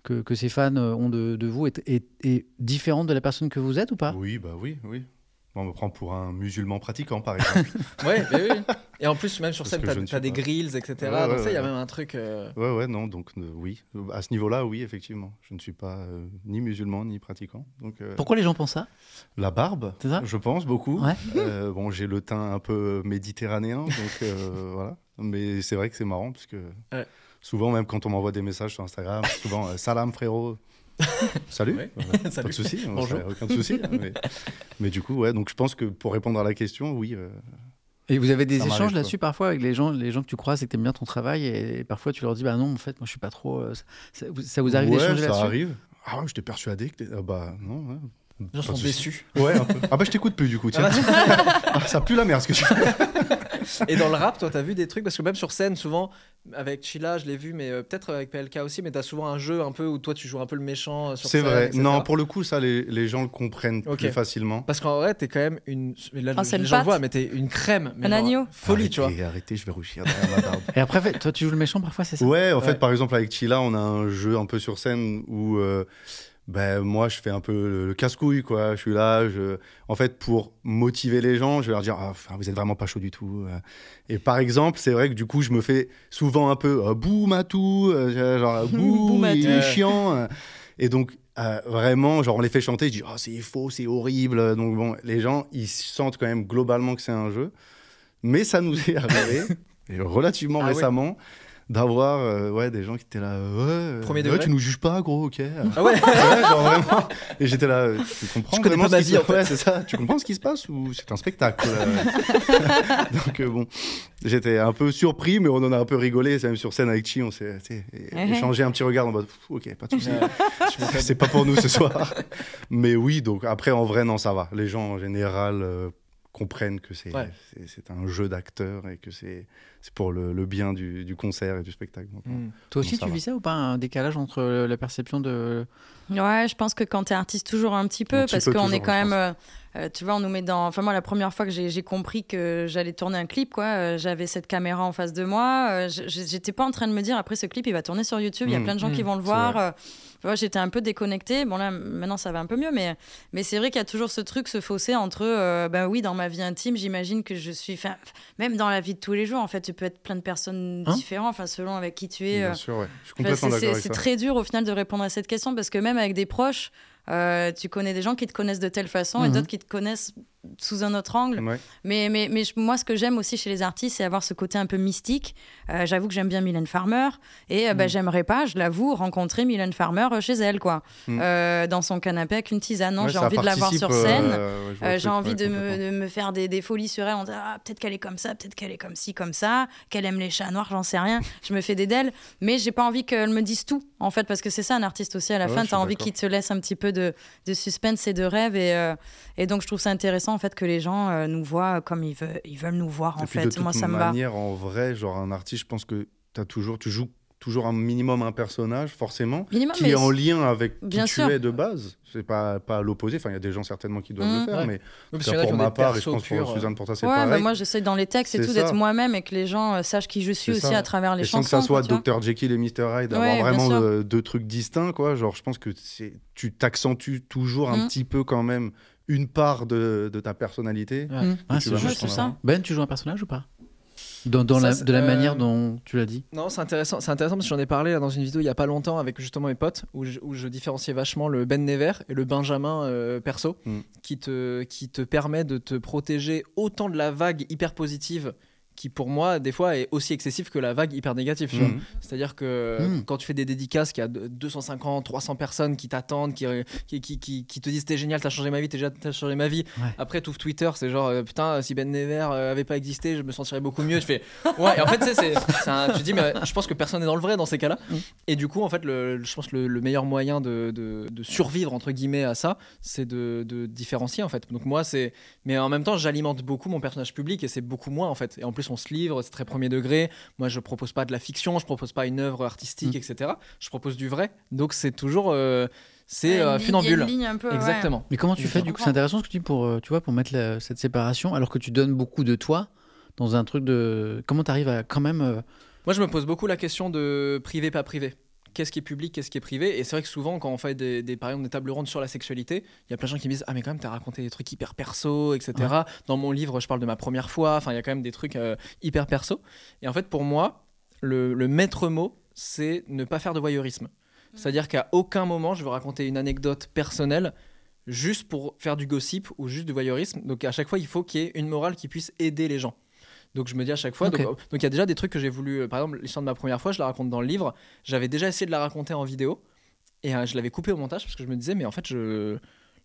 A: que, que ces fans euh, ont de, de vous est, est- est différente de la personne que vous êtes ou pas
E: Oui, bah oui, oui. Bon, on me prend pour un musulman pratiquant, par
A: <laughs>
E: exemple.
B: Ouais, mais oui. Et en plus même sur
E: Parce
B: scène
E: que
B: t'as
E: je ne suis
B: t'as des
E: pas.
B: grills, etc.
E: Ouais,
B: Donc
E: ouais,
B: ça il y a
E: ouais.
B: même un truc. euh,
E: ouais, ouais, non, donc euh, oui. À ce niveau-là, oui, effectivement. Je ne suis pas euh, ni musulman ni pratiquant. Donc, euh,
A: Pourquoi les gens pensent ça
E: la barbe,
A: C'est ça
E: je pense, beaucoup.
A: Ouais.
E: Euh, bon, j'ai le teint un peu méditerranéen, donc euh, <laughs> voilà. Mais c'est vrai que c'est marrant, parce que
B: Ouais.
E: souvent, même quand on m'envoie des messages sur Instagram, souvent, euh,
B: <laughs>
E: salam frérot. Salut.
B: Ouais. <laughs> salut.
E: Voilà. Pas de souci, hein,
B: Bonjour.
E: ça, aucun souci. hein, mais, mais du coup, ouais, donc je pense que pour répondre à la question, oui, euh,
A: Et vous avez
E: Ça
A: des
E: m'arrive,
A: échanges
E: quoi.
A: là-dessus parfois avec les gens, les gens que tu croises et que tu aimes bien ton travail et, parfois tu leur dis bah non, en fait, moi je suis pas trop. euh, ça, ça vous- ça vous arrive
E: ouais,
A: d'échanger
E: ça
A: là-dessus
E: arrive. Ah, ouais, je t'ai persuadé que t'es- ah bah non. ouais.
B: Les gens
E: Pas
B: sont
E: de souci.
B: déçus.
E: Ouais, un peu. Ah bah je t'écoute plus du coup, tiens. <laughs> Ah, ça pue la merde ce que tu fais.
B: Et dans le rap, toi, t'as vu des trucs parce que même sur scène, souvent avec Chila, je l'ai vu, mais euh, peut-être avec PLK aussi, mais t'as souvent un jeu un peu où toi tu joues un peu le méchant. euh, sur
E: C'est
B: scène,
E: vrai.
B: etc.
E: Non, pour le coup, ça, les, les gens le comprennent
B: Ok.
E: plus facilement.
B: Parce qu'en vrai, t'es quand même une. mais Là,
C: Ah,
B: je-
C: c'est
B: les
C: une
B: gens
C: patte.
B: voient, mais t'es une crème. mais
C: Un
B: genre,
C: agneau.
B: Folie,
E: Arrêtez,
B: tu vois.
E: Arrêtez, je vais rougir derrière ma barbe.
A: Et après, toi tu joues le méchant parfois, c'est ça
E: Ouais, en fait,
B: Ouais.
E: par exemple, avec Chila, on a un jeu un peu sur scène où euh, ben, moi, je fais un peu le, le casse-couille, quoi. Je suis là, je... en fait, pour motiver les gens, je vais leur dire Ah, enfin, Vous êtes vraiment pas chaud du tout. euh. Et par exemple, c'est vrai que du coup, je me fais souvent un peu euh, Bouh, Matou, euh, genre Bouh,
A: <laughs>
C: Bouh, Matou.
E: il est
B: Ouais.
E: chiant. euh. Et donc, euh, vraiment, genre, on les fait chanter, je dis, oh, c'est faux, c'est horrible. euh. Donc, bon, les gens, ils sentent quand même globalement que c'est un jeu. Mais ça nous
A: <laughs>
E: est arrivé, et relativement
A: Ah ouais.
E: récemment, d'avoir euh, ouais, des gens qui étaient là, ouais, euh,
B: Premier
E: ouais,
B: degré.
E: tu nous juges pas,
B: <laughs>
E: gros, ok.
B: Ah
E: <laughs>
B: ouais
E: Ouais, genre, vraiment. Et j'étais là, euh, tu comprends
B: Je connais
E: vraiment
B: pas ma
E: ce qui
B: vie,
E: se-
B: en fait.
E: ouais, c'est ça. Tu comprends ce qui se passe ou c'est un spectacle
B: <laughs>
E: euh Donc euh, bon, j'étais un peu surpris, mais on en a un peu rigolé. C'est même sur scène avec Chi, on s'est tu sais, é-
C: Mhm.
E: échangé un petit regard en mode, pff, ok, pas de souci.
B: Ouais. Je <laughs> m'étonne.
E: c'est pas pour nous ce <laughs> soir. Mais oui, donc après en vrai non, ça va. Les gens en général euh, comprennent que c'est
B: Ouais.
E: c'est- c'est un jeu d'acteur et que c'est c'est pour le, le bien du, du concert et du spectacle. Donc,
B: Mm.
A: Toi aussi,
E: ça
A: tu
E: va.
A: vis ça ou pas Un décalage entre euh, la perception de.
C: Ouais, je pense que quand t'es artiste, toujours un petit peu,
E: Un petit
C: parce
E: peu
C: qu'on
E: toujours,
C: est quand
E: je
C: même. euh, euh, tu vois, on nous met dans. Enfin, moi, la première fois que j'ai j'ai compris que j'allais tourner un clip, quoi, euh, j'avais cette caméra en face de moi. euh, j- J'étais pas en train de me dire, après ce clip, il va tourner sur YouTube, il y a
E: Mm,
C: plein de gens
B: mm,
C: qui vont le
E: c'est
C: voir.
E: vrai.
C: euh, tu vois, J'étais un peu déconnectée. Bon, là, maintenant, ça va un peu mieux, mais, mais c'est vrai qu'il y a toujours ce truc, ce fossé entre. euh, ben oui, dans ma vie intime, j'imagine que je suis. enfin, Même dans la vie de tous les jours, en fait, tu peux être plein de personnes
A: Hein
C: différentes, enfin, selon avec qui tu es. euh,
E: Bien sûr, ouais. Je
C: Enfin,
E: suis complètement
C: c'est-
E: d'accord
C: C'est
E: avec
C: c'est
E: ça.
C: très dur au final de répondre à cette question parce que même avec des proches, euh, tu connais des gens qui te connaissent de telle façon et
A: Mhm.
C: d'autres qui te connaissent sous un autre angle.
E: Ouais.
C: Mais, mais, mais je- moi, ce que j'aime aussi chez les artistes, c'est avoir ce côté un peu mystique. Euh, j'avoue que j'aime bien Mylène Farmer et euh,
E: Mhm.
C: bah, j'aimerais pas, je l'avoue, rencontrer Mylène Farmer euh, chez elle, quoi.
E: Mm.
C: Euh, dans son canapé avec une tisane. Non,
E: Ouais,
C: j'ai
E: ça
C: envie de la voir
E: participe,
C: sur scène.
E: euh, ouais, je vois
C: Euh,
E: le
C: j'ai
E: truc,
C: envie
E: ouais,
C: de, me,
E: complètement.
C: de me faire des, des folies sur elle. On dit, ah, peut-être qu'elle est comme ça, peut-être qu'elle est comme ci, comme ça, qu'elle aime les chats noirs, j'en sais rien. Je me fais des d'elle, mais j'ai pas envie qu'elle me dise tout, en fait, parce que c'est ça un artiste aussi. À la
E: Ouais,
C: fin,
E: je
C: t'as
E: suis
C: envie
E: d'accord.
C: qu'il te laisse un petit peu de, de suspense et de rêve. Et, euh, et donc, je trouve ça intéressant, en fait, que les gens euh, nous voient comme ils veulent, ils veulent nous voir,
E: Et
C: en
E: puis, de
C: fait.
E: toute
C: Moi, ça me va.
E: manière, en vrai, genre un artiste, je pense que as toujours, tu joues toujours un minimum un personnage, forcément,
C: Minimum,
E: qui
C: mais
E: est en
C: c'est-
E: lien avec qui
C: Bien
E: tu
C: sûr.
E: es de base. C'est pas, pas à l'opposé. Enfin, il y a des gens certainement qui doivent le
C: Mm.
E: faire,
B: Ouais.
E: mais
B: Oui, parce
E: en tout
B: qu'il y en
E: cas,
B: a qui
E: pour
B: ont
E: ma
B: des
E: part, et
B: persos
E: je pense
B: purs,
E: pour
B: euh,
E: Suzanne, pour toi, c'est
C: Ouais, bah,
E: pareil.
C: moi, j'essaie dans les textes et
E: C'est
C: tout
E: ça.
C: d'être moi-même et que les gens euh, sachent qui je suis
E: C'est
C: aussi
E: ça.
C: à travers les
E: et sans
C: chansons.
E: que ça soit
C: quoi, tu vois.
E: Dr Jekyll et Mr Hyde, d'avoir
C: Ouais, bien
E: vraiment
C: sûr.
E: euh, deux trucs distincts, quoi. Genre, je pense que c'est- tu t'accentues toujours un
C: Mm.
E: petit peu quand même une part de, de ta personnalité.
B: Ouais.
A: Mmh. Ah,
E: Tu
A: c'est
E: vas
A: juste
C: Ouais, c'est
A: en
C: ça.
A: avant. Ben, tu joues un personnage ou pas dans, dans
B: Ça,
A: la,
B: c'est-
A: De la
B: euh,
A: manière dont tu l'as dit.
B: Non, c'est intéressant, c'est intéressant parce que j'en ai parlé là, dans une vidéo il y a pas longtemps avec justement mes potes où je, où je différenciais vachement le Ben Never et le Benjamin euh, perso
E: Mm.
B: qui, te, qui te permet de te protéger autant de la vague hyper positive qui pour moi des fois est aussi excessive que la vague hyper négative. tu vois.
E: Mm.
B: C'est-à-dire que
A: Mm.
B: quand tu fais des dédicaces qu'il y a de- 250, 300 personnes qui t'attendent, qui, qui, qui, qui, qui te disent t'es génial, t'as changé ma vie, t'es génial, t'as changé ma vie.
A: Ouais.
B: Après, tout Twitter, c'est genre euh, putain, si Ben Never euh, avait pas existé, je me sentirais beaucoup mieux. Je fais ouais, et en fait, tu sais, c'est, c'est un- tu dis, mais euh, je pense que personne n'est dans le vrai dans ces cas-là. Et du coup, en fait, le, le- je pense que le, le meilleur moyen de, de- de survivre, entre guillemets, à ça, c'est de, de différencier en fait. Donc, moi, c'est mais en même temps, j'alimente beaucoup mon personnage public et c'est beaucoup moins en fait. Et en plus, on se livre, c'est très premier degré. Moi, je propose pas de la fiction, je propose pas une œuvre artistique,
A: Mm.
B: etc. Je propose du vrai. Donc, c'est toujours. euh,
C: Il
B: c'est
C: y a
B: euh,
C: une ligne- il y a une
B: funambule.
C: ligne un peu, ouais.
B: Exactement.
A: Mais comment tu
B: Je
A: fais du coup
C: comprends.
A: C'est intéressant ce que tu dis pour, euh, tu vois, pour mettre la- cette séparation alors que tu donnes beaucoup de toi dans un truc de. Comment tu arrives à quand même. euh,
B: Moi, je me pose beaucoup la question de privé, pas privé. Qu'est-ce qui est public, qu'est-ce qui est privé Et c'est vrai que souvent, quand on fait des, des, par exemple, des tables rondes sur la sexualité, il y a plein de gens qui me disent Ah, mais quand même, t'as raconté des trucs hyper perso, etc. Dans mon livre, je parle de ma première fois. Enfin, il y a quand même des trucs euh, hyper perso. Et en fait, pour moi, le, le maître mot, c'est ne pas faire de voyeurisme. C'est-à-dire qu'à aucun moment, je veux raconter une anecdote personnelle juste pour faire du gossip ou juste du voyeurisme. Donc, à chaque fois, il faut qu'il y ait une morale qui puisse aider les gens. Donc, je me dis à chaque fois.
A: Ok.
B: donc, euh, Donc, il y a déjà des trucs que j'ai voulu. euh, Par exemple, l'histoire de ma première fois, je la raconte dans le livre. J'avais déjà essayé de la raconter en vidéo. Et euh, je l'avais coupée au montage parce que je me disais, mais en fait, je.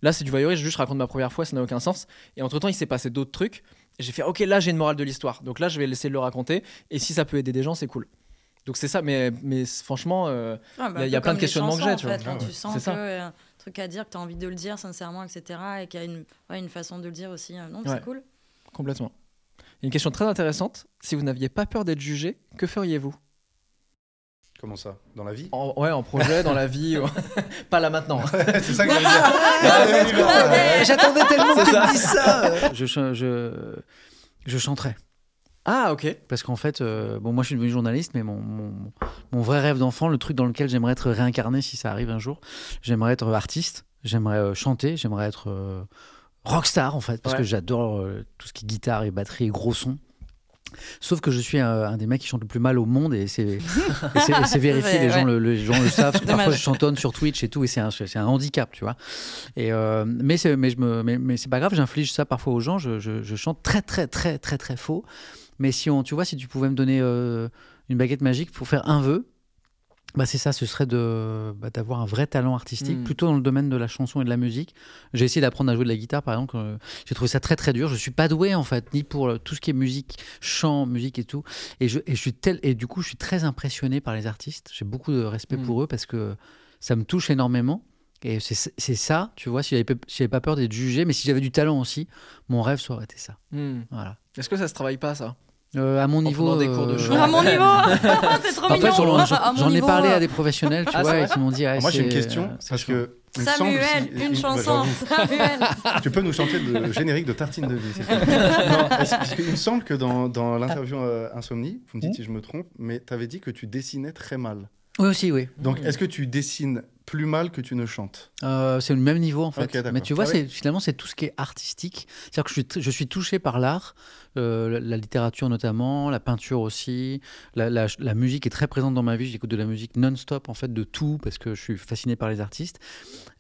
B: Là, c'est du voyeurisme, je juste raconte ma première fois, ça n'a aucun sens. Et entre-temps, il s'est passé d'autres trucs. Et J'ai fait, ok, là, j'ai une morale de l'histoire. Donc là, je vais laisser le raconter. Et si ça peut aider des gens, c'est cool. Donc c'est ça, mais, mais franchement, euh,
C: Ouais,
B: Il y a-
C: un
B: il y a
C: Ah, bah, peu
B: plein de
C: comme les
B: questionnements que
C: chansons,
B: j'ai, tu
C: en
B: vois.
C: fait, quand
E: Ah ouais.
C: tu sens
B: C'est ça.
C: que euh, un truc à dire, que tu as envie de le dire sincèrement, etc. Et qu'il y a une, ouais, une façon de le dire aussi. euh, Non, mais
B: Ouais.
C: c'est cool.
B: complètement. Une question très intéressante. Si vous n'aviez pas peur d'être jugé, que feriez-vous
E: Comment ça Dans la vie
B: En- Ouais, en projet, dans la vie. ou- <laughs> pas là maintenant.
A: <laughs>
E: C'est ça que j'allais dire.
A: Ah,
C: Ah,
E: Allez, on y
B: <laughs>
C: <laughs>
E: va.
A: J'attendais tellement que tu me dises ça je, ch- je, je chanterais.
B: Ah, ok.
A: Parce qu'en fait, euh, bon, moi je suis devenu journaliste, mais mon, mon, mon vrai rêve d'enfant, le truc dans lequel j'aimerais être réincarné si ça arrive un jour, j'aimerais être euh, artiste, j'aimerais euh, chanter, j'aimerais être euh, rockstar en fait, parce
B: Ouais.
A: que j'adore euh, tout ce qui est guitare et batterie et gros son. Sauf que je suis un, un des mecs qui chante le plus mal au monde et c'est et c'est- et
C: <laughs>
A: c'est vérifié,
C: C'est-
A: les, gens le,
C: ouais.
A: les gens le savent. parce que parfois,
C: <laughs> Dommage.
A: je chantonne sur Twitch et tout et c'est un, c'est un handicap, tu vois. Et, euh, mais c'est- mais, je me- mais, mais c'est pas grave, j'inflige ça parfois aux gens. Je, je- je chante très, très, très, très, très faux. Mais si on, tu vois, si tu pouvais me donner euh, une baguette magique pour faire un vœu, bah c'est ça, ce serait de bah, d'avoir un vrai talent artistique,
B: Mm.
A: plutôt dans le domaine de la chanson et de la musique. J'ai essayé d'apprendre à jouer de la guitare, par exemple. euh, J'ai trouvé ça très très dur. Je suis pas doué en fait, ni pour euh, tout ce qui est musique, chant, musique et tout. Et je, et je suis tel et du coup, je suis très impressionné par les artistes. J'ai beaucoup de respect
B: Mm.
A: pour eux parce que ça me touche énormément. Et c'est c'est ça, tu vois. Si j'avais pe- si j'avais pas peur d'être jugé, mais si j'avais du talent aussi, mon rêve ça aurait été ça.
B: Hmm.
A: Voilà.
B: Est-ce que ça se travaille pas ça
A: Euh, à mon niveau,
B: prenant des cours de
A: euh,
B: chant.
C: À mon niveau <laughs> C'est trop
A: en fait,
C: mignon
A: j'en-
C: À
A: j'en
C: mon
A: j'en ai
C: niveau,
A: parlé
C: euh, <laughs>
A: à des professionnels, tu
B: Ah, c'est
A: vois,
B: vrai
A: et qui m'ont dit. ah,
E: Moi, j'ai une
A: c'est,
E: question
A: euh, c'est
E: parce
A: chaud.
E: que. il me semble
C: Samuel,
E: si-
C: une
E: bah,
C: chanson
E: j'avoue.
C: Samuel
E: Tu peux nous chanter
C: <laughs>
E: le générique de Tartine de vie, s'il te plaît. Non, parce- parce qu'il me semble que dans, dans l'interview euh, Insomnie, vous me
A: Mmh.
E: dites si je me trompe, mais tu avais dit que tu dessinais très mal.
A: Oui aussi, oui.
E: Donc,
B: Mm.
E: est-ce que tu dessines plus mal que tu ne chantes
A: Euh, c'est le même niveau en fait.
E: Ok, d'accord.
A: Mais tu vois,
E: Ah
A: c'est, finalement, c'est tout ce qui est artistique. C'est-à-dire que je suis, tr- je suis touché par l'art, euh, la, la littérature notamment, la peinture aussi. La, la ch- la musique est très présente dans ma vie. J'écoute de la musique non-stop en fait, de tout, parce que je suis fasciné par les artistes.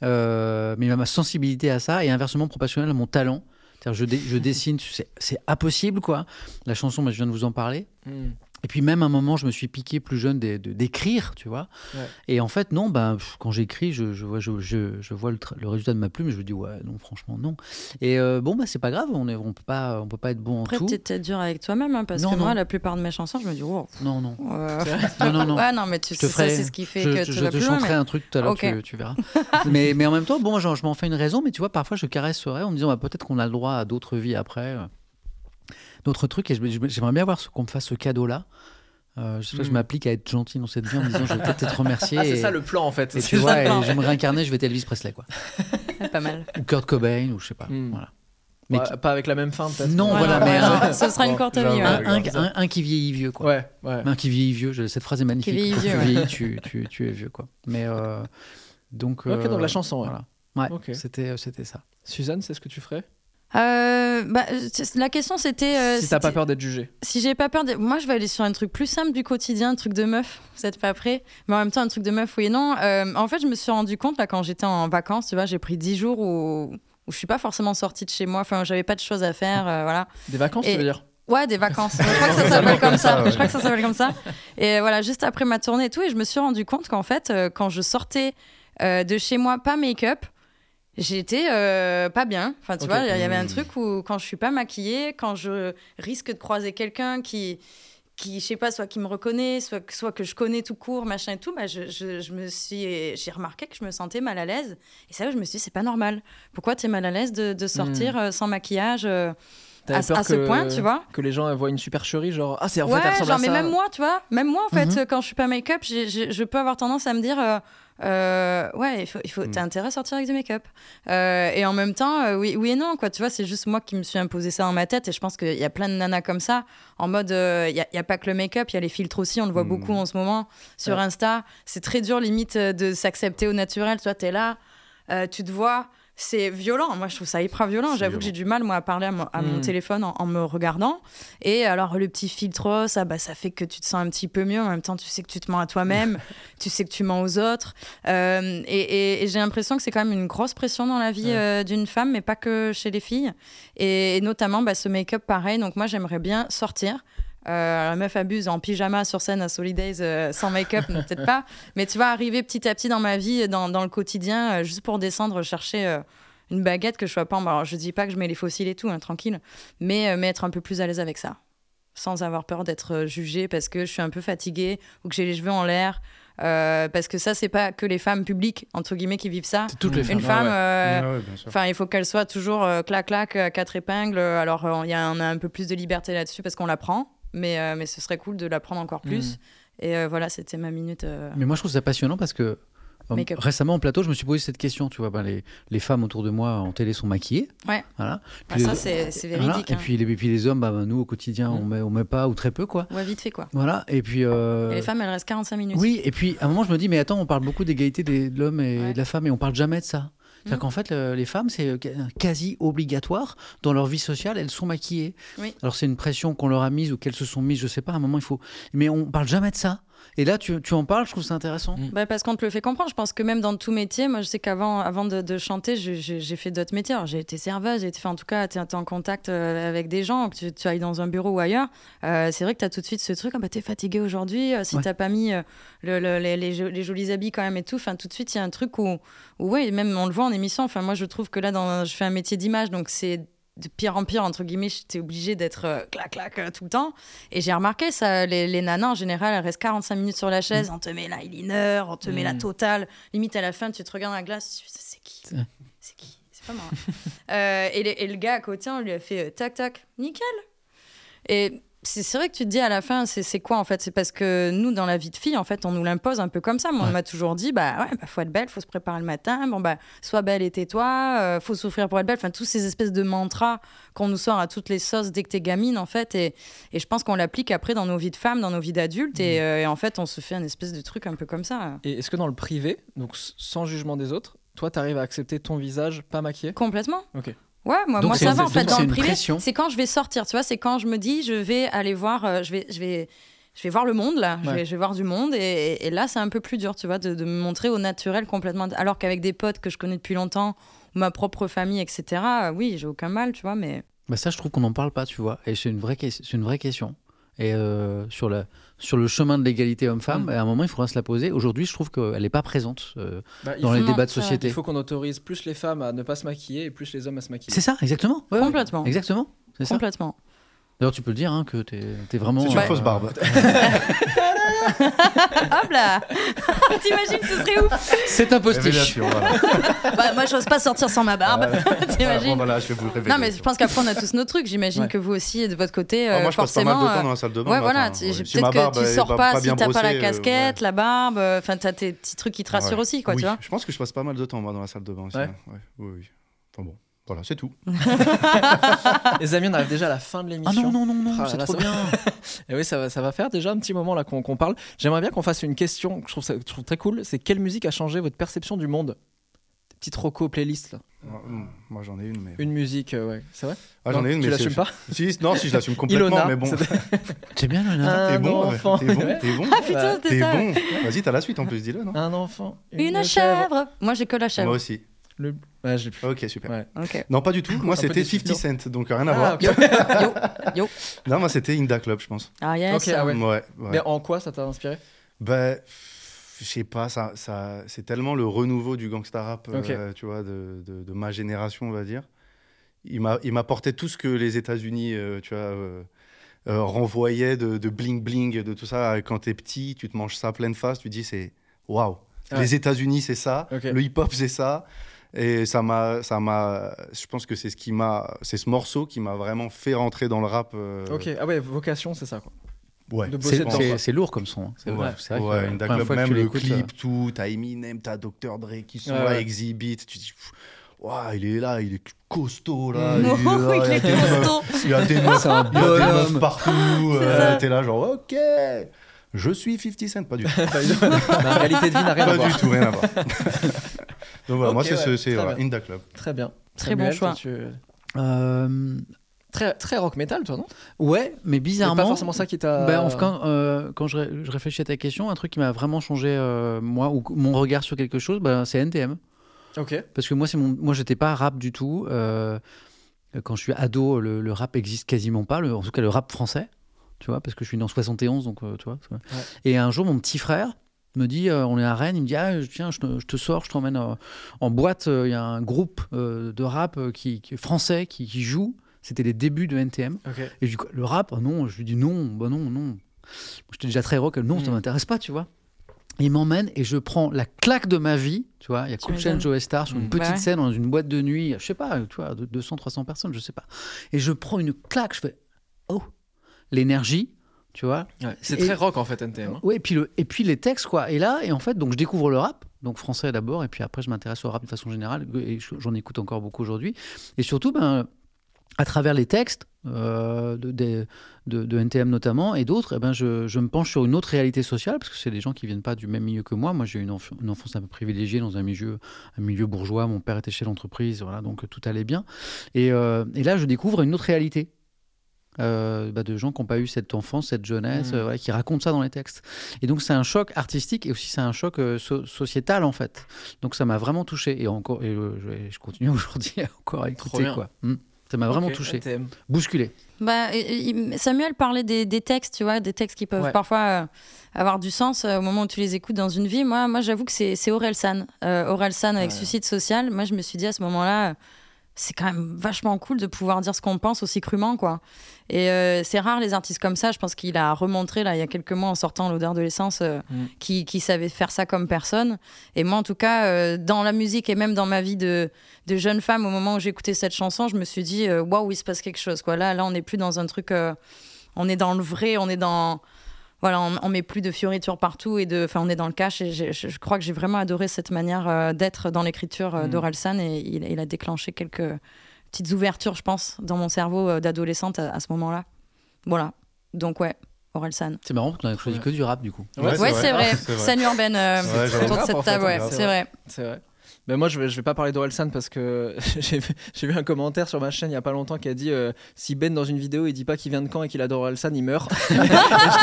A: Euh, mais ma sensibilité à ça et inversement proportionnelle à mon talent. C'est-à-dire, je, dé- je dessine, c'est, c'est impossible quoi. La chanson, bah, je viens de vous en parler.
B: Hmm.
A: Et puis même à un moment, je me suis piqué plus jeune des- de- d'écrire, tu vois.
B: Ouais.
A: Et en fait, non, ben, pff, quand j'écris, je, je vois, je, je- je vois le, tra- le résultat de ma plume, je me dis, ouais, non, franchement, non. Et euh, bon, bah, c'est pas grave, on est, on peut, pas, on peut pas être bon en
C: Après,
A: tout.
C: t'es peut-être dur avec toi-même, hein, parce
A: Non,
C: que
A: non.
C: moi, la plupart de mes chansons, je me dis, wow.
A: Non, non.
C: euh,
A: <laughs> Non, non,
C: <laughs>
A: non.
C: Ouais, non, mais tu
A: Je te
C: sais,
A: ferai-
C: ça, c'est ce qui fait
A: je,
C: que
A: je-
C: tu
A: je
C: vas
A: te
C: plus loin.
A: chanterai
C: mais-
A: un truc tout à l'heure,
C: Ok.
A: tu, tu
C: <laughs>
A: verras. mais, mais en même temps, bon, moi, je, je m'en fais une raison, mais tu vois, parfois je caresserais en me disant, bah, peut-être qu'on a le droit à d'autres vies après, euh, d'autres trucs, et je- je- j'aimerais bien voir ce qu'on me fasse ce cadeau-là. Euh, je sais pas, je
C: Hmm.
B: Mm.
A: m'applique à être gentil dans cette vie en me disant, je vais peut-être être remercié.
B: <laughs> Ah, c'est
A: et-
B: ça le plan en fait.
A: Et
B: C'est
A: tu
B: ça
A: vois,
B: le
A: et
B: plan.
A: je vais me réincarner, je vais être Elvis Presley, quoi.
C: Pas mal.
A: Ou Kurt Cobain, ou je sais pas.
B: Hmm.
A: Voilà. Mais
B: Ouais, Pas avec la même fin peut-être.
A: Non,
B: Ouais.
A: voilà,
C: non,
A: mais,
C: non,
A: euh,
C: Ce sera une courte vie,
E: j'avoue.
C: ouais.
A: un, un-
B: ouais.
A: un- un qui vieillit vieux, quoi.
B: Ouais, ouais.
A: Un qui vieillit vieux, je- cette phrase est magnifique.
C: vieillit
A: Quand
C: vieux,
A: tu
C: ouais.
A: vieillis, tu, tu- tu es vieux, quoi. Mais euh, donc.
B: Ok, donc
A: euh,
B: la chanson, ouais.
A: Voilà. Ouais,
B: Ok.
A: c'était, euh, c'était ça.
B: Suzanne, c'est ce que tu ferais
C: Euh, bah, c'est- la question c'était euh,
B: Si t'as pas
C: c'était-
B: peur d'être jugé.
C: si j'ai pas peur de... moi je vais aller sur un truc plus simple du quotidien un truc de meuf vous êtes pas prêt mais en même temps un truc de meuf oui et non Euh, en fait je me suis rendu compte là quand j'étais en vacances tu vois j'ai pris 10 jours où où je suis pas forcément sortie de chez moi enfin j'avais pas de choses à faire euh, voilà
B: Des vacances,
C: Et-
B: tu veux dire
C: Ouais, des vacances. Je crois que ça s'appelle comme
B: ah
C: ça. Je crois que ça s'appelle comme ça. Et voilà, juste après ma tournée et tout, et je me suis rendu compte qu'en fait, euh, quand je sortais euh, de chez moi, pas make-up, j'étais euh, pas bien. Enfin, tu
B: Ok. Mmh.
C: vois, il y avait un truc où quand je suis pas maquillée, quand je risque de croiser quelqu'un qui qui je sais pas soit qui me reconnaît soit que- soit que je connais tout court machin et tout bah je, je, je me suis j'ai remarqué que je me sentais mal à l'aise et ça je me suis dit c'est pas normal pourquoi t'es mal à l'aise de, de sortir euh, sans maquillage euh,
B: Mmh. T'avais
C: à-
B: peur
C: à ce
B: que-
C: point, tu vois
B: Que les gens elles voient une supercherie, genre Ah, c'est en
C: ouais,
B: fait, elle ressemble
C: genre,
B: à
C: mais
B: ça. Mhm.
C: même moi, tu vois, même moi, en fait, euh, quand je suis pas make-up, j'ai- j'ai- je peux avoir tendance à me dire, euh, euh, ouais, il faut, il
B: Mm.
C: faut, t'as intérêt à sortir avec du make-up. Euh, et en même temps, euh, oui, oui et non, quoi, tu vois, c'est juste moi qui me suis imposé ça dans ma tête, et je pense qu'il y a plein de nanas comme ça, en mode, euh, il n'y a, il y a pas que le make-up, il y a les filtres aussi, on le voit beaucoup en ce moment sur
B: Mm. Ouais.
C: Insta. C'est très dur, limite, euh, de s'accepter au naturel, tu vois, t'es là, euh, tu te vois. C'est violent, moi je trouve ça hyper violent.
E: C'est
C: J'avoue que
E: violent. Hmm.
C: j'ai du mal moi à parler à mon, à mon
B: Mm.
C: téléphone en- en me regardant. Et alors, le petit filtre, ça, bah, ça fait que tu te sens un petit peu mieux. En même temps, tu sais que tu te mens à
E: <laughs>
C: toi-même, tu sais que tu mens aux autres. Euh, et et- et j'ai l'impression que c'est quand même une grosse pression dans la vie
B: Ouais.
C: euh, d'une femme, mais pas que chez les filles. Et, et notamment, bah, ce make-up, pareil. Donc, moi, j'aimerais bien sortir. Euh, la meuf abuse en pyjama sur scène à Solidays euh, sans make-up, non, peut-être pas. Mais tu vas arriver petit à petit dans ma vie, dans, dans le quotidien, euh, juste pour descendre, chercher euh, une baguette que je sois pas. en- Alors, je dis pas que je mets les fossiles et tout, hein, tranquille, mais, euh, mais être un peu plus à l'aise avec ça, sans avoir peur d'être euh, jugée parce que je suis un peu fatiguée ou que j'ai les cheveux en l'air. Euh, parce que ça, c'est pas que les femmes publiques, entre guillemets, qui vivent ça.
A: C'est toutes les femmes.
C: Une femme,
B: ouais.
C: euh,
E: Ah Ouais, ouais, bien sûr.
C: Enfin, il faut qu'elle soit toujours euh, clac-clac, euh, quatre épingles. Alors, euh, il y a, on a un peu plus de liberté là-dessus parce qu'on l'apprend, mais, euh, mais ce serait cool de l'apprendre encore
E: Mm.
C: plus. Et euh, voilà, c'était ma minute. euh.
A: Mais moi, je trouve ça passionnant parce que euh,
C: Make-up.
A: récemment en plateau, je me suis posé cette question. Tu vois, ben, les, les femmes autour de moi en télé sont maquillées.
C: Ouais.
A: Voilà.
C: Bah, ça, c'est c'est
A: voilà.
C: véridique. hein. Mmh.
A: Et puis, les, et puis les hommes, bah, ben, nous, au quotidien, on met, on met pas ou très peu, quoi.
C: hein. Ouais, vite fait, quoi.
A: Voilà. Et puis. euh,
C: Et les femmes, elles restent 45 minutes.
A: Oui, et puis à un moment, je me dis, mais attends, on parle beaucoup d'égalité des- de l'homme et
C: Ouais.
A: de la femme et on parle jamais de ça. C'est-à-dire qu'en fait, le- les femmes, c'est euh, qu- quasi obligatoire. Dans leur vie sociale, elles sont maquillées.
C: Oui.
A: Alors, c'est une pression qu'on leur a mise ou qu'elles se sont mises, je sais pas, à un moment, il faut. Mais on parle jamais de ça. Et là, tu, tu en parles, je trouve ça intéressant.
C: Bah, parce qu'on te le fait comprendre. Je pense que même dans tout métier, moi je sais qu'avant avant de, de chanter, je- je- j'ai fait d'autres métiers. Alors, J'ai été serveuse, j'ai été, enfin, en tout cas, tu es en contact euh, avec des gens, que tu, tu ailles dans un bureau ou ailleurs. Euh, c'est vrai que tu as tout de suite ce truc, ah, bah, tu es fatigué aujourd'hui, euh, si
A: Ouais.
C: t'as pas mis euh, le- le- les, les jo- les jolis habits quand même et tout, enfin, tout de suite il y a un truc où, où, ouais, même on le voit en émission. Enfin, moi je trouve que là, dans, je fais un métier d'image, donc c'est de pire en pire, entre guillemets, j'étais obligée d'être euh, clac clac euh, tout le temps. Et j'ai remarqué ça, les, les nanas en général, elles restent 45 minutes sur la chaise, on te met la liner, on te met la totale. Limite à la fin, tu te regardes dans la glace, tu fais, c'est qui C'est qui C'est pas moi. <laughs> Euh, et, le, et le gars à côté, on lui a fait euh, tac tac, nickel. Et c'est c'est vrai que tu te dis à la fin, c'est c'est quoi en fait C'est parce que nous, dans la vie de fille, en fait, on nous l'impose un peu comme ça. Moi, on m'a toujours dit, bah ouais, bah, faut être belle, faut se préparer le matin, bon bah, sois belle et tais-toi, euh, faut souffrir pour être belle. Enfin, tous ces espèces de mantras qu'on nous sort à toutes les sauces dès que t'es gamine, en fait. Et, et je pense qu'on l'applique après dans nos vies de femmes, dans nos vies d'adultes.
A: Mmh.
C: Et, euh, et en fait, on se fait un espèce de truc un peu comme ça. euh,
B: Et est-ce que dans le privé, donc s- sans jugement des autres, toi, t'arrives à accepter ton visage pas maquillé
C: Complètement.
B: Ok.
C: Ouais, moi,
A: Donc
C: moi
A: c'est-
C: ça va en
A: donc
C: fait
A: c'est
C: dans le
A: une
C: privé.
A: pression.
C: C'est quand je vais sortir, tu vois, c'est quand je me dis je vais aller voir, euh, je vais, je vais, je vais voir le monde là, je,
B: Ouais.
C: vais, je vais voir du monde et, et- et là c'est un peu plus dur, tu vois, de, de me montrer au naturel complètement. Alors qu'avec des potes que je connais depuis longtemps, ma propre famille, etc. euh, oui, j'ai aucun mal, tu vois, mais
A: Bah ça, je trouve qu'on n'en parle pas, tu vois. Et c'est une vraie, que- c'est une vraie question. Et euh, sur, la, sur le chemin de l'égalité homme-femme, à un moment, il faudra se la poser. Aujourd'hui, je trouve qu'elle n'est pas présente euh,
B: Bah, il
A: dans
B: faut-
A: les
C: Non,
A: débats de
C: c'est vrai.
A: société.
B: Il faut qu'on autorise plus les femmes à ne pas se maquiller et plus les hommes à se maquiller.
A: C'est ça, exactement. Ouais, ouais.
C: Complètement.
A: Exactement. C'est ça.
C: complètement.
A: D'ailleurs, tu peux le dire hein, que t'es es vraiment.
E: C'est une
A: euh,
C: <laughs>
E: fausse barbe.
C: Hop là, <laughs> t'imagines ce serait ouf.
A: C'est un postiche.
E: Révélation,
C: <laughs>
E: voilà.
C: Bah, moi j'ose pas sortir sans ma
A: Ah
C: barbe,
E: Voilà, bon,
C: <laughs>
A: bah,
C: t'imagines.
E: voilà, je vais vous le révéler.
C: Non mais je pense qu'après on a tous nos trucs. J'imagine
B: Ouais.
C: que vous aussi de votre côté,
E: Ah,
C: euh,
E: moi, je passe pas mal
C: forcément.
E: de temps
C: euh,
E: dans la salle de bain.
C: Ouais,
E: le
C: voilà,
E: matin,
C: tu-
E: hein.
C: je-
E: Si
C: peut-être
E: ma
C: que
E: barbe,
C: tu
E: elle est
C: sors
E: pas-
C: pas,
E: pas
C: si
E: bien
C: t'as pas la
E: brossée, euh,
C: casquette,
E: ouais.
C: la barbe, euh, enfin t'as tes petits trucs qui te rassurent
E: Ouais.
C: aussi, quoi,
E: Oui,
C: tu vois.
E: Je pense que je passe pas mal de temps, moi, dans la salle de bain aussi.
B: Ouais.
E: hein. Ouais, Oui, oui. Enfin bon, voilà, c'est tout.
B: Les amis, on arrive déjà à la fin de
A: Ah
B: l'émission.
A: non, non, non, non,
B: Ah,
A: c'est
B: là,
A: trop
B: ça-
A: bien.
B: Et oui, ça va, ça va faire déjà un petit moment là qu'on qu'on parle. J'aimerais bien qu'on fasse une question que je trouve, ça, que je trouve très cool. C'est quelle musique a changé votre perception du monde Petite roco playlist là.
E: Moi, Moi, j'en ai une, mais.
B: Une musique, euh, ouais. C'est vrai
E: Ah, j'en
B: mm. Non,
E: ai une, mais.
B: Tu
E: c'est-
B: l'assumes pas
E: Si, non, si, je l'assume complètement,
B: Ilona,
E: mais bon.
B: c'était-
A: C'est bien, Luna.
E: T'es
B: Un
E: bon, ouais,
B: enfant.
E: t'es bon,
C: <laughs>
E: t'es bon.
C: Ah, Putain, c'était
E: T'es
C: ça.
E: bon. Vas-y, t'as la suite en plus, dis-le, non
B: Un enfant.
C: Une chèvre. Moi j'ai que la
E: Moi Ah,
C: chèvre.
E: aussi.
B: Le... Ouais, je l'ai plus.
E: Ok, super.
B: Ouais.
C: Ok.
E: Non, pas du tout. Moi,
B: Un peu
E: c'était
B: déçu,
E: 50 Cent, donc rien à
B: Ah,
C: <laughs>
E: voir.
B: ok.
E: Non, moi, c'était Inda Club, je pense.
C: Ah yes.
B: Ok, ah ouais.
E: Ouais. ouais.
B: Mais en quoi ça t'a inspiré
E: Ben, pff, je sais pas, ça, ça, c'est tellement le renouveau du gangsta rap, euh, tu vois, de, de- de ma génération, on va dire. Il m'a- il m'apportait tout ce que les États-Unis, euh, tu vois, euh, euh, renvoyaient de, de bling bling, de tout ça. Quand t'es petit, tu te manges ça pleine face, tu dis c'est waouh.
B: Ah Ouais.
E: Les États-Unis, c'est ça.
B: Ok.
E: Le hip-hop, c'est ça. Et ça m'a, ça m'a, je pense que c'est ce qui m'a, c'est ce morceau qui m'a vraiment fait rentrer dans le rap. euh,
B: Ok, ah ouais, vocation, c'est ça <laughs> quoi.
E: ouais.
B: de bosser
A: C'est-
B: dedans, quoi.
A: C'est c'est lourd comme son. hein. C'est
E: Ouais,
A: vrai, c'est vrai que
E: ouais,
A: la
E: une Da
A: première
E: Club,
A: fois que
E: même
A: tu
E: le
A: l'écoutes,
E: clip,
A: euh,
E: tout, t'as Eminem, t'as Dr. Dre qui sont
B: Ouais,
E: là,
B: ouais.
E: Exhibit, tu te dis, pff, ouah, il est là, il est costaud là, il, est là,
C: Il
E: il,
C: est
E: a des meufs,
C: costaud.
E: il a des meufs,
A: C'est un
E: il a des meufs
A: bonhomme.
E: partout,
C: ça.
E: euh, t'es là genre, ok, je suis 50 Cent, pas du tout,
B: Bah, La réalité de vie n'a <laughs> rien à
E: pas
B: voir.
E: du tout, rien à voir. Donc voilà,
B: Ok,
E: moi c'est
B: ouais,
E: ce- c'est
B: très
E: voilà,
B: bien.
E: Inda Club.
B: Très bien.
C: Très bon
B: Samuel,
C: choix.
B: toi, tu-
A: euh,
B: Très, très rock metal, toi, non
A: Ouais, mais
B: C'est
A: bizarrement.
B: pas forcément ça qui t'a.
A: Ben, en fait, quand, euh, quand je, ré- je réfléchis à ta question, un truc qui m'a vraiment changé euh, moi ou mon regard sur quelque chose, ben, c'est NTM.
B: Ok.
A: Parce que moi, c'est mon, moi, j'étais pas rap du tout. euh, quand je suis ado, le, le rap existe quasiment pas. le- en tout cas, le rap français, tu vois, parce que je suis né en 71, donc euh, tu vois. c'est-
B: Ouais.
A: Et un jour, mon petit frère me dit, euh, on est à Rennes, il me dit, ah, je- tiens, je te, je te sors, je t'emmène euh, en boîte. euh, Il y a un groupe euh, de rap euh, qui, qui- français qui, qui joue. C'était les débuts de NTM.
B: Ok.
A: Et je dis, Quoi, le rap, Ah non, je lui dis non, bah non, non. Moi, J'étais déjà très rock, non, ça
B: Mm.
A: m'intéresse pas, tu vois. Il m'emmène et je prends la claque de ma vie, tu vois. Il y a
C: Tu
A: Cool Chain,
C: m'étonnes.
A: Joe Star sur
B: Mm.
A: une petite
C: Bah ouais.
A: scène dans une boîte de nuit, je sais pas, tu vois, de- 200, 300 personnes, je sais pas. Et je prends une claque, je fais oh, l'énergie, tu vois.
B: Ouais, C'est
A: Et-
B: très rock, en fait, NTM. hein.
A: Ouais, et puis, le, et puis les textes, quoi. Et là, et en fait, donc je découvre le rap, donc français d'abord, et puis après, je m'intéresse au rap de façon générale, et je- j'en écoute encore beaucoup aujourd'hui. Et surtout, ben, à travers les textes euh, de, des- de- de NTM notamment et d'autres, eh ben je, je me penche sur une autre réalité sociale parce que c'est des gens qui viennent pas du même milieu que moi. Moi, j'ai eu une, enf- une enfance un peu privilégiée dans un milieu, un milieu bourgeois. Mon père était chez l'entreprise, voilà, donc euh, tout allait bien. Et, euh, et là, je découvre une autre réalité. euh, bah, de gens qui n'ont pas eu cette enfance, cette jeunesse,
B: Mhm.
A: euh, voilà, qui racontent ça dans les textes. Et donc c'est un choc artistique et aussi c'est un choc euh, so- sociétal en fait. Donc ça m'a vraiment touché et encore et euh, je, je continue <laughs> aujourd'hui encore à écouter
B: bien.
A: quoi. Mm. Ça m'a vraiment
B: Ok,
A: touché,
B: NTM.
A: bousculé.
C: Bah, et- et- Samuel parlait des, des textes, tu vois, des textes qui peuvent
B: Ouais.
C: parfois euh, avoir du sens euh, au moment où tu les écoutes dans une vie. Moi, moi j'avoue que c'est c'est Orelsan. Euh, Orelsan avec Suicide Social. Moi, je me suis dit à ce moment-là, euh, c'est quand même vachement cool de pouvoir dire ce qu'on pense aussi crûment, quoi. Et euh, c'est rare les artistes comme ça. Je pense qu'il a remontré, là, il y a quelques mois, en sortant L'odeur de l'essence, euh,
B: Mm.
C: qui, qui savait faire ça comme personne. Et moi, en tout cas, euh, dans la musique et même dans ma vie de, de jeune femme, au moment où j'écoutais cette chanson, je me suis dit, euh, waouh, il se passe quelque chose. Quoi. Là, là, on n'est plus dans un truc. euh, on est dans le vrai, on est dans. Voilà, on, on met plus de fioritures partout et de. Enfin, on est dans le cash. Et j'ai- je, je crois que j'ai vraiment adoré cette manière euh, d'être dans l'écriture euh,
B: Mm.
C: d'Orelsan et il, il a déclenché quelques petites ouvertures, je pense, dans mon cerveau euh, d'adolescente à, à ce moment-là. Voilà. Donc, ouais, Orelsan.
A: C'est marrant qu'on a choisi que du rap du coup.
B: Ouais,
C: Ouais, c'est vrai. Scène urbaine euh,
E: C'est vrai,
C: autour
B: j'avoue.
C: de cette table, ouais,
B: C'est
C: c'est vrai.
B: C'est vrai. Ben moi, je vais, je vais pas parler d'Orelsan parce que <laughs> j'ai vu, j'ai vu un commentaire sur ma chaîne il y a pas longtemps qui a dit euh, si Ben dans une vidéo il dit pas qu'il vient de Caen et qu'il adore Orelsan, il meurt. <laughs> Et j'étais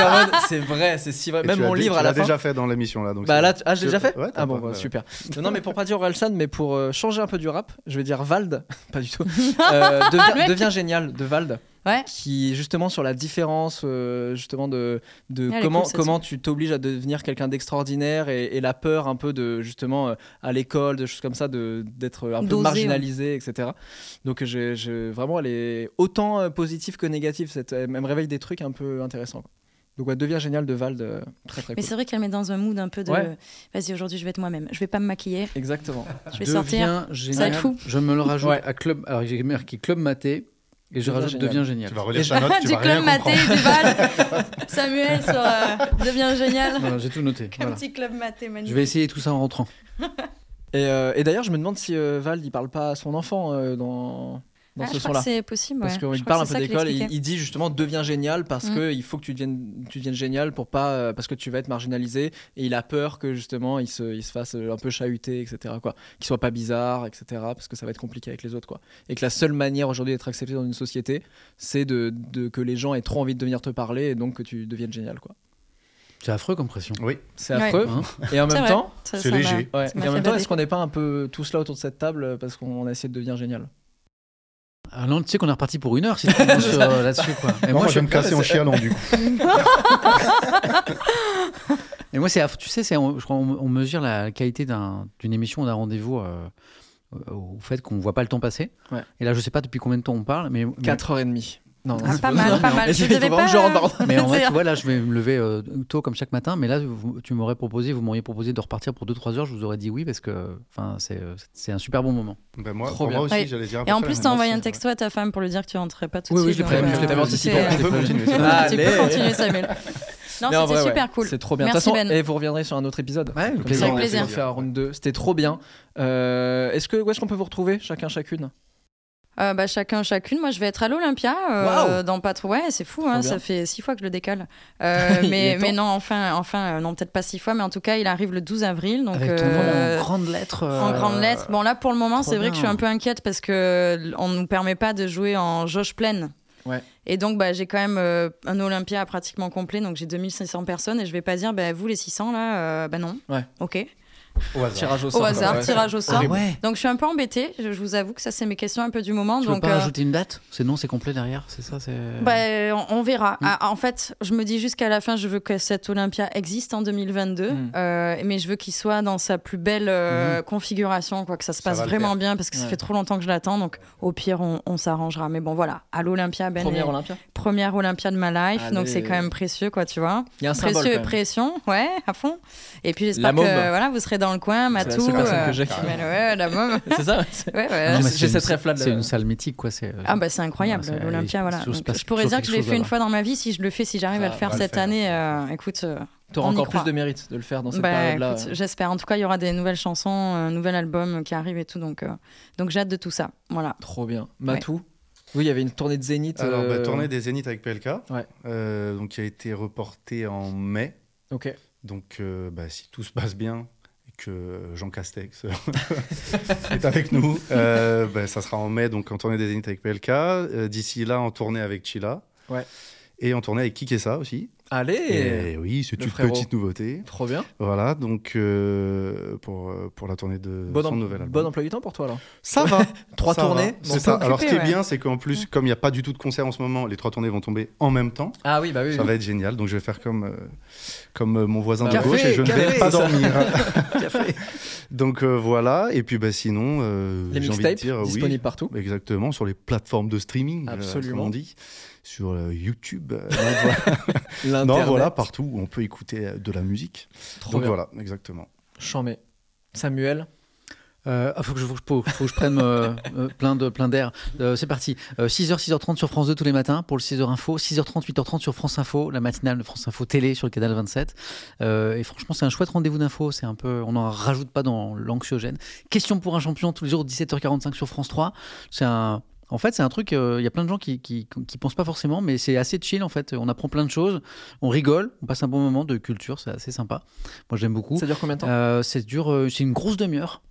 B: en mode, c'est vrai, c'est si vrai.
E: Et
B: Même
E: tu
B: mon
E: as dé-
B: livre
E: tu
B: à la
E: l'as
B: fin.
E: déjà fait dans l'émission là. Donc
B: Bah
E: c'est-
B: là, tu- ah, je l'ai
E: Tu-
B: déjà fait
E: ouais, t'as
B: Ah bon,
E: pas-
B: bah,
E: ouais.
B: super. Non, non, mais pour pas dire Orelsan, mais pour euh, changer un peu du rap, je vais dire Vald, <laughs> pas du tout.
C: <laughs>
B: Euh, devi-
C: Ah, mec.
B: deviens génial de Vald
C: Ouais.
B: qui justement sur la différence euh, justement de, de
C: Ah, Elle est
B: comment
C: cool, cette
B: comment tu t'obliges à devenir quelqu'un d'extraordinaire et, et la peur un peu de justement euh, à l'école de choses comme ça de d'être un peu
C: D'oser, ouais.
B: marginalisé etc donc j'ai j'ai- vraiment elle est autant euh, positive que négative cette elle me réveille des trucs un peu intéressants quoi. donc ouais, devient génial de Vald euh, très très
C: Mais
B: cool
C: c'est vrai qu'elle met dans un mood un peu de
B: Ouais.
C: vas-y aujourd'hui je vais être moi-même, je vais pas me maquiller,
B: exactement
C: je vais sortir.
A: génial.
C: va être fou.
A: Je me le rajoute
B: Ah, Ouais.
A: à club. Alors j'ai marqué club maté et je
B: Devient
A: rajoute
B: génial.
A: devient génial.
E: Tu vas
B: <laughs>
E: relire ta
C: <laughs>
E: note, tu
C: du
E: vas rien
C: club maté,
E: comprendre.
C: du bal. Samuel sur euh, devient génial. <laughs>
A: Voilà, j'ai tout
B: <laughs>
A: noté.
C: Un
A: voilà.
C: petit club maté magnifique.
A: Je vais essayer tout ça en rentrant.
B: et, euh, et d'ailleurs je me demande si euh, Vald il parle pas à son enfant euh, dans dans
C: Ah,
B: ce
C: je
B: son
C: crois
B: là
C: que c'est possible.
B: Parce
C: ouais. Je
B: qu'il
C: crois
B: parle un
C: que c'est
B: peu
C: ça qu'il
B: d'école et il,
C: expliquait.
B: il dit justement deviens génial parce
C: Mm.
B: que il faut que tu deviennes, tu deviennes génial pour pas euh, parce que tu vas être marginalisé et il a peur que justement il se, il se fasse euh, un peu chahuter etc quoi qu'il soit pas bizarre etc parce que ça va être compliqué avec les autres quoi et que la seule manière aujourd'hui d'être accepté dans une société c'est de, de- que les gens aient trop envie de venir te parler et donc que tu deviennes génial quoi
A: C'est affreux comme pression.
E: Oui,
B: c'est
C: Ouais.
B: affreux
A: Hein
B: et en
C: C'est
B: même
C: vrai,
B: temps
C: ça-
E: c'est
C: ça m'a-
E: léger.
B: ouais,
C: ça
B: et en
C: m'a fait
B: même temps
C: bader.
B: est-ce qu'on n'est pas un peu tous là autour de cette table euh, parce qu'on a essayé de devenir génial
A: Ah non, tu sais qu'on est reparti pour une heure si tu <laughs> commences euh, là-dessus quoi. Et
E: moi, je vais
A: suis-
E: me casser en chialant du coup.
A: Et moi, c'est, aff- tu sais, c'est, on, je crois, on, on mesure la qualité d'un- d'une émission, d'un rendez-vous euh, au au fait qu'on voit pas le temps passer.
B: Ouais.
A: Et là, je sais pas depuis combien de temps on parle, mais. mais-
B: 4h30 non, non
C: Ah,
B: c'est
C: pas
B: faux.
C: mal, pas
B: Non,
C: mal.
B: il
C: Je
B: faut
C: devais
B: vraiment
C: pas.
B: que je rentre dans-
A: <laughs> Mais en vrai,
C: C'est-
A: tu vois, là, je vais me lever euh, tôt comme chaque matin, mais là, vous- tu m'aurais proposé, vous m'auriez proposé de repartir pour 2-3 heures, je vous aurais dit oui, parce que enfin, c'est, euh, c'est un super bon moment.
E: Bah, moi,
B: Trop
E: pour
B: bien.
E: moi aussi,
C: Ouais.
E: j'allais dire. à
C: Et
E: peu
C: en
E: près la
C: plus,
E: même
C: t'as envoyé
E: chose,
C: un
E: ouais.
C: texto à ta femme pour lui dire que tu rentrerais pas tout
A: Oui,
C: de
A: oui,
C: suite.
A: je l'ai
C: donc,
A: prévenu,
C: euh,
A: je l'ai prévenu.
C: c'est-
E: On
A: Bah,
E: peut continuer. c'est bon.
B: Ah,
C: Tu
B: Allez.
C: peux continuer, Samuel. Non,
B: Mais en
C: c'était
B: vrai,
C: super
B: ouais,
C: cool.
B: C'est trop bien. De toute
C: Merci,
B: façon,
C: Ben.
B: eh, vous reviendrez sur un autre épisode.
A: Ouais, avec
B: Comme
A: plaisir.
B: ça, on
C: Avec plaisir.
B: fait la round 2. C'était trop bien. Euh, est-ce que où est-ce qu'on peut vous retrouver chacun chacune
C: Euh, bah, chacun, chacune. Moi, je vais être à l'Olympia euh, dans pas trop. Ouais, c'est fou. hein,
B: Trop bien.
C: ça fait six fois que je le décale.
A: <laughs>
C: Euh,
B: Il est
C: mais,
B: temps.
C: mais non, enfin, enfin, euh, non, peut-être pas six fois, mais en tout cas, il arrive le 12 avril. Donc,
A: Avec ton
C: euh,
A: nom en grande lettre. euh,
C: en grande lettre. Bon, là, pour le moment,
A: trop
C: c'est vrai que je suis
A: bien.
C: un peu inquiète parce que l- on nous permet pas de jouer en jauge pleine.
B: Ouais.
C: Et donc, bah, j'ai quand même euh, un Olympia pratiquement complet, donc j'ai 2500 personnes et je vais pas dire, bah, vous les 600 là, euh, bah non.
B: Ouais.
C: Ok.
E: Au hasard.
B: Tirage au sort.
C: Au hasard,
B: Ouais.
C: tirage au sort.
A: Ah ouais
C: Donc, je suis un peu embêtée, je, je vous avoue que ça, c'est mes questions un peu du moment.
A: Tu veux
C: donc,
A: pas
C: euh,
A: rajouter une date C'est non, c'est complet derrière, c'est ça c'est...
B: Euh,
C: bah, on, on verra.
A: Mm.
C: Ah, en fait, je me dis jusqu'à la fin, je veux que cet Olympia existe en 2022,
B: Mm.
C: euh, mais je veux qu'il soit dans sa plus belle euh, configuration, quoi, que ça se
E: Ça
C: passe
E: va le
C: vraiment bien, parce que ça
B: Ouais.
C: fait trop longtemps que je l'attends. Donc, au pire, on, on s'arrangera. Mais bon, voilà, à l'Olympia, Ben,
B: Premier
C: est-
B: Olympia.
C: première Olympia de ma life, donc
B: Allez.
C: c'est quand même précieux, quoi, tu vois.
B: Il y a un symbole.
C: Précieux et
B: quand même.
C: pression, ouais, à fond. Et puis
B: La
C: j'espère que
B: môme.
C: voilà, vous serez dans le coin,
B: C'est la
C: Matou.
B: seule personne
C: euh,
B: que j'ai.
C: Ben ouais, la môme.
B: <laughs> C'est ça. ouais,
C: <laughs>
B: c'est-
C: Ouais, ouais.
A: Non, mais
B: j'ai-
A: c'est
B: j'ai
A: une-
B: cette rêve-là de-
A: C'est une salle mythique, quoi. C'est, euh,
C: Ah bah c'est incroyable
A: Voilà, c'est-
C: l'Olympia
A: il-
C: voilà.
A: toujours se
C: Donc,
A: passe
C: je pourrais
A: toujours
C: dire que je
A: quelque
C: l'ai
A: chose
C: fait une
A: là-bas.
C: fois dans ma vie si je le fais si j'arrive
B: Ça
C: à le faire
E: va le
C: cette
E: faire.
C: année euh, écoute euh,
B: T'auras
C: On y
B: encore plus
C: croit.
B: de mérite de le faire dans cette
C: bah,
B: période-là.
C: écoute, j'espère en tout cas il y aura des nouvelles chansons euh, un nouvel album qui arrive et tout donc euh, donc j'ai hâte de tout ça voilà
B: Trop bien. Matou. Oui, il y avait une tournée de Zénith.
E: Alors, bah,
B: euh,
E: tournée des Zéniths avec PLK,
B: Ouais.
E: euh, donc qui a été reportée en mai.
B: Ok.
E: Donc, euh, bah, si tout se passe bien et que Jean Castex euh, <laughs> est avec nous, euh, bah, ça sera en mai, donc en tournée des Zéniths avec PLK. euh, D'ici là, en tournée avec Chila.
B: Ouais.
E: Et en tournée avec Kikessa aussi.
B: Allez
E: Et, oui, c'est
B: le
E: une
B: frérot.
E: petite nouveauté.
B: Trop bien.
E: Voilà, donc euh, pour, euh, pour la tournée de
B: Bon,
E: son
B: em-
E: nouvel album.
B: bon emploi du temps pour toi alors.
E: Ça va.
B: <laughs> Trois
E: Ça
B: tournées.
E: va.
B: bon.
E: C'est ça.
C: occupé,
E: Alors, ce qui est
C: ouais.
E: bien, c'est qu'en plus, comme il n'y a pas du tout de concert en ce moment, les trois tournées vont tomber en même temps.
B: Ah oui, bah oui.
E: Ça
B: oui.
E: va être génial. Donc, je vais faire comme, euh, comme euh, mon voisin
B: Café,
E: de gauche et je ne
B: café,
E: vais pas
B: ça. <laughs>
E: dormir. Donc, euh, voilà. Et puis, bah, sinon, euh,
B: Les
E: j'ai envie de
B: mixtapes
E: dire euh,
B: disponibles
E: oui.
B: partout.
E: Exactement, sur les plateformes de streaming, euh,
B: Absolument.
E: comme on dit, sur
B: <laughs>
E: euh, YouTube. euh, donc, voilà. non,
B: L'Internet.
E: voilà, partout où on peut écouter euh, de la musique.
B: Trop
E: donc
B: bien.
E: voilà, exactement.
B: Chambé. Samuel.
A: Euh, ah, faut que je, faut, que je- faut que je prenne
B: <laughs>
A: euh, euh, plein de plein d'air. Euh, c'est parti. 6h, 6h30 sur France 2 tous les matins pour le 6h Info. 6h30, 8h30 sur France Info, la matinale de France Info télé sur le canal 27. Euh, et franchement, c'est un chouette rendez-vous d'info. C'est un peu, on n'en rajoute pas dans l'anxiogène. Question pour un champion tous les jours 17h45 sur France 3. C'est un en fait, c'est un truc, euh, il y a plein de gens qui, qui, qui pensent pas forcément, mais c'est assez chill en fait. On apprend plein de choses, on rigole, on passe un bon moment de culture, c'est assez sympa. Moi, j'aime beaucoup.
B: Ça dure combien de temps
A: Euh, c'est dur, euh, c'est une grosse demi-heure.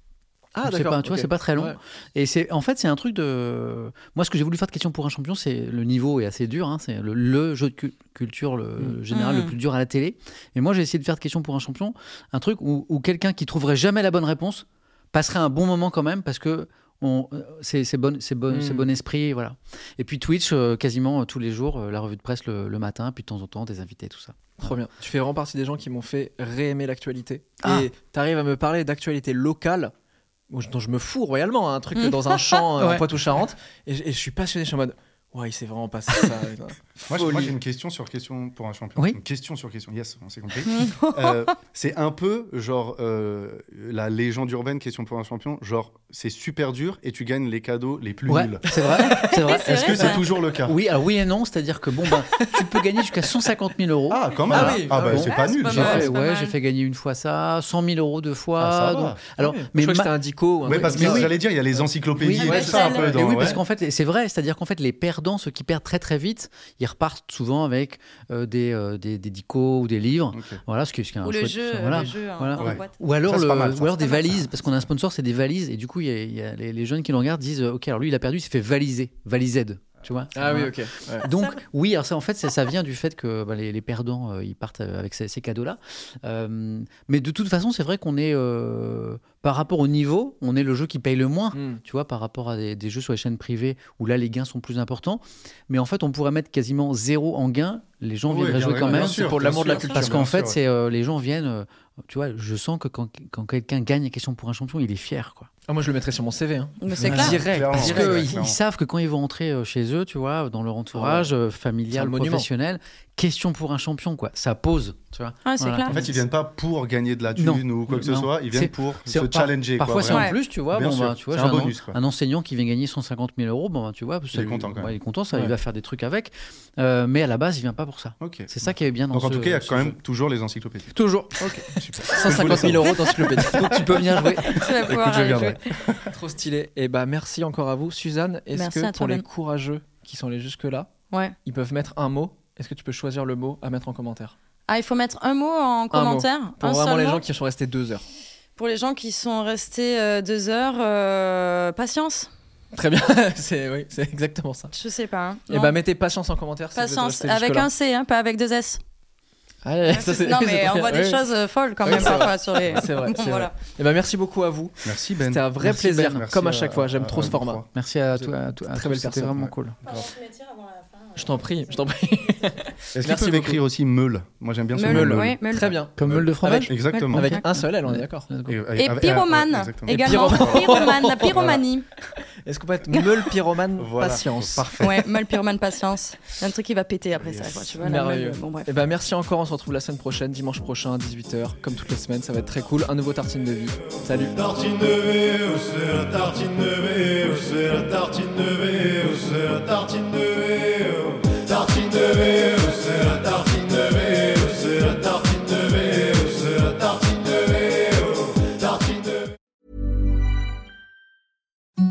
B: Ah
A: Donc, c'est
B: d'accord.
A: pas- tu vois,
B: ok.
A: c'est pas très long.
B: Ouais.
A: Et c'est en fait c'est un truc de moi ce que j'ai voulu faire de question pour un champion c'est le niveau est assez dur hein, c'est le, le jeu de cu- culture le le général
C: Mm.
A: le plus dur à la télé et moi j'ai essayé de faire de question pour un champion un truc où, où quelqu'un qui trouverait jamais la bonne réponse passerait un bon moment quand même parce que on euh, c'est c'est bon c'est bon
B: Mm.
A: c'est bon esprit voilà et puis Twitch euh, quasiment euh, tous les jours euh, la revue de presse le, le matin puis de temps en temps des invités tout ça
B: Trop bien. Tu fais vraiment partie des gens qui m'ont fait réaimer l'actualité.
A: Ah.
B: Et t'arrives à me parler d'actualité locale bon, je- dont je me fous royalement, hein, un truc dans
A: <laughs>
B: un champ euh, en
A: Hmm. Ouais.
B: Poitou-Charentes. Et, je- et je suis passionné, je suis en mode. Ouais, il s'est vraiment passé
A: <laughs>
B: ça. putain.
E: Moi, j'ai- moi,
B: Folie.
E: j'ai une question sur question pour un champion.
A: Oui.
E: Une question sur question. Yes, on s'est compris. Euh, c'est un peu genre euh, la légende urbaine question pour un champion. Genre, c'est super dur et tu gagnes les cadeaux les plus
A: ouais
E: nuls.
A: c'est vrai c'est vrai
C: C'est
E: Est-ce
C: vrai,
E: que c'est
C: ça.
E: toujours le cas
A: oui alors oui et non c'est à dire que bon ben tu peux gagner jusqu'à 150 000 euros
E: Ah, quand même.
B: Ah oui, ah
E: bah,
A: bon.
E: c'est
C: Ah,
E: pas
C: c'est
E: nul.
C: pas
A: J'ai
C: mal.
E: ça.
A: fait,
C: c'est
A: ouais,
C: mal.
A: j'ai fait gagner une fois ça, 100 000 euros deux fois.
E: Ah, ça va.
A: donc- alors,
B: je
A: mais
B: crois que
A: ma-
B: c'était un dico. ou un
E: Oui,
B: truc
E: parce que
B: comme ça.
E: j'allais dire, il y a les
A: Oui,
E: encyclopédies et
C: ouais,
E: tout ça un
C: c'est
E: peu
C: vrai.
E: dans-
A: mais oui,
E: ouais.
A: parce qu'en fait, c'est vrai, c'est-à-dire qu'en fait, les perdants, ceux qui perdent très très vite, ils repartent souvent avec euh, des, euh, des, des dicos ou des livres.
E: Ok.
A: Voilà, ce qui, ce qui est un
C: Ou le
A: chouette-
C: jeu,
A: voilà.
C: le jeu hein,
A: Voilà.
C: dans
E: Ouais.
C: la boîte.
A: Ou alors,
E: Ça, c'est
A: le-
E: pas mal, ça.
A: ou alors des
C: C'est pas mal,
A: valises, parce qu'on a un sponsor, c'est des valises, et du coup, il y a, il y a les, les jeunes qui le regardent disent euh, Ok, alors lui, il a perdu, il s'est fait valiser, valised. Tu vois
B: Ah oui,
A: Voilà.
B: ok. ouais.
A: Euh, Donc, oui, alors ça, en fait, ça, ça vient du fait que bah, les, les perdants, euh, ils partent euh, avec ces, ces cadeaux-là. Euh, mais de toute façon, c'est vrai qu'on est, euh, par rapport au niveau, on est le jeu qui paye le moins,
B: Hmm.
A: tu vois, par rapport à des, des jeux sur les chaînes privées où là, les gains sont plus importants. Mais en fait, on pourrait mettre quasiment zéro en gain. Les gens
E: Oui,
A: viendraient
E: bien
A: jouer
E: sûr,
A: quand
E: bien
A: même.
E: sûr,
B: pour
E: bien
B: l'amour de la
E: sûr.
B: culture,
A: Parce qu'en fait,
E: Bien sûr,
A: c'est euh, les gens viennent. euh, tu vois, je sens que quand, quand quelqu'un gagne la question pour un champion, il est fier, quoi.
B: Ah, moi, je le mettrais sur mon CV. hein.
C: Mais c'est
A: Ouais.
C: clair.
B: Direct.
E: Clairement.
A: Parce
E: Direct, ouais,
A: qu'ils
E: clairement. Ah
A: savent que quand ils vont rentrer euh, chez eux, tu vois, dans leur entourage euh,
B: C'est un
A: familial,
B: monument.
A: professionnel, question pour un champion, quoi. Ça pose, tu vois.
C: Ah, c'est
A: Voilà.
C: clair.
E: En fait, ils viennent pas pour gagner de la
A: Non.
E: thune ou quoi que ce
A: Non.
E: soit, ils viennent
A: C'est-
E: pour
A: c'est-
E: se
A: par-
E: challenger. quoi,
A: Parfois, c'est
E: vraiment.
A: en plus, tu vois,
E: Bien
A: bon,
E: sûr,
A: bah, tu vois,
E: c'est
A: j'ai
E: un
A: un, en-
E: bonus, quoi.
A: un enseignant qui vient gagner 150 000 euros, bon, bah, tu vois,
E: Il est content, quand même.
A: il est content, ça,
B: Ouais.
A: il va faire des trucs avec. Euh, mais à la base, il vient pas pour ça.
E: Ok.
A: C'est ça qui est bien dans
E: Donc, en
A: ce-
E: tout cas, il y a
A: ce
E: quand
A: jeu.
E: même toujours les encyclopédies. <laughs>
A: Toujours.
E: Super.
A: 150 000 euros d'encyclopédie.
E: <laughs>
A: Donc tu peux venir jouer.
C: Tu vas pouvoir euh,
E: Écoute, je
C: aller
E: viendrai.
C: jouer.
B: Trop stylé. Et bah, merci encore à vous. Suzanne, est-ce
C: Merci
B: que
C: à toi,
B: pour les
C: Ben.
B: courageux qui sont allés jusque-là,
C: Ouais.
B: ils peuvent mettre un mot Est-ce que tu peux choisir le mot à mettre en commentaire
C: Ah, il faut mettre un mot en commentaire.
B: Pour
C: un
B: vraiment
C: seul
B: les
C: mot.
B: gens qui sont restés deux
C: <laughs>
B: heures. <laughs>
C: Pour les gens qui sont restés euh, deux heures, euh, patience.
B: Très bien. c'est oui, c'est exactement ça.
C: Je sais pas. hein.
B: Et
C: Non.
B: bah, mettez patience en commentaire. si vous êtes
C: patience
B: restés
C: avec
B: jusque-là.
C: un C, hein, pas avec deux S.
B: Ah, ouais,
C: Ouais,
B: ça,
C: c'est-
B: <laughs> c'est-
C: non,
B: c'est
C: mais
B: très-
C: on voit des
B: oui.
C: choses euh, folles quand
B: Oui,
C: même
B: c'est vrai.
C: parfois sur les.
B: C'est vrai,
C: Bon,
B: c'est
C: voilà.
B: Et bah, merci beaucoup à vous.
E: Merci, Ben.
B: C'était un vrai
A: Merci,
B: plaisir,
A: Ben.
E: Merci
B: comme à chaque fois. J'aime trop ce
E: à vous
B: format.
E: trois.
A: Merci à
B: C'est
A: toi. à toi- à
B: très
A: toi,
B: belle
A: C'était
B: personne,
A: vraiment
B: ouais.
A: cool.
B: Je t'en prie, je t'en prie.
E: Est-ce qu'ils
B: Merci
E: peuvent
B: beaucoup.
E: écrire aussi meule Moi, j'aime bien ce
C: Meule,
E: mot.
C: ouais, meule.
B: Très bien.
A: Comme meule de fromage
B: Avec-
E: Exactement.
B: Avec,
C: Ok.
B: un seul, elle, on est d'accord.
E: Et,
C: Et
E: avec-
C: pyromane
E: ah, exactement.
C: également.
B: pyromane. <laughs>
C: Pyromane, la pyromanie.
B: Est-ce qu'on peut
C: <laughs>
B: être meule pyromane
E: Voilà.
B: patience
E: Parfait.
C: ouais, mal pyromane, patience. Il y a un truc qui va péter après ça. quoi, tu vois, la
B: Merveilleux.
C: meule. Bon, bref.
B: Et ben merci encore, on se retrouve la semaine prochaine, dimanche prochain à 18h, comme toutes les semaines, ça va être très cool, un nouveau tartine de vie. Salut
D: Tartine de veau, c'est la tartine de veau, c'est la tartine de veau, c'est la tartine de veau. Tartine de veau, c'est la tartine de veau, c'est la tartine de veau, c'est la tartine oh. de veau. Tartine de